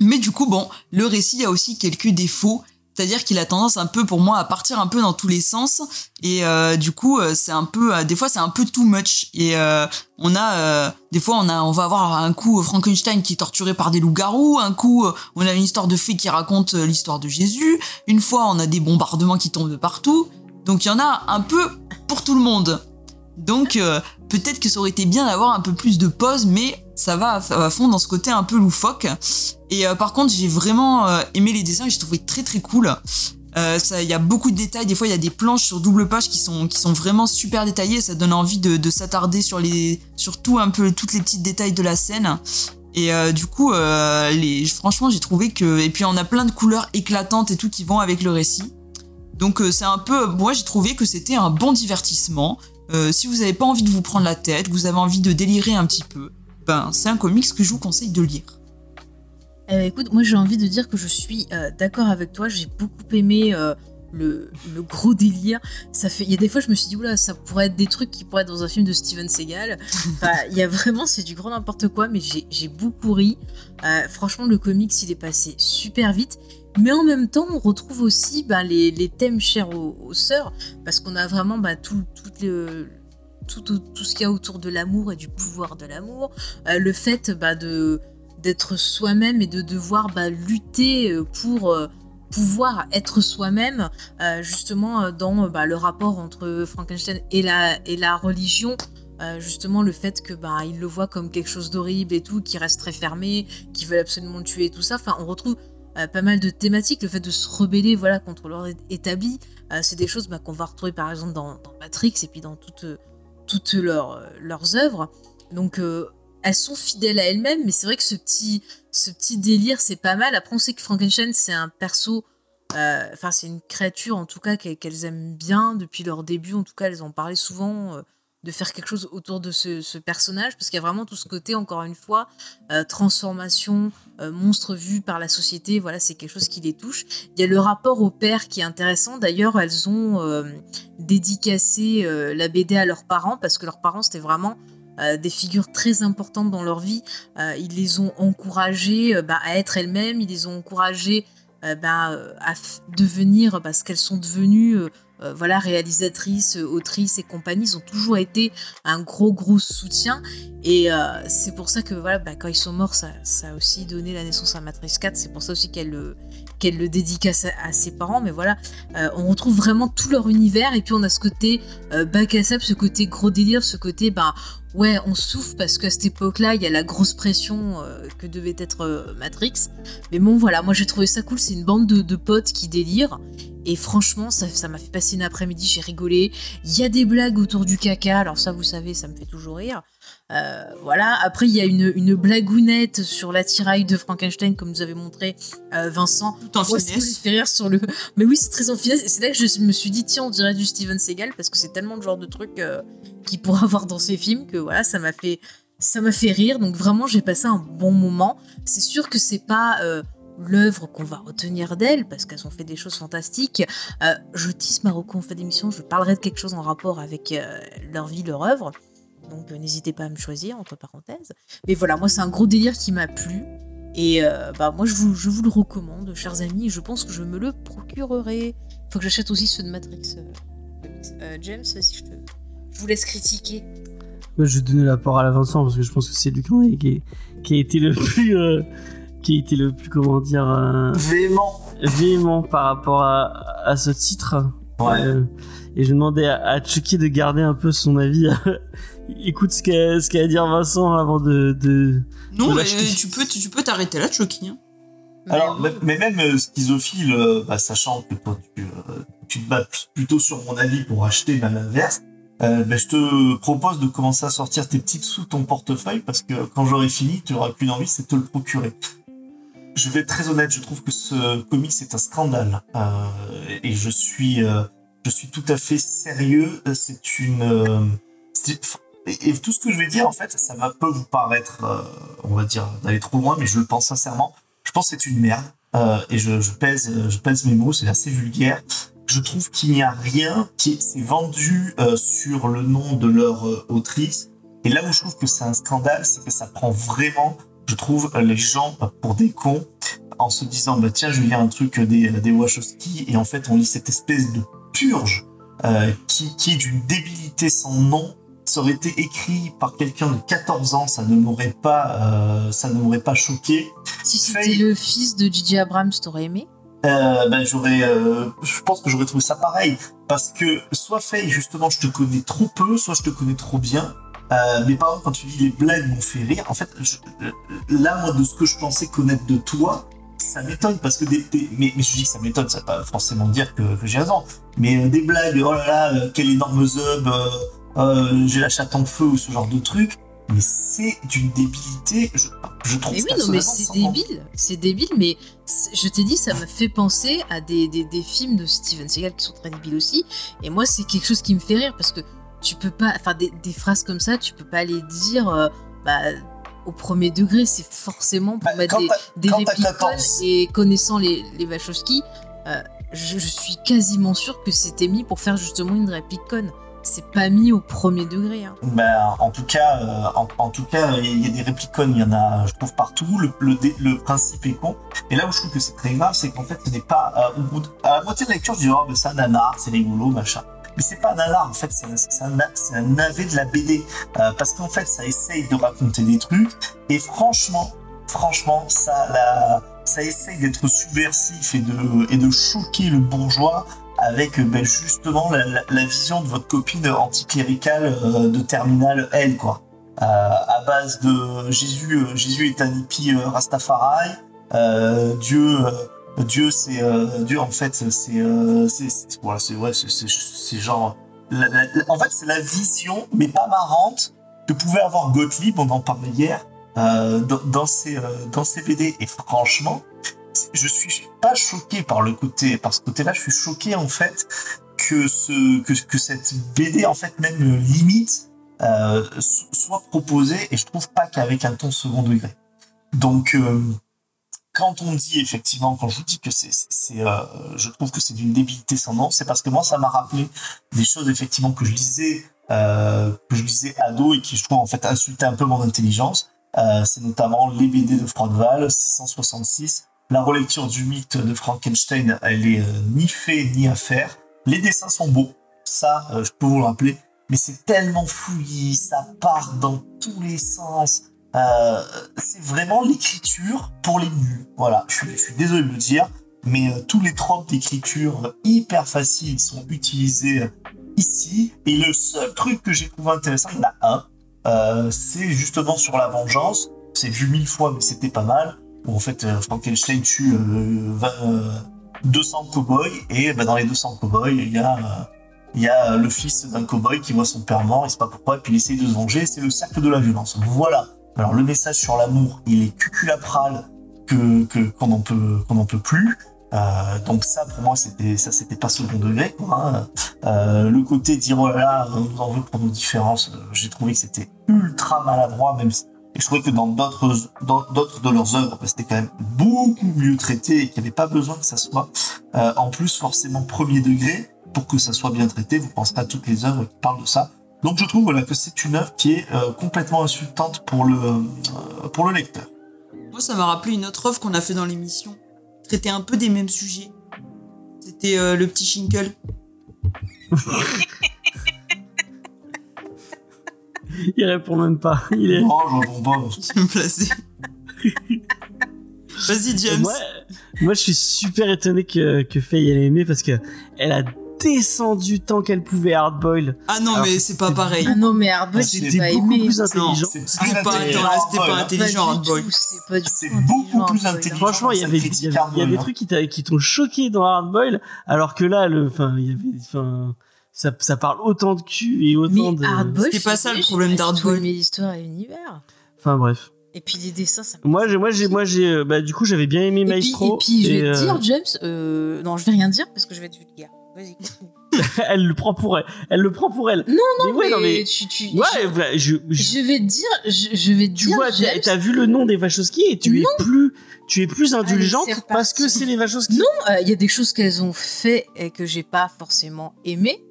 E: Mais du coup, bon, le récit a aussi quelques défauts, c'est-à-dire qu'il a tendance un peu, pour moi, à partir un peu dans tous les sens, et euh, du coup, euh, c'est un peu, euh, des fois, c'est un peu too much. Et euh, on a, euh, des fois, on a, on va avoir un coup euh, Frankenstein qui est torturé par des loups-garous, un coup, euh, on a une histoire de fée qui raconte euh, l'histoire de Jésus. Une fois, on a des bombardements qui tombent de partout. Donc, il y en a un peu pour tout le monde. Donc, euh, peut-être que ça aurait été bien d'avoir un peu plus de pause, mais ça va à, à fond dans ce côté un peu loufoque. Et euh, par contre, j'ai vraiment euh, aimé les dessins, j'ai trouvé très très cool. Euh, ça- Il y a beaucoup de détails. Des fois, il y a des planches sur double page qui sont, qui sont vraiment super détaillées. Ça donne envie de, de s'attarder sur, les, sur tout un peu, toutes les petites détails de la scène. Et euh, du coup, euh, les, franchement, j'ai trouvé que. Et puis, on a plein de couleurs éclatantes et tout qui vont avec le récit. Donc, euh, c'est un peu. Moi, j'ai trouvé que c'était un bon divertissement. Euh, si vous n'avez pas envie de vous prendre la tête, que vous avez envie de délirer un petit peu, ben, c'est un comics que je vous conseille de lire.
D: Eh ben, écoute, moi j'ai envie de dire que je suis euh, d'accord avec toi. J'ai beaucoup aimé euh, le, le gros délire. Ça fait, il y a des fois, je me suis dit, oula, ça pourrait être des trucs qui pourraient être dans un film de Steven Seagal. Enfin, il y a vraiment, c'est du grand n'importe quoi, mais j'ai j'ai beaucoup ri. Euh, franchement, le comics, il est passé super vite. Mais en même temps, on retrouve aussi ben, les, les thèmes chers aux, aux sœurs, parce qu'on a vraiment ben, tout, tout le- tout, tout- tout ce qu'il y a autour de l'amour et du pouvoir de l'amour. Euh, le fait ben, de d'être soi-même et de devoir ben, lutter euh, pour euh, pouvoir être soi-même, euh, justement euh, dans euh, ben, le rapport entre Frankenstein et la, et la religion. Euh, justement le fait que ben il le voit comme quelque chose d'horrible et tout qui reste très fermé qui veut absolument le tuer et tout ça enfin on retrouve euh, pas mal de thématiques, le fait de se rebeller voilà, contre l'ordre é- établi, euh, c'est des choses bah, qu'on va retrouver par exemple dans, dans Matrix et puis dans toutes, euh, toutes leurs, euh, leurs œuvres. Donc euh, elles sont fidèles à elles-mêmes, mais c'est vrai que ce petit, ce petit délire, c'est pas mal. Après, on sait que Frankenstein, c'est un perso, euh, enfin c'est une créature en tout cas qu'elles qu'elles aiment bien depuis leur début, en tout cas elles en parlaient souvent. euh, de faire quelque chose autour de ce, ce personnage, parce qu'il y a vraiment tout ce côté, encore une fois, euh, transformation, euh, monstre vu par la société, voilà, c'est quelque chose qui les touche. Il y a le rapport au père qui est intéressant. D'ailleurs, elles ont euh, dédicacé euh, la BD à leurs parents parce que leurs parents, c'était vraiment euh, des figures très importantes dans leur vie. Euh, ils les ont encouragées euh, bah, à être elles-mêmes, ils les ont encouragées euh, bah, euh, à f- devenir bah, ce qu'elles sont devenues. euh, euh, voilà, réalisatrices, euh, autrices et compagnie, ils ont toujours été un gros, gros soutien. Et euh, c'est pour ça que voilà, bah, quand ils sont morts, ça, ça a aussi donné la naissance à Matrice 4. C'est pour ça aussi qu'elle le, qu'elle le dédique à, sa- à ses parents. Mais voilà, euh, on retrouve vraiment tout leur univers. Et puis on a ce côté euh, bac à sable, ce côté gros délire, ce côté bah ouais, on souffre parce qu'à cette époque-là, il y a la grosse pression euh, que devait être euh, Matrix. Mais bon, voilà, moi j'ai trouvé ça cool. C'est une bande de, de potes qui délirent. Et franchement, ça ça m'a fait passer une après-midi, j'ai rigolé. Il y a des blagues autour du caca, alors ça, vous savez, ça me fait toujours rire. Euh, voilà. Après, il y a une, une blagounette sur l'attirail de Frankenstein, comme nous avait montré euh, Vincent.
E: Tout en
D: Moi, ça me
E: finesse.
D: fait rire sur le. Mais oui, c'est très en finesse. Et c'est là que je me suis dit, tiens, on dirait du Steven Seagal, parce que c'est tellement le genre de truc euh, qu'il pourra avoir dans ses films que voilà, ça m'a fait. Ça m'a fait rire, donc vraiment j'ai passé un bon moment. C'est sûr que c'est pas euh, l'œuvre qu'on va retenir d'elle, parce qu'elles ont fait des choses fantastiques. Euh, je tisse ma reco en fin d'émission, je parlerai de quelque chose en rapport avec euh, leur vie, leur œuvre. Donc euh, n'hésitez pas à me choisir, entre parenthèses. Mais voilà, moi c'est un gros délire qui m'a plu. Et euh, bah, moi je vous, je vous le recommande, chers amis. Je pense que je me le procurerai. Faut que j'achète aussi ceux de Matrix. euh, euh, James, vas-y, je te... Je vous laisse critiquer.
B: Moi, je vais donner la parole à Vincent parce que je pense que c'est lui qui en est- qui, est- qui a été le plus. euh, qui a été le plus, comment dire, euh,
C: Véhément.
B: véhément par rapport à, à ce titre. Euh, et je demandais à, à Chucky de garder un peu son avis. Écoute ce qu'a ce qu'a à dire Vincent avant de. de...
E: Non,
B: Faut
E: mais
B: l'acheter.
E: euh, tu peux, tu, tu peux t'arrêter là, Chucky. hein.
C: Alors, mais, mais même euh, schizophile, euh, bah, sachant que toi, tu, euh, tu te bats plus- plutôt sur mon avis pour acheter, mais à l'inverse, euh, bah, je te propose de commencer à sortir tes petites sous de ton portefeuille parce que quand j'aurai fini, tu n'auras qu'une envie, c'est de te le procurer. Je vais être très honnête, je trouve que ce comics est un scandale Euh, et je suis, euh, je suis tout à fait sérieux. C'est une, euh, c'est- et, et tout ce que je vais dire en fait, ça va peut vous paraître, euh, on va dire, d'aller trop loin, mais je le pense sincèrement je pense que c'est une merde. Euh, et je, je pèse, euh, je pèse mes mots, c'est assez vulgaire. Je trouve qu'il n'y a rien qui s'est vendu euh, sur le nom de leur euh, autrice. Et là où je trouve que c'est un scandale, c'est que ça prend vraiment, je trouve, euh, les gens euh, pour des cons en se disant bah tiens je vais lire un truc euh, des, des Wachowski et en fait on lit cette espèce de purge euh, qui, qui est d'une débilité sans nom ça aurait été écrit par quelqu'un de 14 ans ça ne m'aurait pas euh, ça ne m'aurait pas choqué
D: euh, Si c'était
C: Faye.
D: le fils de J.J. Abrams, t'aurais aimé
C: euh, ben j'aurais, euh, je pense que j'aurais trouvé ça pareil, parce que soit Faye, justement, je te connais trop peu, soit je te connais trop bien. Euh, mais par exemple, quand tu dis les blagues m'ont fait rire, en fait, je- euh, là, moi, de ce que je pensais connaître de toi, ça m'étonne parce que des, des- mais, mais je dis que ça m'étonne, ça veut pas forcément dire que, que j'ai raison. Mais euh, des blagues, oh là là, euh, quel énorme zub, euh, euh, j'ai la chatte en feu ou ce genre de truc. Mais c'est d'une débilité, je, je trouve.
D: Mais oui, non, mais
C: personnellement,
D: c'est
C: sans-
D: débile. C'est débile, mais c'est- je t'ai dit, ça me fait penser à des, des, des films de Steven Seagal qui sont très débiles aussi. Et moi, c'est quelque chose qui me fait rire parce que tu peux pas. Enfin, des, des phrases comme ça, tu peux pas les dire euh, bah, au premier degré. C'est forcément pour
C: Bah,
D: mettre
C: quand
D: des,
C: t'as-
D: des
C: quand t'as
D: répliques
C: 14.
D: connes. Et connaissant les, les Wachowski, euh, je, je suis quasiment sûre que c'était mis pour faire justement une réplique conne. C'est pas mis au premier degré. hein.
C: Ben, en tout cas, euh, en, en tout cas, il y a- il y, a des réplicones, il y en a, je trouve partout. Le, le, dé- le principe est con. Et là où je trouve que c'est très grave, c'est qu'en fait, ce n'est pas euh, au bout de- à la moitié de la lecture, je dis oh, mais ça, nanar, c'est rigolo, machin. Mais c'est pas un nanar, en fait, c'est un, c'est un na- c'est un navet de la BD, Euh, parce qu'en fait, ça essaye de raconter des trucs. Et franchement, franchement, ça, la- ça essaye d'être subversif et de, et de choquer le bourgeois avec euh, ben, justement la, la- la vision de votre copine anticléricale euh, de Terminal L, quoi. Euh, à base de Jésus, euh, Jésus est un hippie euh, Rastafari, euh, Dieu, euh, Dieu c'est, euh, Dieu en fait c'est, euh, c'est, c'est- voilà, c'est, ouais, c'est, c'est- c'est genre, la- la- la- en fait c'est la vision, mais pas marrante, que pouvait avoir Gottlieb, on en parlait hier, euh, dans, dans ses, euh, dans ses BD. Et franchement, je suis pas choqué par le côté par ce côté-là. Je suis choqué en fait que ce que, que cette BD en fait même euh, limite euh, so- soit proposée et je trouve pas qu'avec un ton second degré. Donc euh, quand on dit effectivement, quand je vous dis que c'est, c'est- c'est, euh, je trouve que c'est d'une débilité sans nom, c'est parce que moi ça m'a rappelé des choses effectivement que je lisais, euh, que je lisais ado et qui je trouve en fait insultaient un peu mon intelligence. Euh, c'est notamment les BD de Froidval, 666, la relecture du mythe de Frankenstein, elle est euh, ni fait ni à faire. Les dessins sont beaux, ça, euh, je peux vous le rappeler, mais c'est tellement fouillis, ça part dans tous les sens. Euh, c'est vraiment l'écriture pour les nuls. Voilà, je suis, je suis désolé de le dire, mais euh, tous les tropes d'écriture euh, hyper faciles sont utilisés euh, ici. Et le seul truc que j'ai trouvé intéressant, il y en a un, euh, c'est justement sur la vengeance. C'est vu mille fois, mais c'était pas mal où en fait euh, Frankenstein tue euh, 20, euh, 200 cow-boys et bah, dans les 200 cow-boys il y a euh, il y a euh, le fils d'un cow-boy qui voit son père mort, il sait pas pourquoi, et puis il essaye de se venger, c'est le cercle de la violence. Voilà. Alors le message sur l'amour, il est cuculapral que que- qu'on en peut qu'on en peut plus. Euh, donc ça pour moi c'était ça c'était pas second degré quoi. hein. Euh, le côté dire oh là là on nous en veut pour nos différences, euh, j'ai trouvé que c'était ultra maladroit même si et je trouvais que dans d'autres, dans d'autres de leurs œuvres, bah, c'était quand même beaucoup mieux traité et qu'il n'y avait pas besoin que ça soit euh, en plus forcément premier degré pour que ça soit bien traité. Vous penserez à toutes les œuvres qui parlent de ça. Donc je trouve voilà, que c'est une œuvre qui est euh, complètement insultante pour le, euh, pour le lecteur.
E: Moi, ça m'a rappelé une autre offre qu'on a fait dans l'émission. Traiter un peu des mêmes sujets. C'était euh, le petit Shinkle.
B: Il répond même pas. Il est.
C: Oh, j'en vends pas.
E: Je vais me placer. Vas-y, James.
B: Moi, moi, je suis super étonné que, que Faye elle ait aimé parce que elle a descendu tant qu'elle pouvait à Hardboil.
E: Ah non,
B: Alors,
E: mais c'est pas pareil.
D: Ah non, mais Hardboy,
C: Ah,
D: j'ai
C: c'était
D: pas
B: C'était beaucoup
D: aimé.
B: plus
E: Non,
B: intelligent.
C: C'est
E: C'était
C: très
E: pas,
C: intelligent,
E: intéressant, c'était
C: Hardboil,
E: pas
C: hein.
E: intelligent,
D: Pas du
E: Hardboy.
D: tout, C'est pas du
C: C'est
D: tout
C: beaucoup plus
D: Hardboy.
C: intelligent.
B: Franchement, il y
C: Ça
B: avait, il
C: critique
B: y avait- il y avait des
C: Hardboil, hein.
B: trucs qui, t'a- qui t'ont choqué dans Hardboil, alors que là, le, enfin, il y avait, enfin, ça, ça parle autant de cul et autant de.
D: Mais Hardboy,
E: C'était
D: je
E: pas
D: suis
E: ça le
D: désolée, j'ai
E: problème
D: pas du tout
E: d'Hardboy.
D: aimé l'histoire et l'univers.
B: Enfin bref.
D: Et puis les dessins, ça me-
B: Moi, j'ai, moi, j'ai, moi, j'ai, euh, bah, du coup, j'avais bien aimé
D: Et puis,
B: Maestro.
D: et puis, je vais
B: et,
D: te
B: euh,
D: dire, James, euh, non, je vais rien dire parce que je vais être vulgaire. Vas-y. continue.
B: elle le prend pour elle. Elle le prend pour elle.
D: Non,
B: non, mais ouais, non, mais.
D: tu, tu-
B: Ouais, bah, je-
D: je,
B: je-
D: je vais te dire, je, je vais te
B: tu
D: dire,
B: vois,
D: James,
B: t'as, t'as vu le nom des Wachowski et tu es plus, tu es plus
D: Allez,
B: indulgente
D: c'est reparti.
B: parce que c'est les Wachowski.
D: Euh, il y a des choses qu'elles ont fait et que j'ai pas forcément aimé.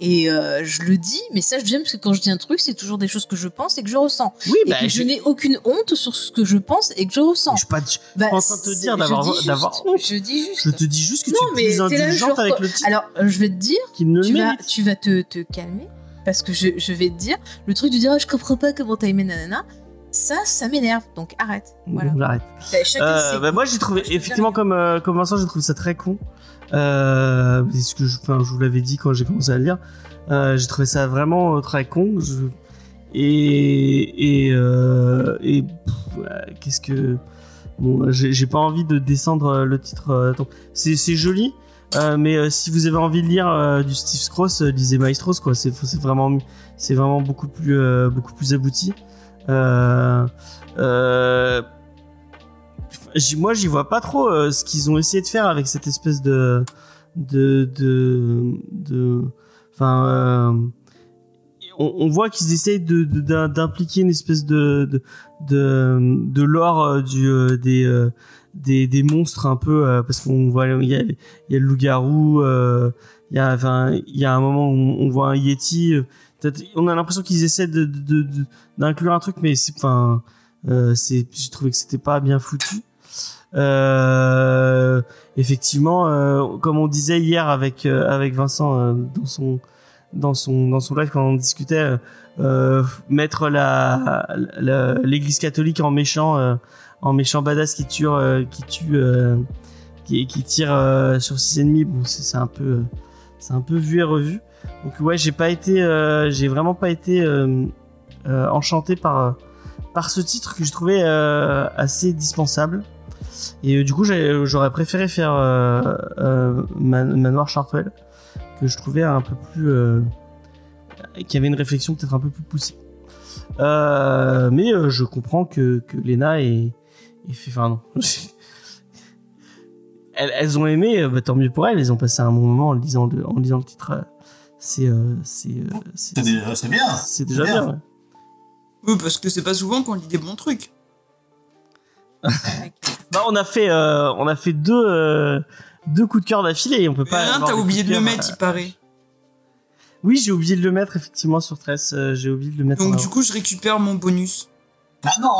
D: Et euh, je le dis, mais ça, James, que quand je dis un truc, c'est toujours des choses que je pense et que je ressens.
B: oui,
D: Et
B: bah,
D: que je,
B: je,
D: n'ai aucune honte sur ce que je pense et que je ressens.
B: je suis pas, je,
D: Bah,
B: en train de te
D: c'est-
B: dire
D: je
B: d'avoir-
D: dis juste,
B: d'avoir honte.
D: Je dis juste.
B: je te dis juste que
D: Non,
B: tu es plus
D: mais t'es là,
B: indulgente
D: genre,
B: avec le titre
D: Alors, euh, je vais te dire.
B: qui ne le
D: tu vas,
B: mérite.
D: tu vas te, te calmer parce que je, je vais te dire le truc de dire Ah, je comprends pas comment t'as aimé nanana ça ça m'énerve donc arrête voilà
B: Bon, j'arrête.
D: T'as- chacun
B: Mmh. Euh,
D: ses
B: bah,
D: goûts.
B: moi j'ai trouvé
D: Je te dis
B: effectivement
D: rien.
B: comme euh, comme Vincent j'ai trouvé ça très con euh, c'est ce que je, enfin, je vous l'avais dit quand j'ai commencé à le lire Euh, j'ai trouvé ça vraiment euh, très con Je- et et, euh, et pff, ouais, qu'est-ce que bon j'ai j'ai pas envie de descendre euh, le titre euh, attends. c'est c'est joli euh, mais euh, si vous avez envie de lire euh, du Steve Scross, euh, lisez Maestros quoi. C'est c'est vraiment c'est vraiment beaucoup plus euh, beaucoup plus abouti. Euh, euh, j'y- moi j'y vois pas trop euh, ce qu'ils ont essayé de faire avec cette espèce de de de de enfin euh, on, on voit qu'ils essayent de- de- d'im- d'impliquer une espèce de de de, de lore euh, du euh, des euh, des, des monstres un peu euh, parce qu'on voit il y a il y a le loup-garou euh, il y a enfin il y a un moment où on voit un yeti euh, peut-être- on a l'impression qu'ils essaient de de- de- d'inclure un truc mais c'est enfin euh, c'est j'ai trouvé que c'était pas bien foutu euh, effectivement, euh, comme on disait hier avec euh, avec Vincent euh, dans son dans son dans son live quand on discutait, euh, euh, f- mettre la la- l'Église catholique en méchant euh, en méchant badass qui tue euh, qui tue euh, qui, qui tire euh, sur ses ennemis, bon c'est c'est un peu euh, c'est un peu vu et revu. Donc ouais, j'ai pas été euh, j'ai vraiment pas été euh, euh, enchanté par par ce titre que je trouvais euh, assez dispensable. Et euh, du coup, j'ai- j'aurais préféré faire euh, euh, Man- Manoir Chartwell, que je trouvais un peu plus. euh, qui avait une réflexion peut-être un peu plus poussée. Euh, mais euh, je comprends que, que Lena et. fait. Enfin, non. elles, elles ont aimé, euh, bah, tant mieux pour elles, elles ont passé un bon moment en lisant le, en lisant le titre. euh, C'est. euh, c'est, euh, c'est-
C: C'est déjà- c'est bien.
B: C'est déjà
C: C'est
B: bien,
C: bien.
B: ouais.
E: Oui, parce que c'est pas souvent qu'on lit des bons trucs.
B: Bah, on a fait, euh, on a fait deux, euh, deux coups de cœur d'affilée et on peut
E: Mais
B: pas.
E: rien,
B: avoir
E: Ah, t'as
B: des
E: oublié
B: coups
E: de le
B: cœur, euh.
E: mettre, il paraît.
B: Oui, j'ai oublié de le mettre effectivement sur 13. euh, j'ai oublié de le mettre. en
E: Donc du
B: avant.
E: coup, je récupère mon bonus.
C: Ah non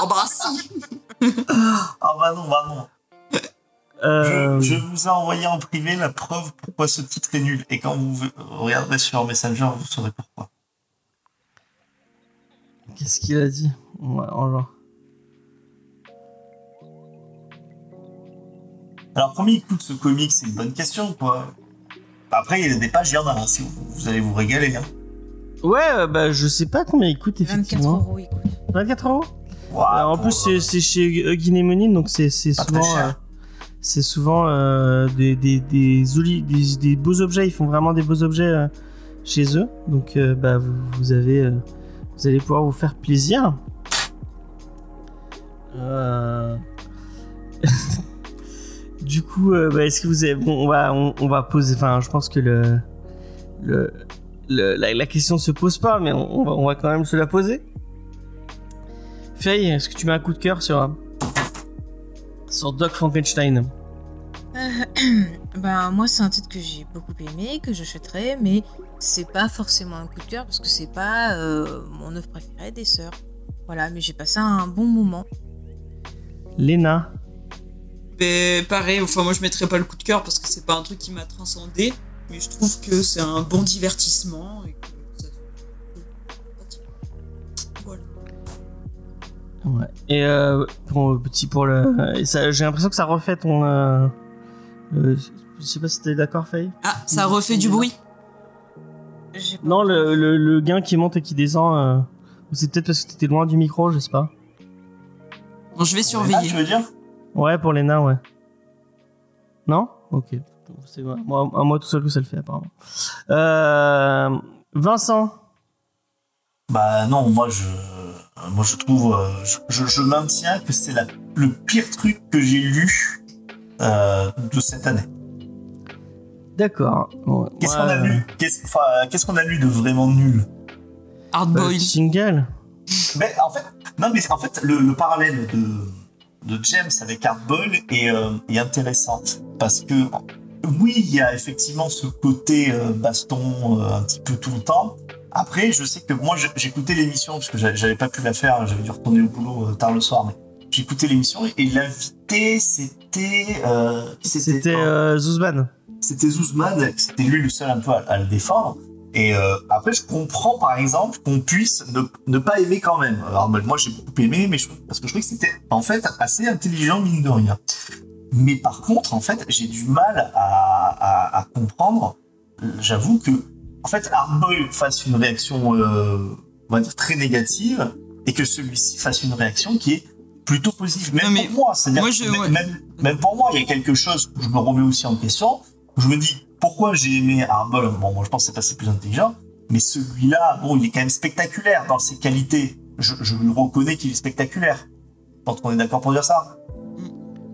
E: Oh bah si
C: Ah bah non, bah non.
B: Euh,
C: Je, je vous ai envoyé en privé la preuve pourquoi ce titre est nul. Et quand vous regarderez sur Messenger, vous saurez pourquoi.
B: Qu'est-ce qu'il a dit Ouais, oh là.
C: Alors, combien il coûte ce comic C'est une bonne question, quoi. Après, il y a des pages, il y en a. hein, si vous, vous allez vous régaler. Hein.
B: Ouais, euh, bah je sais pas combien il coûte
D: 24
B: effectivement.
D: euros, écoute.
B: 24 euros.
C: Waouh,
B: Euh, en plus, c'est- c'est chez euh, Guinémonine, donc c'est c'est
C: Pas très
B: souvent.
C: bah. cher.
B: euh, c'est souvent euh, des, des, des, joli- des- des beaux objets, ils font vraiment des beaux objets euh, chez eux. Donc euh, bah, vous, vous avez, euh, vous allez pouvoir vous faire plaisir. Euh, du coup, euh, bah, est-ce que vous avez... Bon, on va, on, on va poser... Enfin, je pense que le, le, le- la, la question se pose pas, mais on, on va, on va quand même se la poser. Faye, est-ce que tu mets un coup de cœur sur... euh, Sur Doc Frankenstein.
D: Euh, ben, moi, c'est un titre que j'ai beaucoup aimé, que j'achèterai, mais c'est pas forcément un coup de cœur parce que c'est pas euh, mon œuvre préférée des sœurs. Voilà, mais j'ai passé un bon moment.
B: Lena.
E: Mais pareil, enfin moi je mettrais pas le coup de cœur parce que c'est pas un truc qui m'a transcendé, mais je trouve que c'est un bon divertissement. Et que ça... Voilà.
B: Ouais. Et euh, pour, petit pour le, et ça- j'ai l'impression que ça refait ton. euh, euh, je sais pas si t'es d'accord, Faye.
E: Ah, ça refait du bruit.
D: J'ai pas-
B: Non, le, le, le gain qui monte et qui descend. euh, ou c'est peut-être parce que t'étais loin du micro, je sais pas.
E: Bon, je vais
C: Ah, tu
E: surveiller.
C: veux dire
B: Ouais, pour les nains, ouais. Non Ok. C'est moi, moi, à moi tout seul que ça le fait, apparemment. Euh, Vincent.
C: Bah non, moi je, euh, moi je trouve, euh, je, je- je maintiens que c'est la- le pire truc que j'ai lu euh, de cette année.
B: D'accord. Ouais,
C: Qu'est-ce qu'on
B: ouais,
C: a lu Qu'est-ce enfin, euh, qu'est-ce qu'on a lu de vraiment nul
E: Hard
B: euh,
E: boy.
B: Single.
C: Mais en fait, non, mais en fait, le, le parallèle de, de James avec Hardball est, euh, est intéressant parce que oui, il y a effectivement ce côté euh, baston euh, un petit peu tout le temps. Après, je sais que moi, je- j'écoutais l'émission parce que j'a- j'avais pas pu la faire, j'avais dû retourner au boulot euh, tard le soir, mais j'écoutais l'émission et, et l'invité, c'était euh, qui
B: C'était euh, Zuzban.
C: c'était Zuzman, c'était lui le seul un peu à, à le défendre. Et euh, après, je comprends par exemple qu'on puisse ne, ne pas aimer quand même. Alors, ben, moi, j'ai beaucoup aimé, mais je, parce que je trouvais que c'était en fait assez intelligent, mine de rien. Mais par contre, en fait, j'ai du mal à, à- à comprendre. Euh, J'avoue que, en fait, Hardboy fasse une réaction, euh, on va dire, très négative, et que celui-ci fasse une réaction qui est plutôt positive. Même
E: Non, mais
C: pour moi, c'est-à-dire,
E: moi, je-
C: que
E: ouais.
C: même, même pour moi, il y a quelque chose où je me remets aussi en question je me dis pourquoi j'ai aimé Arbol. Bon, moi je pense que c'est assez plus intelligent, mais celui-là, bon, il est quand même spectaculaire dans ses qualités. Je, je lui reconnais qu'il est spectaculaire. Je pense qu'on est d'accord pour dire ça.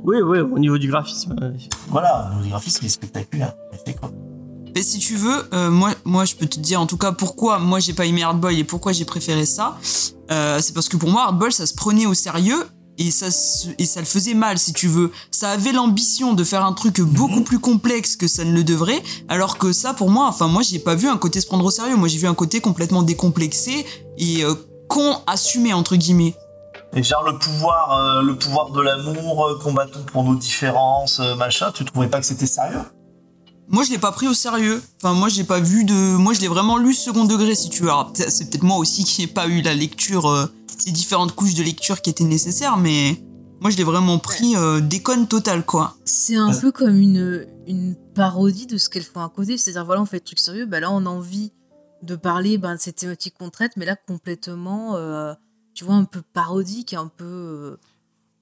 B: Oui, oui, au niveau du graphisme. ouais.
C: Voilà, nos graphismes, il est spectaculaire. Mais c'est quoi
E: Mais si tu veux, euh, moi, moi, je peux te dire en tout cas pourquoi moi j'ai pas aimé Hardball et pourquoi j'ai préféré ça. Euh, c'est parce que pour moi, Hardball, ça se prenait au sérieux et ça, se- et ça le faisait mal, si tu veux. Ça avait l'ambition de faire un truc beaucoup plus complexe que ça ne le devrait, alors que ça, pour moi, enfin, moi, j'ai pas vu un côté se prendre au sérieux. Moi, j'ai vu un côté complètement décomplexé et euh, con assumé entre guillemets.
C: Et genre le pouvoir, euh, le pouvoir de l'amour, euh, combattons pour nos différences, euh, machin, tu trouvais pas que c'était sérieux
E: Moi, je l'ai pas pris au sérieux. Enfin, moi, j'ai pas vu de. Moi, je l'ai vraiment lu second degré, si tu veux. Alors, peut- c'est peut-être moi aussi qui n'ai pas eu la lecture, euh, ces différentes couches de lecture qui étaient nécessaires, mais moi, je l'ai vraiment pris euh, déconne totale, quoi.
D: C'est un
B: Bah.
C: Ouais.
D: peu comme une, une parodie de ce qu'elles font à côté. C'est-à-dire, voilà, on fait des trucs sérieux, bah là, on a envie de parler ben, de ces thématiques qu'on traite, mais là, complètement, euh, tu vois, un peu parodique et un peu. euh,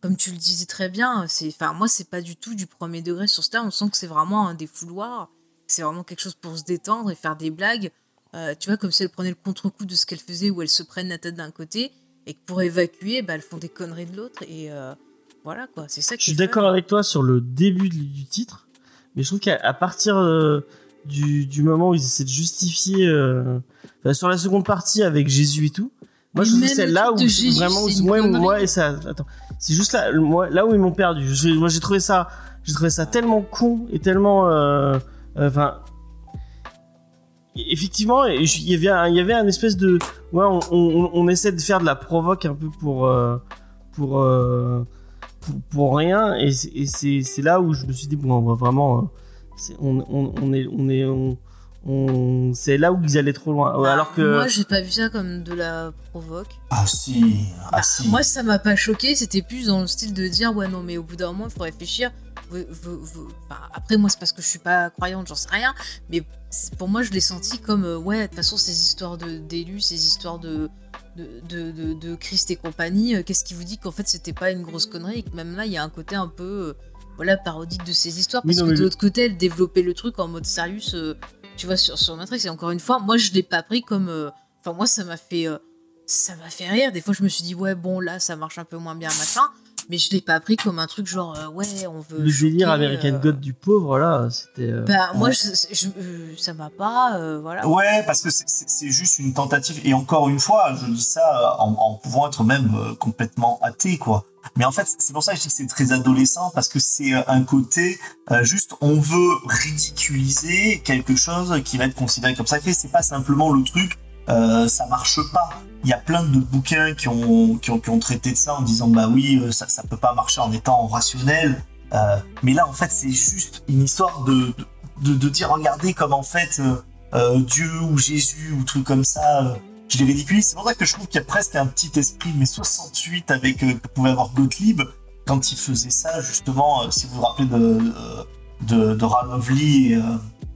D: comme tu le disais très bien, c'est, enfin, moi, c'est pas du tout du premier degré sur Star. On sent que c'est vraiment un défouloir. C'est vraiment quelque chose pour se détendre et faire des blagues. Euh, tu vois, comme si elles prenaient le contre-coup de ce qu'elles faisaient, où elles se prennent la tête d'un côté, et que pour évacuer, bah, elles font des conneries de l'autre. Et euh, voilà, quoi. C'est ça
B: Je suis d'accord avec toi sur le début de- du titre, mais je trouve qu'à à partir euh, du, du moment où ils essaient de justifier euh, enfin, sur la seconde partie avec Jésus et tout, moi
D: Mais
B: je trouve que
D: même
B: c'est
D: le
B: là
D: truc
B: où
D: de
B: je-
D: Jésus,
B: vraiment
D: c'est une
B: moi,
D: connerie.
B: moi et ça attends c'est juste là le- moi, là où ils m'ont perdu. Je- moi j'ai trouvé ça j'ai trouvé ça tellement con et tellement euh, euh, enfin effectivement et je- il y avait un- il y avait un espèce de ouais on, on- on essaie de faire de la provoque un peu pour euh, pour, euh, pour pour rien et c'est- et c'est c'est là où je me suis dit bon on va vraiment euh, c'est on, on, on est on est on, on- c'est là où ils allaient trop loin Ouais,
D: Bah,
B: Euh, alors que
D: Moi, j'ai pas vu ça comme de la provoque.
C: Ah si, ah si.
D: Moi, ça m'a pas choqué. C'était plus dans le style de dire Ouais, non, mais au bout d'un moment, il faut réfléchir. Vous- vous- vous- enfin, après, moi, c'est parce que je suis pas croyante, j'en sais rien. Mais c'est- pour moi, je l'ai senti comme euh, Ouais, de toute façon, ces histoires de- d'élus, ces histoires de. De, de, de- de Christ et compagnie, euh, qu'est-ce qui vous dit qu'en fait c'était pas une grosse connerie et que même là il y a un côté un peu euh, voilà parodique de ces histoires
B: Oui,
D: parce
B: non,
D: que
B: mais
D: de
B: le-
D: l'autre côté elle développait le truc en mode sérieux euh, tu vois sur, sur Matrix et encore une fois moi je l'ai pas pris comme euh, enfin moi ça m'a fait euh, ça m'a fait rire. Des fois, je me suis dit, ouais, bon, là, ça marche un peu moins bien, machin. Mais je l'ai pas pris comme un truc genre, euh, ouais, on veut.
B: le délire
D: choquer,
B: American
D: euh,
B: God du pauvre là c'était euh,
D: Bah, moi, je, je- euh, ça m'a pas. euh, voilà.
C: Ouais, parce que c'est- c'est c'est juste une tentative. Et encore une fois, je dis ça euh, en, en pouvant être même euh, complètement athée, quoi. Mais en fait, c'est pour ça que je dis que c'est très adolescent, parce que c'est euh, un côté, euh, juste, on veut ridiculiser quelque chose qui va être considéré comme sacré. C'est pas simplement le truc, euh, ça marche pas. Il y a plein de bouquins qui ont, qui ont, qui ont traité de ça en disant, bah oui, euh, ça, ça peut pas marcher en étant rationnel. Euh, mais là, en fait, c'est juste une histoire de, de, de, de dire, regardez comme en fait, euh, euh, Dieu ou Jésus ou trucs comme ça, euh, je les ridiculise. C'est pour ça que je trouve qu'il y a presque un petit esprit, mais 68 avec euh, que pouvait avoir Gottlieb quand il faisait ça, justement. euh, si vous vous rappelez de, de, de Ranovli et, euh,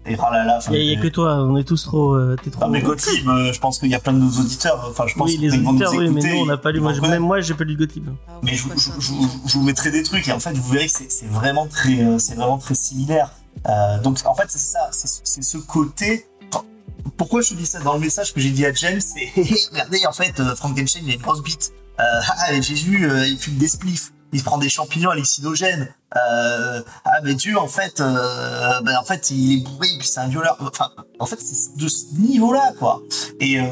C: et Ralala. enfin,
B: il y, a- il y a que toi on est tous trop euh, t'es trop
C: Non, mais Gottlieb, euh, je pense qu'il y a plein de nos auditeurs. Enfin, je pense
B: oui les
C: qu'ils vont
B: auditeurs
C: nous
B: oui mais
C: écouter,
B: nous on n'a pas lu
C: ils
B: moi
C: vont
B: j'ai-
C: connaître.
B: même moi j'ai pas lu Gottlieb
D: Ah, ouais,
C: Mais je,
D: je
C: vous-
D: crois
C: je,
D: que
C: je-
D: c'est
C: je- je vous mettrai des trucs et en fait vous verrez que c'est c'est vraiment très euh, c'est vraiment très similaire. Euh, donc en fait c'est ça, c'est ce- c'est ce côté. Enfin, Pourquoi je te dis ça dans le message que j'ai dit à James C'est hé, hé, regardez en fait euh, Frankenstein il a une grosse bite. Euh, ah, ah, mais Jésus euh, il fume des spliffs. Il se prend des champignons hallucinogènes. Euh, ah mais Dieu en fait euh, ben, en fait il est bourré puis c'est un violeur. Enfin en fait c'est de ce niveau là quoi. Et euh,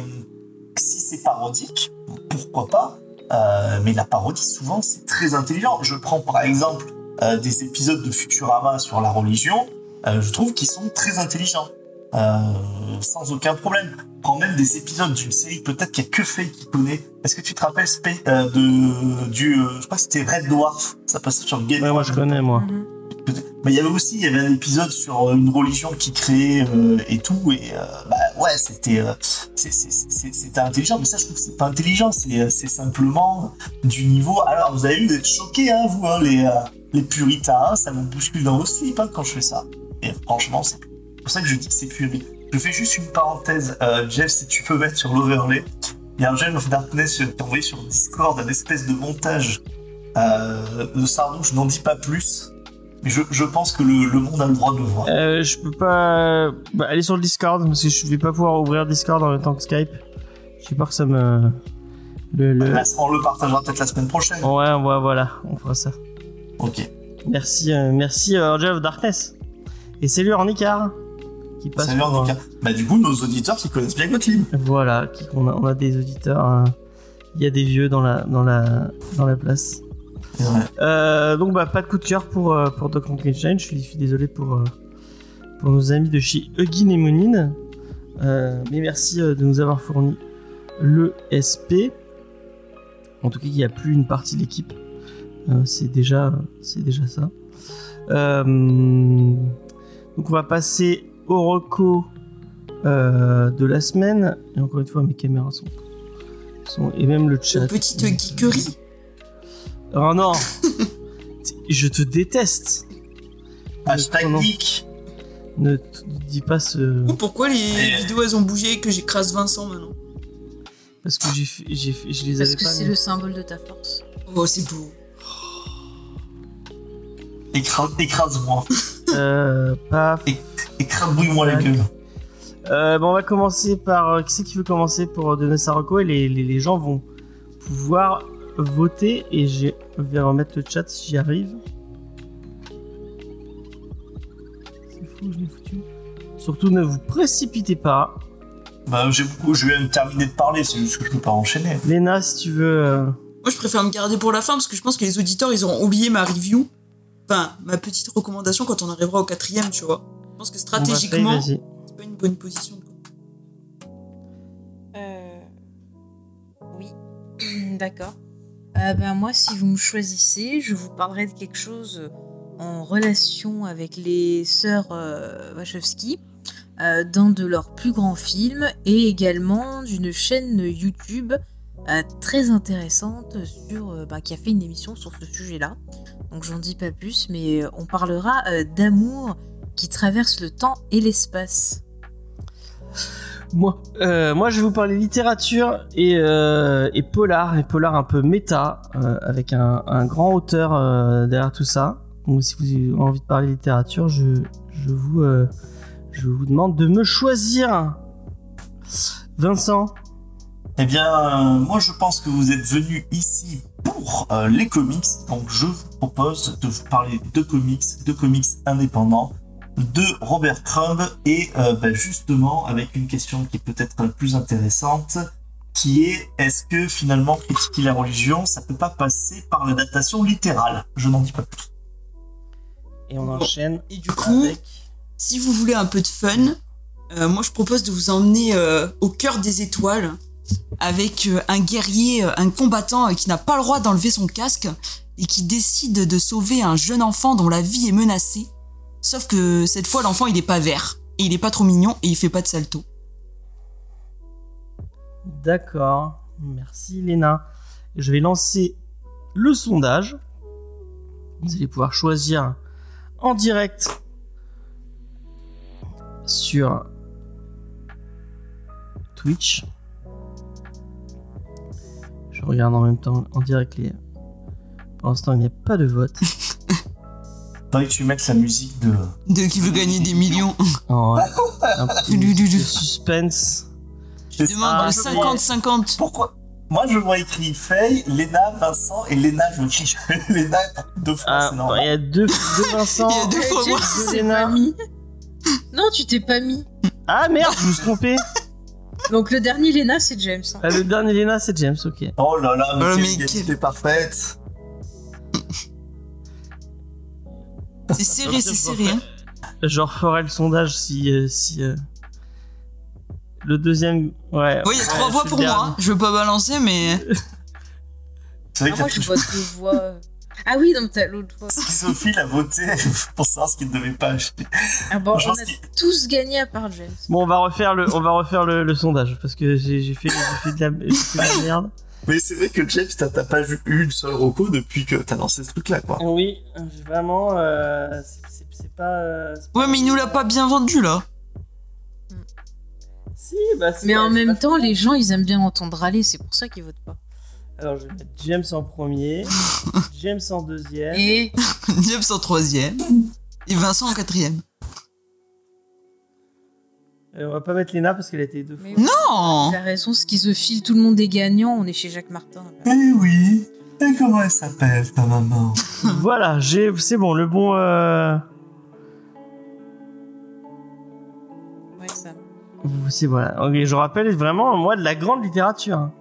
C: si c'est parodique pourquoi pas euh, mais la parodie, souvent, c'est très intelligent. Je prends par exemple euh, des épisodes de Futurama sur la religion, euh, je trouve qu'ils sont très intelligents, euh, sans aucun problème. Je Prends même des épisodes d'une série, peut-être qu'il n'y a que Faye qui connaît. Est-ce que tu te rappelles Spa- euh, de, du, euh, je crois que c'était Red Dwarf, ça passait sur Game
B: ouais moi je connais moi
D: Mhm.
C: mais il y avait aussi, il y avait un épisode sur euh, une religion qui créait euh, et tout, et euh, bah ouais, c'était euh, c'est- c'est- c'est- c'était intelligent, mais ça je trouve que c'est pas intelligent, c'est euh, c'est simplement du niveau. Alors vous avez vu, vous êtes choqués, hein, vous, hein, les, euh, les puritains, hein, ça vous bouscule dans vos slips hein, quand je fais ça. Et franchement, c'est pour ça que je dis que c'est puri. Je fais juste une parenthèse, euh, Jeff, si tu peux mettre sur l'overlay. Il y a un Gem of Darkness euh, qui est envoyé sur Discord, un espèce de montage euh, de Sardou, je n'en dis pas plus. Mais je, je pense que le, le monde a le droit de le voir.
B: Euh, je peux pas bah, aller sur le Discord parce que je vais pas pouvoir ouvrir Discord en même temps que Skype. J'ai peur que ça me. Le, le...
C: Là, on le partagera peut-être la semaine prochaine.
B: Ouais, ouais, voilà, on fera ça.
C: Ok.
B: Merci, euh, merci euh, Angel of Darkness. Et salut Ornicar. qui passe.
C: Salut,
B: pour, euh,
C: Handicap. Bah, du coup, nos auditeurs qui connaissent bien Gottlieb.
B: Voilà, qui- on, a, on a des auditeurs. euh, Il y a des vieux dans la, dans la, dans la place.
C: C'est vrai.
B: Euh, donc, bah, pas de coup de cœur pour, euh, pour Doc Frankenstein. Je suis, je suis désolé pour, euh, pour nos amis de chez Huggin et Monin. Euh, mais merci euh, de nous avoir fourni le SP. En tout cas, il n'y a plus une partie de l'équipe. Euh, c'est déjà, c'est déjà ça. Euh, donc, on va passer au reco euh, de la semaine. Et encore une fois, mes caméras sont. sont- et même le chat.
E: Une petite geekerie.
B: Oh non Je te déteste Oh
C: Hashtag
B: non.
C: geek.
B: Ne t- ne dis pas ce.
E: Ou pourquoi les
C: Ouais.
E: vidéos elles ont bougé et que j'écrase Vincent maintenant
B: Parce que j'ai fait- j'ai fait- je les avais
D: Parce que
B: pas.
D: c'est
B: mis.
D: le symbole de ta force.
E: Oh, c'est beau.
C: Écrase- Écrase-moi.
B: Euh, paf.
C: Écrase-moi la
B: Ouais.
C: gueule.
B: Euh, bon, on va commencer par. euh, qui c'est qui veut commencer pour euh, donner sa reco Et les, les, les gens vont pouvoir voter. Et j'ai- je vais remettre le chat si j'y arrive. C'est fou, je l'ai foutu. Surtout, ne vous précipitez pas.
C: Bah, j'ai beaucoup, je vais terminer de parler, c'est juste que je peux pas enchaîner.
B: Léna, si tu veux. euh,
E: Moi, je préfère me garder pour la fin parce que je pense que les auditeurs, ils auront oublié ma review. Enfin, ma petite recommandation quand on arrivera au quatrième, tu vois. Je pense que
B: on va faire,
E: stratégiquement,
B: vas-y.
E: c'est pas une bonne position. quoi.
D: Euh... Oui, d'accord. Euh, ben, moi, si vous me choisissez, je vous parlerai de quelque chose euh, en relation avec les sœurs euh, Wachowski euh, dans de leurs plus grands films et également d'une chaîne YouTube euh, très intéressante sur, euh, bah, qui a fait une émission sur ce sujet-là. Donc j'en dis pas plus, mais on parlera euh, d'amour qui traverse le temps et l'espace.
B: Moi, euh, moi, je vais vous parler littérature et, euh, et polar, et polar un peu méta, euh, avec un, un grand auteur euh, derrière tout ça. Donc, si vous avez envie de parler littérature, je, je, vous, euh, je vous demande de me choisir. Vincent,
C: Eh bien, euh, moi je pense que vous êtes venus ici pour euh, les comics, donc je vous propose de vous parler de comics, de comics indépendants, de Robert Crumb, et euh, bah, justement avec une question qui est peut-être la plus intéressante, qui est est-ce que finalement critiquer la religion, ça peut pas passer par l'adaptation littérale Je n'en dis pas plus.
B: et on enchaîne.
E: Et du coup,
B: avec-
E: si vous voulez un peu de fun, euh, moi, je propose de vous emmener euh, au cœur des étoiles avec euh, un guerrier, euh, un combattant euh, qui n'a pas le droit d'enlever son casque et qui décide de sauver un jeune enfant dont la vie est menacée. Sauf que cette fois, l'enfant, il est pas vert. Et il est pas trop mignon et il fait pas de salto.
B: D'accord. Merci Léna. Je vais lancer le sondage. Vous allez pouvoir choisir en direct sur Twitch. Je regarde en même temps en direct les... Pour l'instant, il n'y a pas de vote.
C: Faudrait que tu mettes la musique de...
E: De qui veut gagner des millions.
B: Oh, ouais. Un petit
E: Lululu.
B: de suspense.
E: Je demande
B: Ah,
E: le
B: je
E: 50-50.
C: Pourquoi Moi, je vois écrit Faye, Léna, Vincent et Léna. Je me dis, Léna, deux fois,
B: Ah,
C: c'est
B: il y
C: normal.
B: a deux, deux Vincent.
E: Il y a deux fois
D: Tu
E: moi.
D: t'es
B: Elena.
D: pas mis. Non, tu t'es pas mis.
B: Ah merde, je me suis trompé.
D: Donc le dernier Lena, c'est James. hein.
B: Ah, le dernier Léna, c'est James, ok.
C: Oh là là, mais
E: Oh,
C: quelle
E: mais
C: égalité
E: quel-
C: parfaite.
E: C'est serré, c'est serré. hein.
B: Je referai le sondage si. euh, si euh, Le deuxième. Ouais.
E: Oui, il y a
B: ouais,
E: trois voix
B: c'est
E: pour
B: le
E: moi.
B: dernier.
E: hein. Je veux pas balancer, mais.
C: C'est vrai
D: Ah,
C: qu'il y a
D: moi, je
C: plus
D: vois deux voix. Ah oui, donc t'as l'autre voix.
C: schizophile à voter pour savoir ce qu'il ne devait pas acheter.
D: Ah bon,
C: Je
D: on
C: pense
D: a
C: qu'il-
D: tous gagné à part James.
B: Bon, on va refaire le, on va refaire le, le sondage parce que j'ai j'ai fait, j'ai fait de la, j'ai fait de la merde.
C: Mais c'est vrai que James, t'as t'as pas eu une seule reco depuis que t'as lancé ce truc-là, quoi.
B: Ah Oui, vraiment, euh, c'est- c'est c'est pas. euh, c'est pas-
E: Ouais, mais il nous l'a pas bien vendu là.
B: Si, bah c'est-
D: Mais en
B: c'est
D: même
B: pas-
D: temps, les gens, ils aiment bien entendre râler, c'est pour ça qu'ils votent pas.
B: Alors, je vais mettre James en premier, James en deuxième.
D: Et
E: Diabs en troisième. Et Vincent en quatrième.
B: Euh, on va pas mettre Léna parce qu'elle a été deux fois.
D: Mais-
E: Non
D: t'as raison, schizophile, tout le monde est gagnant, on est chez Jacques Martin.
C: Eh oui. Et comment elle s'appelle, ta maman
B: voilà, j'ai- c'est bon, le bon. euh, c'est voilà. Et je rappelle vraiment moi de la grande littérature. hein.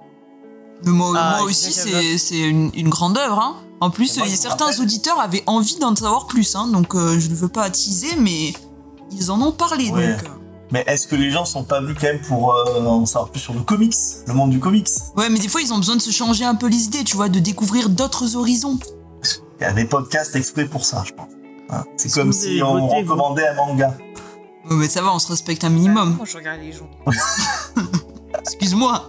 E: Mais moi,
D: Ah,
E: moi aussi,
D: Isaac
E: c'est c'est une, une grande œuvre. hein. En plus,
C: Moi,
E: euh,
C: je vous
E: certains
C: rappelle-
E: auditeurs avaient envie d'en savoir plus, hein, donc euh, je ne veux pas attiser, mais ils en ont parlé.
C: Ouais.
E: Donc, euh.
C: Mais est-ce que les gens sont pas venus quand même pour euh, en savoir plus sur le comics, le monde du comics
E: ouais, mais des fois, ils ont besoin de se changer un peu les idées, tu vois, de découvrir d'autres horizons.
C: Il y a des podcasts exprès pour ça, je pense. Hein, C'est
B: Est-ce que
C: comme
B: vous
C: si
B: avez
C: on
B: voté, vous
C: recommandait un manga.
E: Ouais, mais ça va, on se respecte un minimum.
D: Moi, je regarde les gens.
E: Excuse-moi.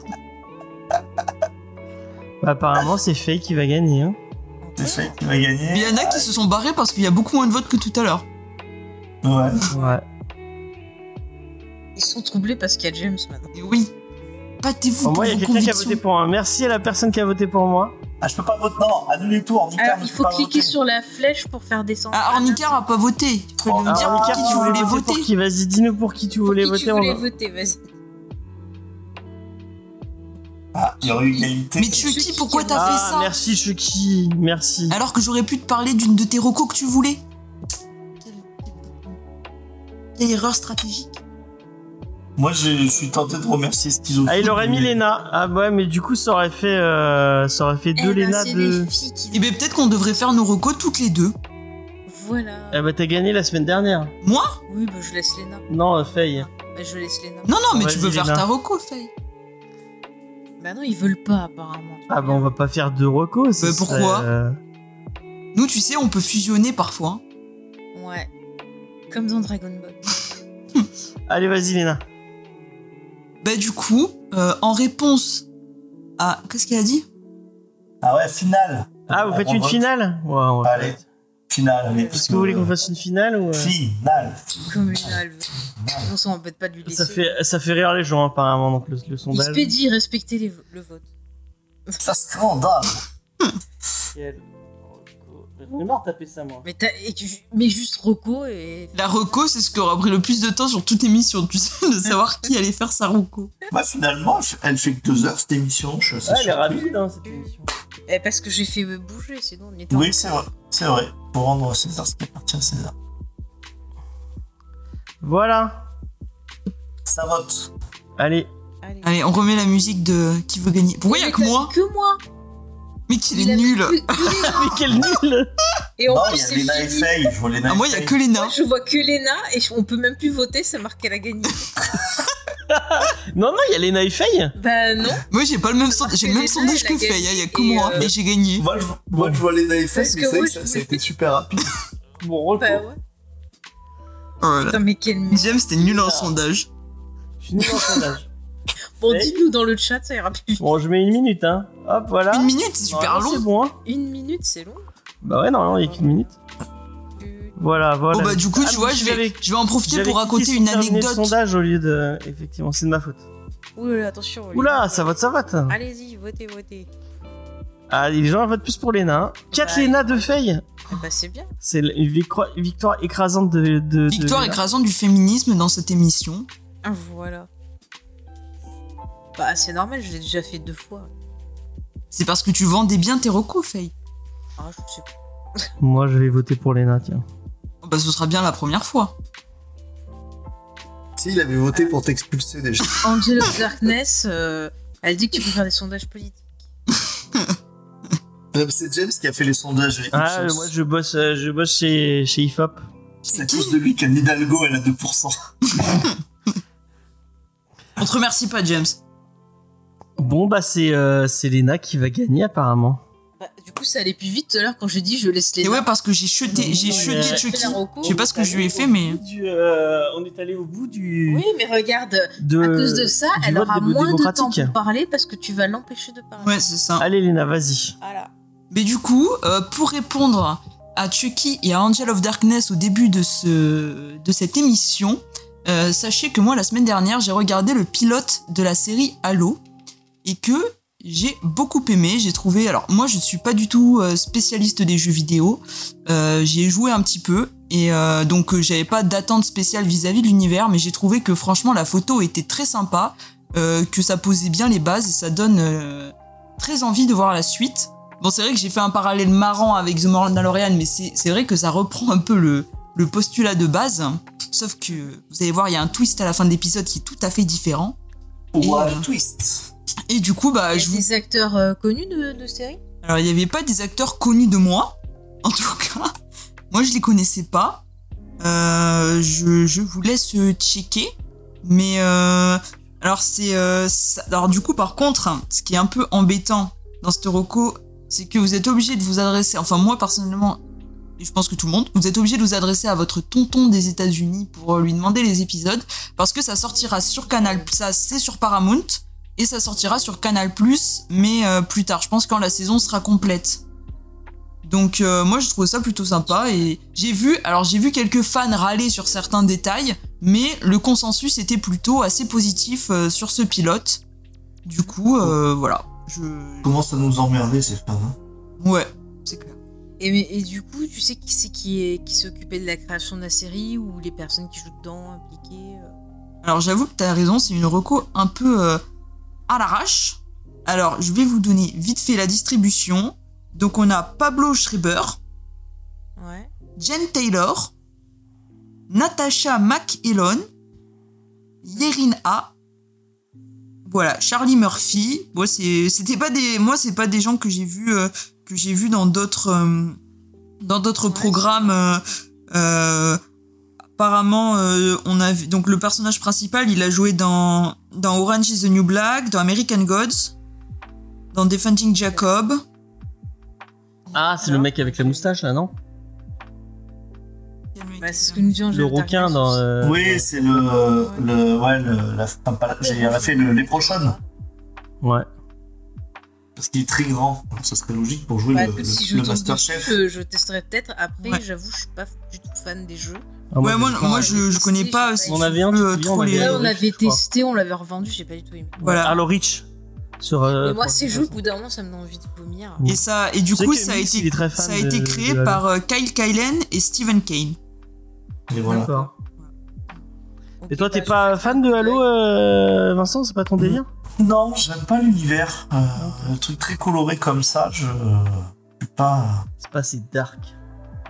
B: Bah, apparemment c'est Faye qui va gagner. Hein.
C: C'est fait qui va
E: Mais Il
C: gagner.
E: y en a qui se sont barrés parce qu'il y a beaucoup moins de votes que tout à l'heure.
C: Ouais.
B: Ouais.
D: Ils sont troublés parce qu'il y a James maintenant.
E: Et oui. Battez-vous
B: Pour
E: pour
B: moi il y a
E: vos
B: quelqu'un qui a voté
E: convictions.
B: pour moi. Merci à la personne qui a voté pour moi.
C: Ah, je peux pas voter. Non, annulez tout. Ornicard
D: Alors,
C: ne
D: il
C: peut
D: faut
C: pas
D: cliquer
C: voter.
D: sur la flèche pour faire descendre.
E: Ah, Ornicar a pas voté. Tu peux
C: Oh,
E: nous dire
B: Alors,
E: pour
B: Mika,
E: qui tu voulais
B: pour
E: voter.
B: qui Vas-y, dis-nous pour qui tu
D: Pour
B: voulais
D: qui
B: voter.
D: tu
B: on
D: voulais
B: va-
D: voter, vas-y.
C: Ah, il y aurait eu égalité.
E: Mais Chucky, pourquoi t'as
B: ah,
E: fait ça
B: Merci Chucky, merci.
E: Alors que j'aurais pu te parler d'une de tes recos que tu voulais. Quelle erreur stratégique.
C: Moi, je je suis tenté de remercier Schizophrénie.
B: Ah, il aurait mis
C: mais-
B: Lena. Ah ouais, mais du coup, ça aurait fait, euh, ça aurait fait
D: Eh
B: deux
D: ben,
B: Lena
D: c'est
B: de.
D: les filles qui.
E: Et bien Eh ben, peut-être qu'on devrait faire nos recos toutes les deux.
D: Voilà.
B: Ah bah t'as gagné la semaine dernière.
E: Moi
D: Oui, bah, je laisse Lena.
B: Non, euh, Faye.
D: Bah, je laisse Lena.
E: Non, non, mais tu
B: Vas-y,
E: peux faire
B: Lina.
E: ta reco, Faye.
D: Bah non, ils veulent pas apparemment.
B: Ah bah on va pas faire deux recos. ce
E: Bah,
B: serait,
E: pourquoi
B: euh,
E: Nous, tu sais, on peut fusionner parfois. hein.
D: Ouais. Comme dans Dragon Ball.
B: Allez, vas-y Lena.
E: Bah du coup, euh, en réponse à... Qu'est-ce qu'elle a dit
C: Ah ouais, finale.
B: Ah, vous
C: On
B: faites une
C: vote.
B: finale Ouais, on va
C: Allez.
B: faire-
C: Finale. allez, parce
B: Est-ce que vous voulez qu'on fasse une finale ou euh,
C: Finale.
D: Comme Lena, elle veut. On s'embête pas de lui laisser.
B: ça fait, ça fait rire les gens apparemment donc le, le sondage.
D: Expédie, respectez les vo- le vote.
C: Ça scandale.
B: Quel Oh, reco. J'en ai marre de taper ça moi.
D: Mais, t'as- et tu- mais juste Rocco et.
E: La reco, c'est ce qui aura pris le plus de temps sur toute émission, tu sais, de savoir qui allait faire sa reco.
C: Bah, finalement, elle fait que deux heures cette émission. Je suis
B: Ah, elle est
C: surpris.
B: rapide hein, cette émission.
D: Eh, parce que j'ai fait bouger, sinon on était en
C: Oui, c'est vrai. C'est vrai. Pour rendre César ce qui appartient à César.
B: Voilà.
C: Ça vote.
B: Allez.
D: Allez.
B: Ah
E: Allez, on remet la musique de qui veut gagner. Pourquoi il y a
D: Mais
E: que
D: t'as
E: moi
D: dit Que moi
E: Mais qu'il
D: Il
E: est
D: a
E: nul.
D: que- que les gens.
B: Mais quel nul
D: Et en
C: Non, il
D: plus,
C: y a
D: c'est
C: Lena et
D: fini.
C: Faye. Je vois Lena
E: Ah,
C: et
E: moi, il y a
C: Faye.
E: que Léna.
D: Moi, je vois que Lena et je- on peut même plus voter, ça marque qu'elle a gagné.
B: Non, non, il y a Lena et Faye.
D: bah non,
E: Moi, j'ai pas le même
D: Ça marque
E: sondage, j'ai
D: que
E: le même
D: Léna,
E: sondage
D: elle a
E: que Faye, hein.
D: gagné,
E: il y a que
D: et,
E: moi,
D: euh,
E: mais j'ai gagné.
C: Moi je, moi, je vois Lena et Faye,
D: Parce
C: mais
D: que
C: c'est vrai
D: moi,
C: que ça,
D: je
C: ça a
D: voulais-
C: été super rapide.
B: Bon reco.
D: bah ouais.
E: Oh là là.
D: Putain, mais quelle merde.
E: James, t'es nul
B: Ah.
E: en sondage.
B: Je suis nul en sondage.
D: Bon,
B: Ouais.
D: dites-nous dans le chat, ça ira plus vite.
B: Bon, je mets une minute hein. Hop, voilà.
E: Une minute, c'est super
B: Normalement,
E: long.
B: C'est bon hein.
D: Une minute, c'est long.
B: Bah ouais, normalement, il y a qu'une minute.
D: Tu-
B: Voilà, voilà.
E: Bon bah du coup,
B: Ah,
E: tu vois,
B: mais
E: je vais,
B: j'avais-
E: je vais en profiter
B: J'avais
E: pour
B: cliqué
E: raconter
B: sur
E: une
B: terminer Le
E: anecdote.
B: sondage au lieu de. Effectivement, c'est de ma faute.
D: Ouh là là, attention. les
B: Oula,
D: gars.
B: ça vote, ça vote.
D: Allez-y, votez, votez.
B: Ah, les gens votent plus pour Léna. 4
D: Ouais.
B: Léna de Faye.
D: Ah bah c'est bien.
B: C'est une victoire, victoire écrasante de. de- de
E: Victoire
B: Léna.
E: écrasante du féminisme dans cette émission.
D: Ah, voilà. Bah c'est normal, je l'ai déjà fait deux fois.
E: C'est parce que tu vendais bien tes recos, Faye.
D: Ah, je sais pas.
B: Moi, je vais voter pour Léna, tiens.
E: Oh, Bah ce sera bien la première fois.
C: Si, il avait voté pour t'expulser déjà.
D: Angel of Darkness, euh, elle dit que tu peux faire des sondages politiques.
C: C'est James qui a fait les sondages. et
B: Ah,
C: Ipsos.
B: moi, je bosse, euh, je bosse chez, chez IFOP.
C: C'est à
E: Qui
C: cause de lui qu'Anne Hidalgo, elle a 2%.
E: On te remercie pas, James.
B: Bon, bah, c'est euh, c'est Léna qui va gagner, apparemment.
D: Bah, du coup, ça allait plus vite tout à l'heure quand j'ai dit je laisse les
E: Et ouais,
D: nains.
E: parce que j'ai chuté, j'ai
B: Ouais,
E: chuté
B: ouais.
E: Chucky.
D: La reco.
E: Je sais pas ce que je lui ai fait, mais...
B: euh, on est allé au bout du.
D: Oui, mais regarde,
B: de...
D: à cause de ça,
B: Euh, du
D: elle
B: vote
D: aura
B: dé-
D: moins de temps
B: démocratique.
D: pour parler parce que tu vas l'empêcher de parler.
E: Ouais, c'est ça.
B: Allez, Léna, vas-y.
D: Voilà.
E: Mais du coup, euh, pour répondre à Chucky et à Angel of Darkness au début de, ce, de cette émission, euh, sachez que moi, la semaine dernière, j'ai regardé le pilote de la série Halo et que j'ai beaucoup aimé. J'ai trouvé. Alors, moi, je ne suis pas du tout euh, spécialiste des jeux vidéo. Euh, j'y ai joué un petit peu et euh, donc, euh, j'avais pas d'attente spéciale vis-à-vis de l'univers, mais j'ai trouvé que franchement, la photo était très sympa, euh, que ça posait bien les bases et ça donne euh, très envie de voir la suite. Bon, c'est vrai que j'ai fait un parallèle marrant avec The Mandalorian, mais c'est c'est vrai que ça reprend un peu le, le postulat de base. Sauf que vous allez voir, il y a un twist à la fin de l'épisode qui est tout à fait différent.
C: Ouah,
E: Et,
C: le twist
E: Et du coup, bah,
D: Il y
E: je
D: a
E: vous.
D: des acteurs euh, connus de, de série
E: Alors, il n'y avait pas des acteurs connus de moi, en tout cas. Moi, je les connaissais pas. Euh, je, je vous laisse euh, checker. Mais euh, alors, c'est. euh, ça- alors, du coup, par contre, hein, ce qui est un peu embêtant dans ce reco, c'est que vous êtes obligé de vous adresser. Enfin, moi, personnellement, et je pense que tout le monde, vous êtes obligé de vous adresser à votre tonton des États-Unis pour euh, lui demander les épisodes. Parce que ça sortira sur Canal. Ça, c'est sur Paramount. Et ça sortira sur Canal+, mais euh, plus tard, je pense quand la saison sera complète. Donc euh, moi je trouve ça plutôt sympa et j'ai vu, alors j'ai vu quelques fans râler sur certains détails, mais le consensus était plutôt assez positif euh, sur ce pilote. Du coup, euh, voilà. Je...
C: Comment ça nous emmerder, ces fans hein
E: Ouais, c'est clair.
D: et, mais- et du coup, tu sais qui c'est qui est qui s'est occupé de la création de la série ou les personnes qui jouent dedans impliquées euh
E: Alors j'avoue que t'as raison, c'est une reco un peu euh, à l'arrache. Alors je vais vous donner vite fait la distribution. Donc on a Pablo Schreiber,
D: Ouais.
E: Jen Taylor, Natasha McElhone, Yerin A. Voilà, Charlie Murphy. Bon, c'est- c'était pas des, moi c'est pas des gens que j'ai vu euh, que j'ai vu dans d'autres euh, dans d'autres
D: Ouais,
E: programmes. euh, euh, apparemment, euh, on a vu donc le personnage principal, il a joué dans dans Orange is the New Black, dans American Gods, dans Defending Jacob.
B: Ah, c'est
E: Hein
B: le mec avec la moustache, là, non
D: Bah, c'est ce que nous dit
B: Le
D: Angèle
B: requin
D: Tarkas
B: dans...
D: aussi.
B: euh,
C: Oui, c'est le, le. Ouais, le, la, pas- pas- j'ai fait le, les prochaines.
B: Ouais.
C: Parce qu'il est très grand. Donc, ça serait logique pour jouer
D: Bah,
C: le,
D: écoute, si
C: le,
D: je
C: le
D: tombe
C: Masterchef.
D: dessus, euh, je testerai peut-être. Après,
E: Ouais.
D: j'avoue, je suis pas du tout fan des jeux.
B: Ah,
E: Ouais, moi,
B: j'ai
E: moi
B: pas-
E: je, je connais
D: Si,
E: pas.
D: j'ai
E: si
D: pas
E: tu
B: aimé. On avait
E: veux,
B: un petit client,
E: trop
B: on
E: les-
B: avait
D: Là,
B: Et
D: on
B: oui,
D: avait
B: je crois.
D: testé, on l'avait revendu, j'ai pas du tout aimé.
E: Voilà.
B: Halo Reach. Sur, euh,
D: Mais moi, ces jeux, au bout d'un moment, ça me donne envie de vomir.
E: Et ça, et du
B: Je sais
E: coup,
B: que
E: ça a
B: Emile,
E: été,
B: il est très fan
E: ça a été
B: de-
E: créé
B: de Halo.
E: par euh, Kyle Kylen et Stephen Kane.
C: Et voilà.
B: D'accord.
D: Ok,
B: Et toi, t'es
D: bah,
B: pas fan de Halo, euh, Vincent C'est pas ton délire
C: Non, j'aime pas l'univers. Euh, Le truc très coloré comme ça, je. je suis pas.
B: C'est pas assez dark.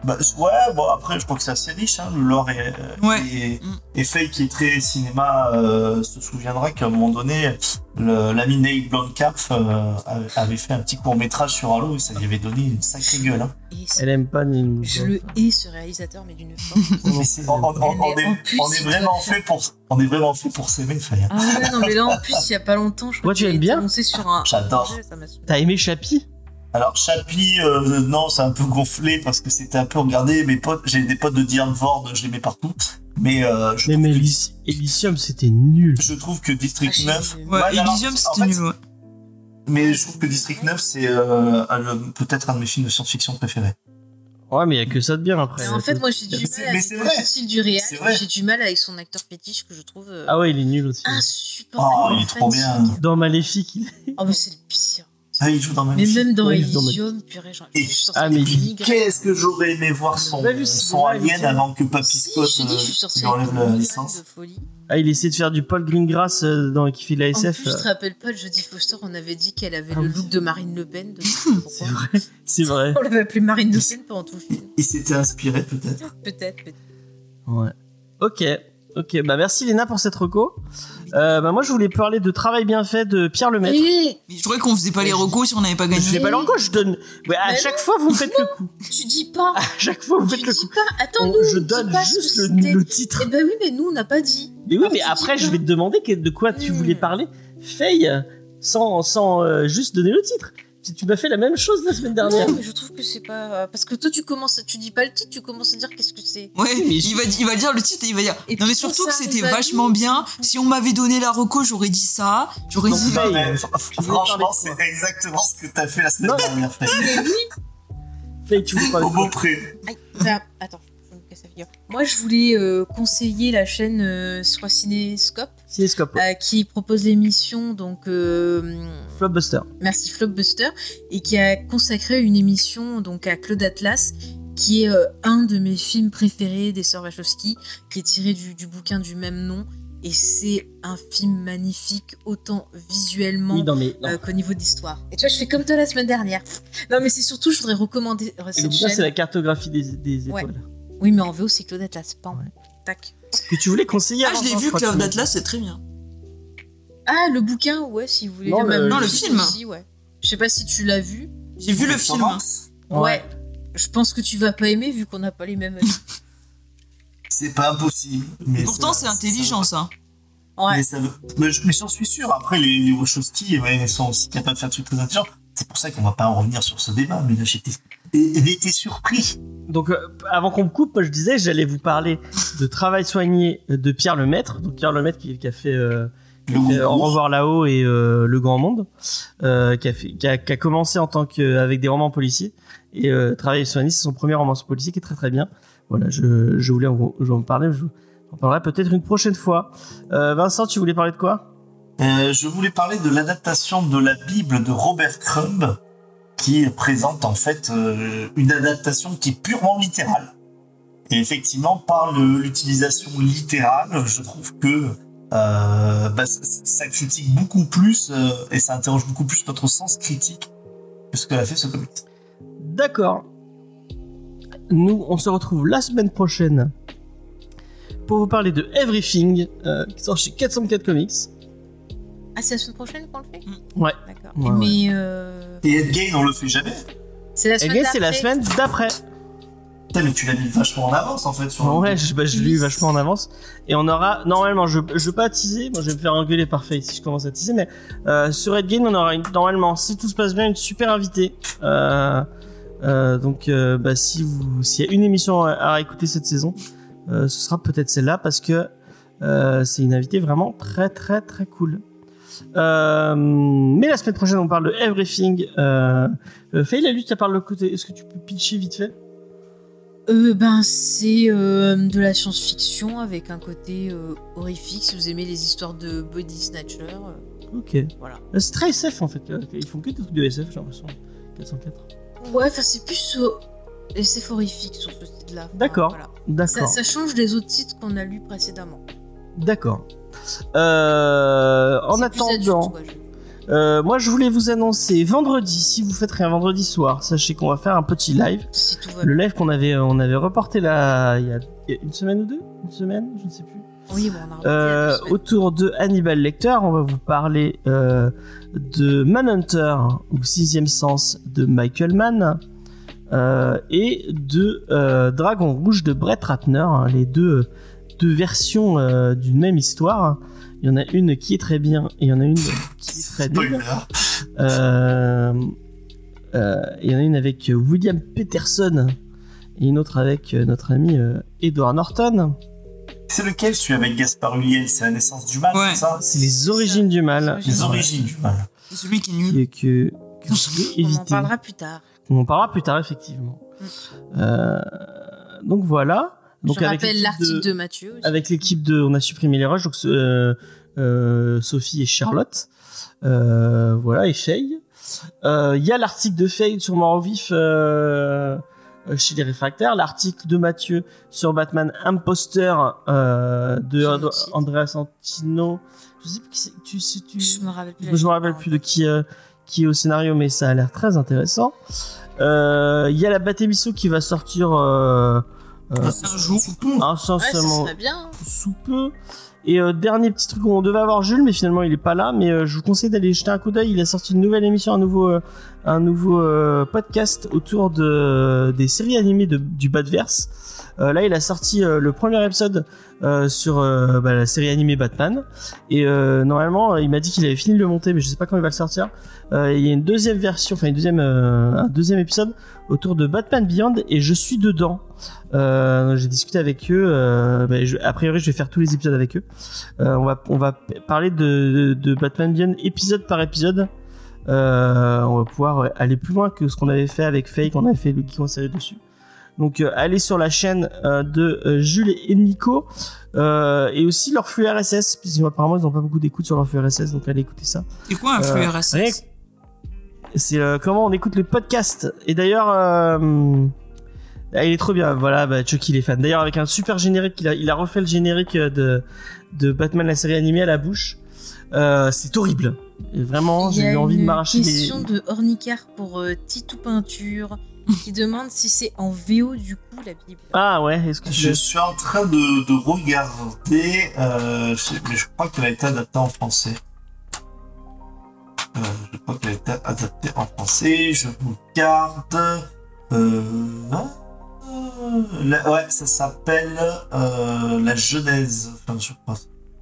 C: Bah, ouais, bon, après, je crois que c'est assez riche. Hein. Le lore est,
E: Ouais.
C: est,
E: Mm.
C: est fait qui est très cinéma. euh, se souviendra qu'à un moment donné, le- l'ami Neil Blomkamp euh, avait- avait fait un petit court-métrage sur Halo et ça lui avait donné une sacrée gueule.
B: euh
C: Hein.
D: je- et c'est-
B: Elle aime pas ni...
D: Je le hais, ce réalisateur, mais d'une forme.
C: Mais c'est- on, on- on- on
D: Mais en
C: est,
D: plus,
C: on est
D: il
C: vraiment
D: doit faire-
C: fait pour, on est vraiment fait pour s'aimer, Faya.
D: Ah ouais, non, mais là, en plus, il y a pas longtemps, je
B: Toi,
D: crois
B: tu
D: qu'il a
B: aimes
D: été
B: bien
D: annoncé sur un.
C: J'adore.
D: un projet, ça m'a saoulé.
B: T'as aimé Chappie
C: Alors, Chapi, euh, non, c'est un peu gonflé parce que c'était un peu, regardez, mes potes, j'ai des potes de Diane Ford, je les mets partout. Mais, euh, je,
B: Mais,
C: trouve
B: mais
C: que,
B: Elysi- Elysium, c'était nul.
C: je trouve que District
D: Ah, j'ai
C: 9,
D: aimé.
E: Ouais,
C: Ouais, alors,
E: Elysium,
C: en
E: c'était
C: fait,
E: nul. ouais.
C: mais je trouve que District 9, c'est euh, un- le- peut-être un de mes films de science-fiction préférés.
B: Ouais, mais il y a que ça de bien après. euh,
D: Mais en fait, moi, j'ai du
C: Mais c'est-
D: mal
C: mais
D: avec
C: c'est
D: le
C: vrai.
D: style du réel,
C: C'est vrai.
D: j'ai du mal avec son acteur fétiche que je trouve euh,
B: Ah ouais, il est nul aussi.
C: Oh,
D: insupportable.
C: il est trop bien.
B: Dans Maléfique, il est...
D: Oh, mais c'est le pire.
C: Ah, il joue dans le même
D: Mais
C: film.
D: même dans
B: Ouais, ils ont
D: Elysium, purée, genre,
C: Et-
D: je suis
B: Ah,
D: sortie
B: mais
D: des
C: Puis,
D: migraines.
C: Qu'est-ce que j'aurais aimé voir son,
B: On l'a vu, c'est
C: son
B: vrai,
C: alien
B: Elysium.
C: avant que Papy
D: Si,
C: Scott
D: je te dis, je suis
C: euh,
D: sortie
C: lui
D: avec
C: enlève
D: des
C: la
D: migraines
C: licence.
D: de folie.
B: Ah, il essaie de faire du Paul Greengrass euh, dans... qui fait de la euh,
D: En
B: SF.
D: plus, je te rappelle pas, jeudi Foster, on avait dit qu'elle avait
B: Ah
D: le
B: oui.
D: look de Marine Le Pen. donc
B: C'est
D: pourquoi
B: vrai. C'est vrai.
D: On l'avait appelée Marine Le Pen pendant tout le
C: Il,
D: film.
C: il s'était inspiré, peut-être.
D: Peut-être, peut-être.
B: Ouais. Ok. Ok, bah merci Léna pour cette reco. Euh, bah moi je voulais parler de Travail bien fait de Pierre Lemaitre.
D: Et
E: Mais je croyais qu'on faisait pas les recos si on n'avait pas
B: Mais je
E: gagné.
B: vais pas l'encore, je donne. Ouais, à
D: Mais
B: chaque fois vous me faites le coup.
D: tu dis pas,
B: À chaque fois vous
D: tu
B: faites le coup.
D: dis pas, attends,
B: On-
D: nous,
B: je
D: dis
B: donne
D: pas ce que
B: juste le,
D: c'était.
B: le titre.
D: Eh ben oui, mais nous, on n'a pas dit.
B: Mais oui,
D: Ah,
B: mais
D: tu
B: après,
D: dis
B: je
D: bien.
B: vais te demander que- de quoi tu
D: Hmm.
B: voulais parler, Faye, sans, sans euh, juste donner le titre. Tu, tu m'as fait la même chose la semaine dernière.
D: Non, mais je trouve que c'est pas. euh, Parce que toi, tu commences, tu dis pas le titre, tu commences à dire qu'est-ce que c'est.
E: Ouais,
B: mais je-
E: il va, il va dire le titre et il va dire.
D: Et
E: non, mais
D: puis,
E: surtout
D: ça
E: que c'était
D: arrive à
E: vachement
D: nous.
E: bien. Si on m'avait donné la reco, j'aurais dit ça. J'aurais
B: Donc,
E: dit.
B: bah,
C: Non, mais
B: euh,
C: fr-
B: je voulais parler
C: franchement,
B: de
C: c'est
B: toi.
C: exactement ce que t'as fait la semaine
B: Non.
C: dernière, Fred.
B: Faye, tu voulais parler
E: Oh,
C: Au
B: de quoi
C: beau près.
D: Aïe, ça- Bah, attends, je me casse la figure. Moi, je voulais euh, conseiller la chaîne euh, sur Cinéscope
B: Cinéscope, ouais.
D: euh, qui propose l'émission donc euh,
B: Flopbuster.
D: Merci Flopbuster et qui a consacré une émission donc à Claude Atlas qui est euh, un de mes films préférés des sœurs Wachowski qui est tiré du, du bouquin du même nom et c'est un film magnifique autant visuellement
B: Oui, non, mais. non.
D: euh, qu'au niveau d'histoire. Et tu vois, je fais comme toi la semaine dernière. Non, mais c'est surtout, je voudrais recommander euh,
B: Et le
D: cette
B: bouquin, c'est
D: chaîne.
B: la cartographie des, des
D: Ouais.
B: étoiles.
D: Oui, mais en VO, c'est Claude Atlas. Pardon. Tac.
B: Que tu voulais conseiller
E: Ah,
B: avant, hein,
E: je l'ai
B: crois, tu
E: vu, Cloud
B: m'as dit.
E: Atlas, c'est très bien.
D: Ah, le bouquin, ouais, si vous voulez.
B: Non, le-
E: non, le film.
D: aussi, ouais. Je sais pas si tu l'as vu.
E: J'ai vu le
C: Ça
E: film.
C: avance.
B: Ouais.
D: Ouais. Je pense que tu vas pas aimer vu qu'on n'a pas les mêmes. avis.
C: C'est pas impossible. Mais
E: Pourtant,
C: ça-
E: c'est intelligent, ça.
D: Ouais.
C: Mais, ça veut- mais je- mais j'en suis sûr. Après, les, les Wachowski ouais, ils sont aussi capables de faire des trucs très intelligents. C'est pour ça qu'on va pas en revenir sur ce débat. Mais là, j'étais et- et j'étais surpris.
B: Donc, euh, avant qu'on me coupe, moi, je disais, j'allais vous parler de Travail soigné de Pierre Lemaître. Donc, Pierre Lemaître qui, qui a fait euh,
C: Le
B: euh, Au
C: gros-
B: revoir là-haut et euh, Le Grand Monde, euh, qui, a fait- qui a- qui a commencé en tant que, avec des romans policiers. Et euh, Travail soigné, c'est son premier roman policier qui est très très bien. Voilà, je, je voulais en, gros- je vais en parler, je en parlerai peut-être une prochaine fois. Euh, Vincent, tu voulais parler de quoi
C: Euh, je voulais parler de l'adaptation de la Bible de Robert Crumb, qui présente en fait euh, une adaptation qui est purement littérale. Et effectivement, par le- l'utilisation littérale, je trouve que euh, bah, c- c- ça critique beaucoup plus euh, et ça interroge beaucoup plus notre sens critique que ce que l'a fait ce comics.
B: D'accord. Nous, on se retrouve la semaine prochaine pour vous parler de Everything, euh, qui sort chez 404 Comics.
D: Ah, c'est la semaine prochaine qu'on le fait
B: Mm. Ouais.
D: D'accord.
B: Ouais,
D: mais euh,
C: Et Ed Gein, on le fait jamais.
D: c'est la
B: Et
D: semaine
B: Gail, Eh c'est la
D: d'après.
B: semaine d'après.
C: Putain, mais tu l'as mis vachement en avance en fait sur le-
B: Ouais, je, bah, je l'ai eu vachement en avance. Et on aura, normalement, je, je veux pas teaser, moi je vais me faire engueuler par Faye si je commence à teaser, mais euh, sur Red Game, on aura une, normalement, si tout se passe bien, une super invitée. Euh, euh, donc, euh, bah, si vous, s'il y a une émission à, à écouter cette saison, euh, ce sera peut-être celle-là parce que euh, c'est une invitée vraiment très très très cool. Euh, mais la semaine prochaine, on parle de Everything. Euh, euh, Faye, la lutte, elle parle de côté. Est-ce que tu peux pitcher vite fait
D: Euh, ben, c'est euh, de la science-fiction avec un côté euh, horrifique. Si vous aimez les histoires de body snatcher, euh,
B: Ok.
D: voilà.
B: Euh, C'est très SF en fait. Ils font que des trucs de SF, j'ai l'impression. 404.
D: Ouais, enfin, c'est plus euh, SF horrifique sur ce site-là. Enfin,
B: D'accord.
D: voilà. Ça,
B: D'accord.
D: ça change des autres titres qu'on a lus précédemment.
B: D'accord. Euh, en
D: C'est plus
B: attendant,
D: adulte, quoi,
B: euh, moi je voulais vous annoncer vendredi, si vous faites rien vendredi soir, sachez qu'on va faire un petit live.
D: je- si tout va
B: Le live qu'on avait, euh, on avait reporté là il y a il y a une semaine ou deux, une semaine, je ne sais plus.
D: Oui, bon, on a remonté
B: Euh,
D: la semaine.
B: autour de Hannibal Lecter, on va vous parler euh, de Manhunter ou Sixième Sens de Michael Mann euh, et de euh, Dragon Rouge de Brett Ratner, hein, les deux, deux versions euh, d'une même histoire. Il y en a une qui est très bien et il y en a une qui est très nulle.
C: Spoiler.
B: Euh, euh, Il y en a une avec euh, William Peterson et une autre avec euh, notre ami euh, Edward Norton.
C: C'est lequel celui avec Gaspard Ulliel C'est la naissance du mal,
E: Ouais.
C: c'est ça
B: C'est les origines du mal.
C: Les
B: Ouais.
C: origines du mal.
E: C'est celui qui est nul.
B: et que, que je vais
D: On en
B: éviter.
D: parlera plus tard.
B: On en parlera plus tard, effectivement. Euh, donc voilà. Donc
D: je
B: avec
D: rappelle
B: l'équipe
D: l'article de... Mathieu. aussi.
B: avec l'équipe de, on a supprimé les rushs, donc euh, euh, Sophie et Charlotte, Euh, voilà et Faye. Euh, Il y a l'article de Faye sur Mort au vif euh, chez les réfractaires, l'article de Mathieu sur Batman Imposteur euh, de
D: Sur
B: Ad-
D: notre site.
B: Andrea Santino. Je sais plus qui c'est. Tu, sais- tu...
D: Je me rappelle plus.
B: Je me rappelle plus de qui, euh, qui est au scénario, mais ça a l'air très intéressant. Euh, Il y a la Bat émission qui va sortir euh, euh,
E: C'est un jour.
D: Ouais, ça
B: incessamment
D: serait bien.
B: sous peu. Et euh, dernier petit truc, on devait avoir Jules, mais finalement il est pas là. Mais euh, je vous conseille d'aller jeter un coup d'œil. Il a sorti une nouvelle émission, un nouveau, euh, un nouveau euh, podcast autour de, des séries animées de, du Batverse. Euh, là, il a sorti euh, le premier épisode euh, sur euh, bah, la série animée Batman. Et euh, normalement, euh, il m'a dit qu'il avait fini de le monter, mais je sais pas quand il va le sortir. Euh, il y a une deuxième version, enfin une deuxième, euh, un deuxième épisode autour de Batman Beyond, et je suis dedans. Euh, j'ai discuté avec eux. euh, ben, je- a priori, je vais faire tous les épisodes avec eux. Euh, on va on va p- parler de, de Batman Beyond épisode par épisode. Euh, on va pouvoir aller plus loin que ce qu'on avait fait avec Fake. On avait fait le geek en série dessus. Donc euh, allez sur la chaîne euh, de euh, Jules et Nico euh, et aussi leur flux RSS puisque apparemment ils n'ont pas beaucoup d'écoute sur leur flux RSS donc allez écouter ça.
E: C'est quoi un flux
B: Euh, rien
E: RSS
B: que- C'est euh, comment on écoute le podcast. Et d'ailleurs, euh, ah, il est trop bien. Voilà, bah, Chucky, il est fan. D'ailleurs, avec un super générique, il a, il a refait le générique euh, de, de Batman, la série animée, à la bouche. Euh, c'est horrible. Et vraiment,
D: Il y
B: j'ai
D: a
B: eu envie de
D: une
B: m'arracher des.
D: question de Hornicar pour euh, Titou Peinture.
F: qui demande si c'est en VO du coup la Bible.
B: Ah ouais, est-ce que
C: Je suis en train de, de regarder, euh, je, mais je crois qu'elle a été adaptée en français. Euh, je crois qu'elle a été adaptée en français. Je regarde. Euh, euh, la- ouais, ça s'appelle euh, La Genèse. Enfin, je crois.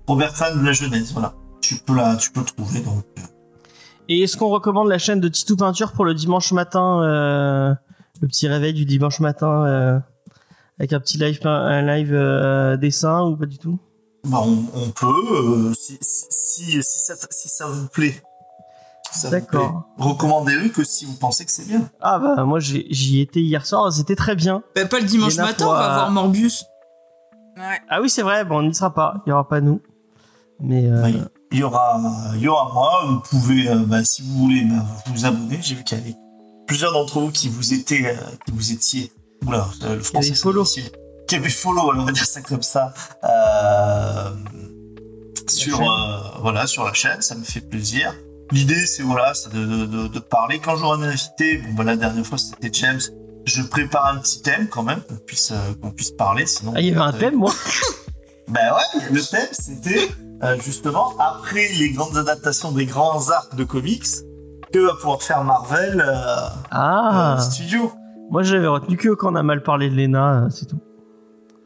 C: Robert Crane de La Genèse, voilà. Tu peux la, tu peux le trouver donc.
B: Et est-ce qu'on recommande la chaîne de Titou Peinture pour le dimanche matin, euh, le petit réveil du dimanche matin euh, avec un petit live, pein- un live euh, dessin ou pas du tout
C: Bah, on, on peut, euh, si, si, si, si ça, si ça vous plaît. Si ça vous
B: D'accord.
C: plaît. Recommandez-le que si vous pensez que c'est bien.
B: Ah bah moi j'ai- j'y étais hier soir, Oh, c'était très bien.
E: Bah, pas le dimanche
B: Il y en a
E: matin, on
B: pour,
E: va
B: euh,
E: voir Morbius.
F: Ouais.
B: Ah oui c'est vrai, bon on n'y sera pas, il y aura pas nous. Mais euh,
C: Bah, il- il y aura, il y aura moi. Vous pouvez, euh, bah, si vous voulez, bah, vous vous abonner. J'ai vu qu'il y avait plusieurs d'entre vous qui vous étaient, euh, qui vous étiez. Oula, euh, le français. c'est
B: follow.
C: difficile. Qui avait follow, on va dire ça comme ça. euh, sur,
B: chaîne.
C: euh, voilà, sur la chaîne, ça me fait plaisir. L'idée, c'est voilà, c'est de, de- de- de parler quand j'aurai un invité. Bon, bah, la dernière fois, c'était James. Je prépare un petit thème quand même qu'on puisse, euh, qu'on puisse parler. Sinon,
B: ah, il y avait un
C: euh,
B: thème moi.
C: ben ouais, le thème c'était euh, justement après les grandes adaptations des grands arcs de comics, que va pouvoir faire Marvel euh,
B: Ah
C: euh, Studio.
B: moi j'avais retenu que quand on a mal parlé de Lena, euh, c'est tout.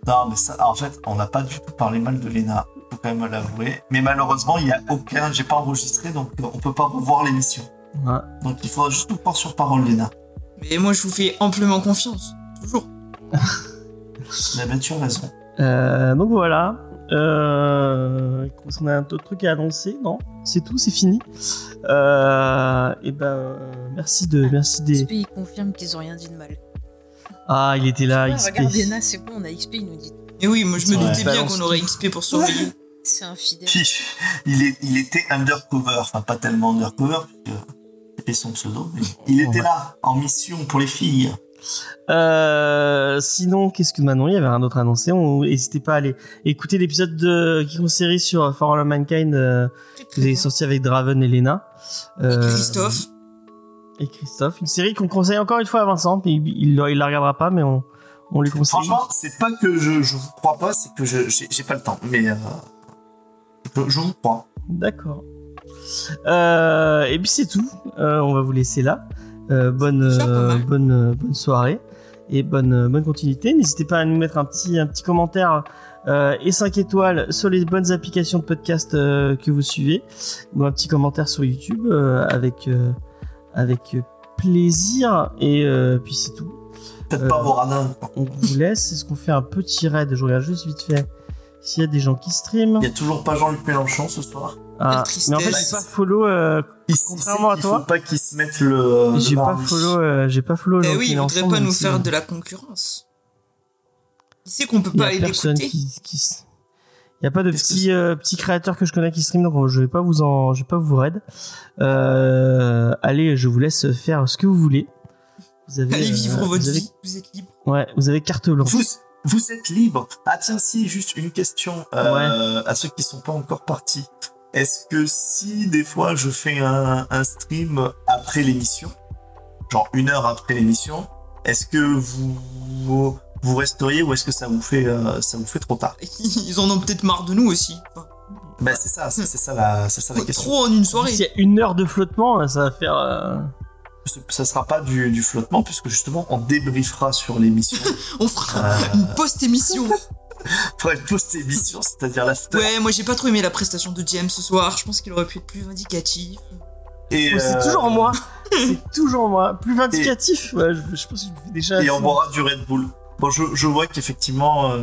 C: Non mais ça, en fait, on n'a pas du tout parlé mal de Lena, faut quand même l'avouer. Mais malheureusement, il y a aucun, j'ai pas enregistré, donc euh, on peut pas revoir l'émission.
B: Ouais.
C: Donc il faudra juste nous prendre sur parole, Lena.
E: Mais moi, je vous fais amplement confiance. Toujours.
C: Mais ben, tu as raison.
B: Euh, donc voilà. Euh, on a un autre truc à annoncer, non C'est tout, c'est fini. Euh, et ben, euh, merci de, merci des.
F: XP, ils confirment qu'ils ont rien dit de mal.
B: Ah, il était là,
F: Ouais,
B: XP.
F: regarde, Léna, c'est bon, on a XP, il nous dit.
E: Et oui, moi, je me
C: Ouais.
E: doutais bien
C: Balance
E: qu'on aurait XP pour surveiller.
F: C'est infidèle.
C: Puis, il, est, il était undercover, enfin pas tellement undercover, puisque c'était son pseudo, mais il était
B: Ouais.
C: là, en mission pour les filles.
B: Euh, sinon, qu'est-ce que Manon Il y avait un autre annoncé. On- N'hésitez pas à aller écouter l'épisode de qui série sur For All Mankind euh, que vous avez sorti avec Draven et Lena.
E: Et
B: Euh,
E: Christophe.
B: Et Christophe. Une série qu'on conseille encore une fois à Vincent. Il, il, il la regardera pas, mais on, on lui conseille.
C: Franchement, c'est pas que je, je vous crois pas, c'est que je j'ai j'ai pas le temps. Mais euh, je, je vous crois.
B: D'accord. Euh, et puis c'est tout. Euh, on va vous laisser là. Euh, bonne,
E: C'est déjà pas
B: euh,
E: mal.
B: bonne, euh, bonne soirée et bonne, euh, bonne continuité. N'hésitez pas à nous mettre un petit, un petit commentaire euh, et 5 étoiles sur les bonnes applications de podcast euh, que vous suivez ou un petit commentaire sur YouTube euh, avec, euh, avec plaisir. Et euh, puis c'est tout.
C: Peut-être
B: Euh,
C: pas vos radins.
B: On vous laisse. Est-ce qu'on fait un petit raid Je regarde juste vite fait s'il y a des gens qui streament.
C: Il y a toujours pas Jean-Luc Mélenchon ce soir.
B: Ah, mais en fait,
E: tristesse.
B: j'ai pas follow. euh,
C: Il, il
B: Contrairement
C: sait
B: à
C: qu'il
B: toi.
C: faut pas qu'il se mette le. le
B: Oh, J'ai pas,
C: mardi.
B: follow, euh, j'ai pas follow.
E: Eh
B: Jean-Luc
E: oui, il voudrait
B: Mélenchon,
E: pas
B: donc
E: nous
B: c'est-
E: faire de la concurrence. Il sait qu'on peut
B: hein. y
E: pas
B: a
E: aller
B: personne
E: l'écouter.
B: qui, qui s- Il y a pas de
C: Qu'est-ce que
B: petits, euh, petits créateurs que je connais qui stream, donc je vais pas vous en, je vais pas vous raid. Euh, allez, je vous laisse faire ce que vous voulez. Vous avez,
E: Allez
B: euh,
E: vivre votre
B: vous avez-
E: vie, vous êtes libre.
B: Ouais, vous avez carte blanche.
C: Vous, vous êtes libre. Ah tiens, si, juste une question euh, à ceux qui sont pas encore partis. Est-ce que si des fois je fais un, un stream après l'émission, genre une heure après l'émission, est-ce que vous, vous resteriez ou est-ce que ça vous fait euh, ça vous fait trop tard
E: Ils en ont peut-être marre de nous aussi. Enfin,
C: Ben c'est ça, c'est c'est ça la c'est ça la question.
E: trop en une
B: S'il y
E: soirée.
B: a une heure de flottement, ça va faire. euh,
C: Ce- Ça sera pas du, du flottement puisque justement on débriefera sur l'émission.
E: On fera
B: Ah.
C: Euh.
E: une post-émission.
C: Pour une post-émission, c'est-à-dire la
E: Ouais, moi j'ai pas trop aimé la prestation de James ce soir. Je pense qu'il aurait pu être plus vindicatif.
C: Et,
B: oh, c'est
C: euh,
B: toujours moi. c'est toujours moi. Plus vindicatif. ouais, je, je pense que je fais déjà.
C: et on
B: assez.
C: boira du Red Bull. Bon, je, je vois qu'effectivement, euh,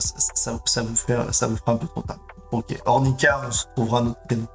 C: ça, ça- ça vous fait, ça vous fera un peu trop tard. Ok, Ornica, on se trouvera notre canot.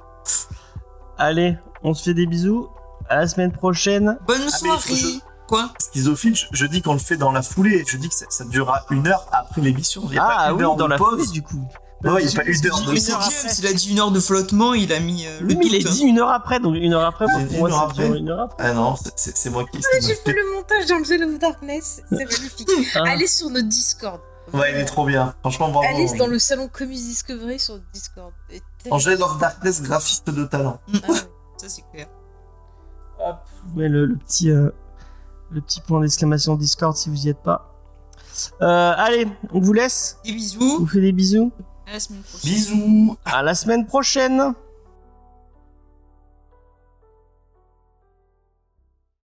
B: Allez, on se fait des bisous. À la semaine prochaine.
C: Ah,
E: Bonne
C: mais il faut
E: soirée.
C: que
E: Quoi
C: Schizophile, je, je dis qu'on le fait dans la foulée. Je dis que ça, ça durera une heure après l'émission. Il y a pas
B: Ah
C: une
B: oui,
C: heure
B: dans
C: de
B: la
C: pause. Bah
B: foulée, du coup.
C: Ouais, il y a pas une heure de
E: Mais
B: Une
E: c'est
B: heure
E: James,
B: après.
E: il a dit une heure de flottement, il a mis euh, le
B: Oui, mais il est
E: doute.
B: dit une heure après, donc une heure après,
C: Une
B: pour moi,
C: heure
B: ça dure
C: après.
B: une heure après.
C: Ah non, c'est- c'est c'est moi qui. c'est
F: J'ai
C: moi qui-
F: fait le montage d'Angel of Darkness, c'est magnifique.
B: Ah.
F: Allez sur notre Discord.
C: Ouais, il est trop hein. bien. Franchement, bravo.
F: Allez dans
C: Angèle.
F: le salon Comics Discovery sur Discord. Et t'as-
C: Angèle of Darkness, graphiste de talent.
F: Ah ouais.
E: Ça c'est clair.
B: Ouais, le, le petit. euh, le petit point d'exclamation Discord si vous y êtes pas. Euh, allez, on vous laisse.
E: Des
B: On vous
E: bisous.
B: fait des bisous.
E: À la semaine prochaine.
C: Bisous
B: À la semaine prochaine.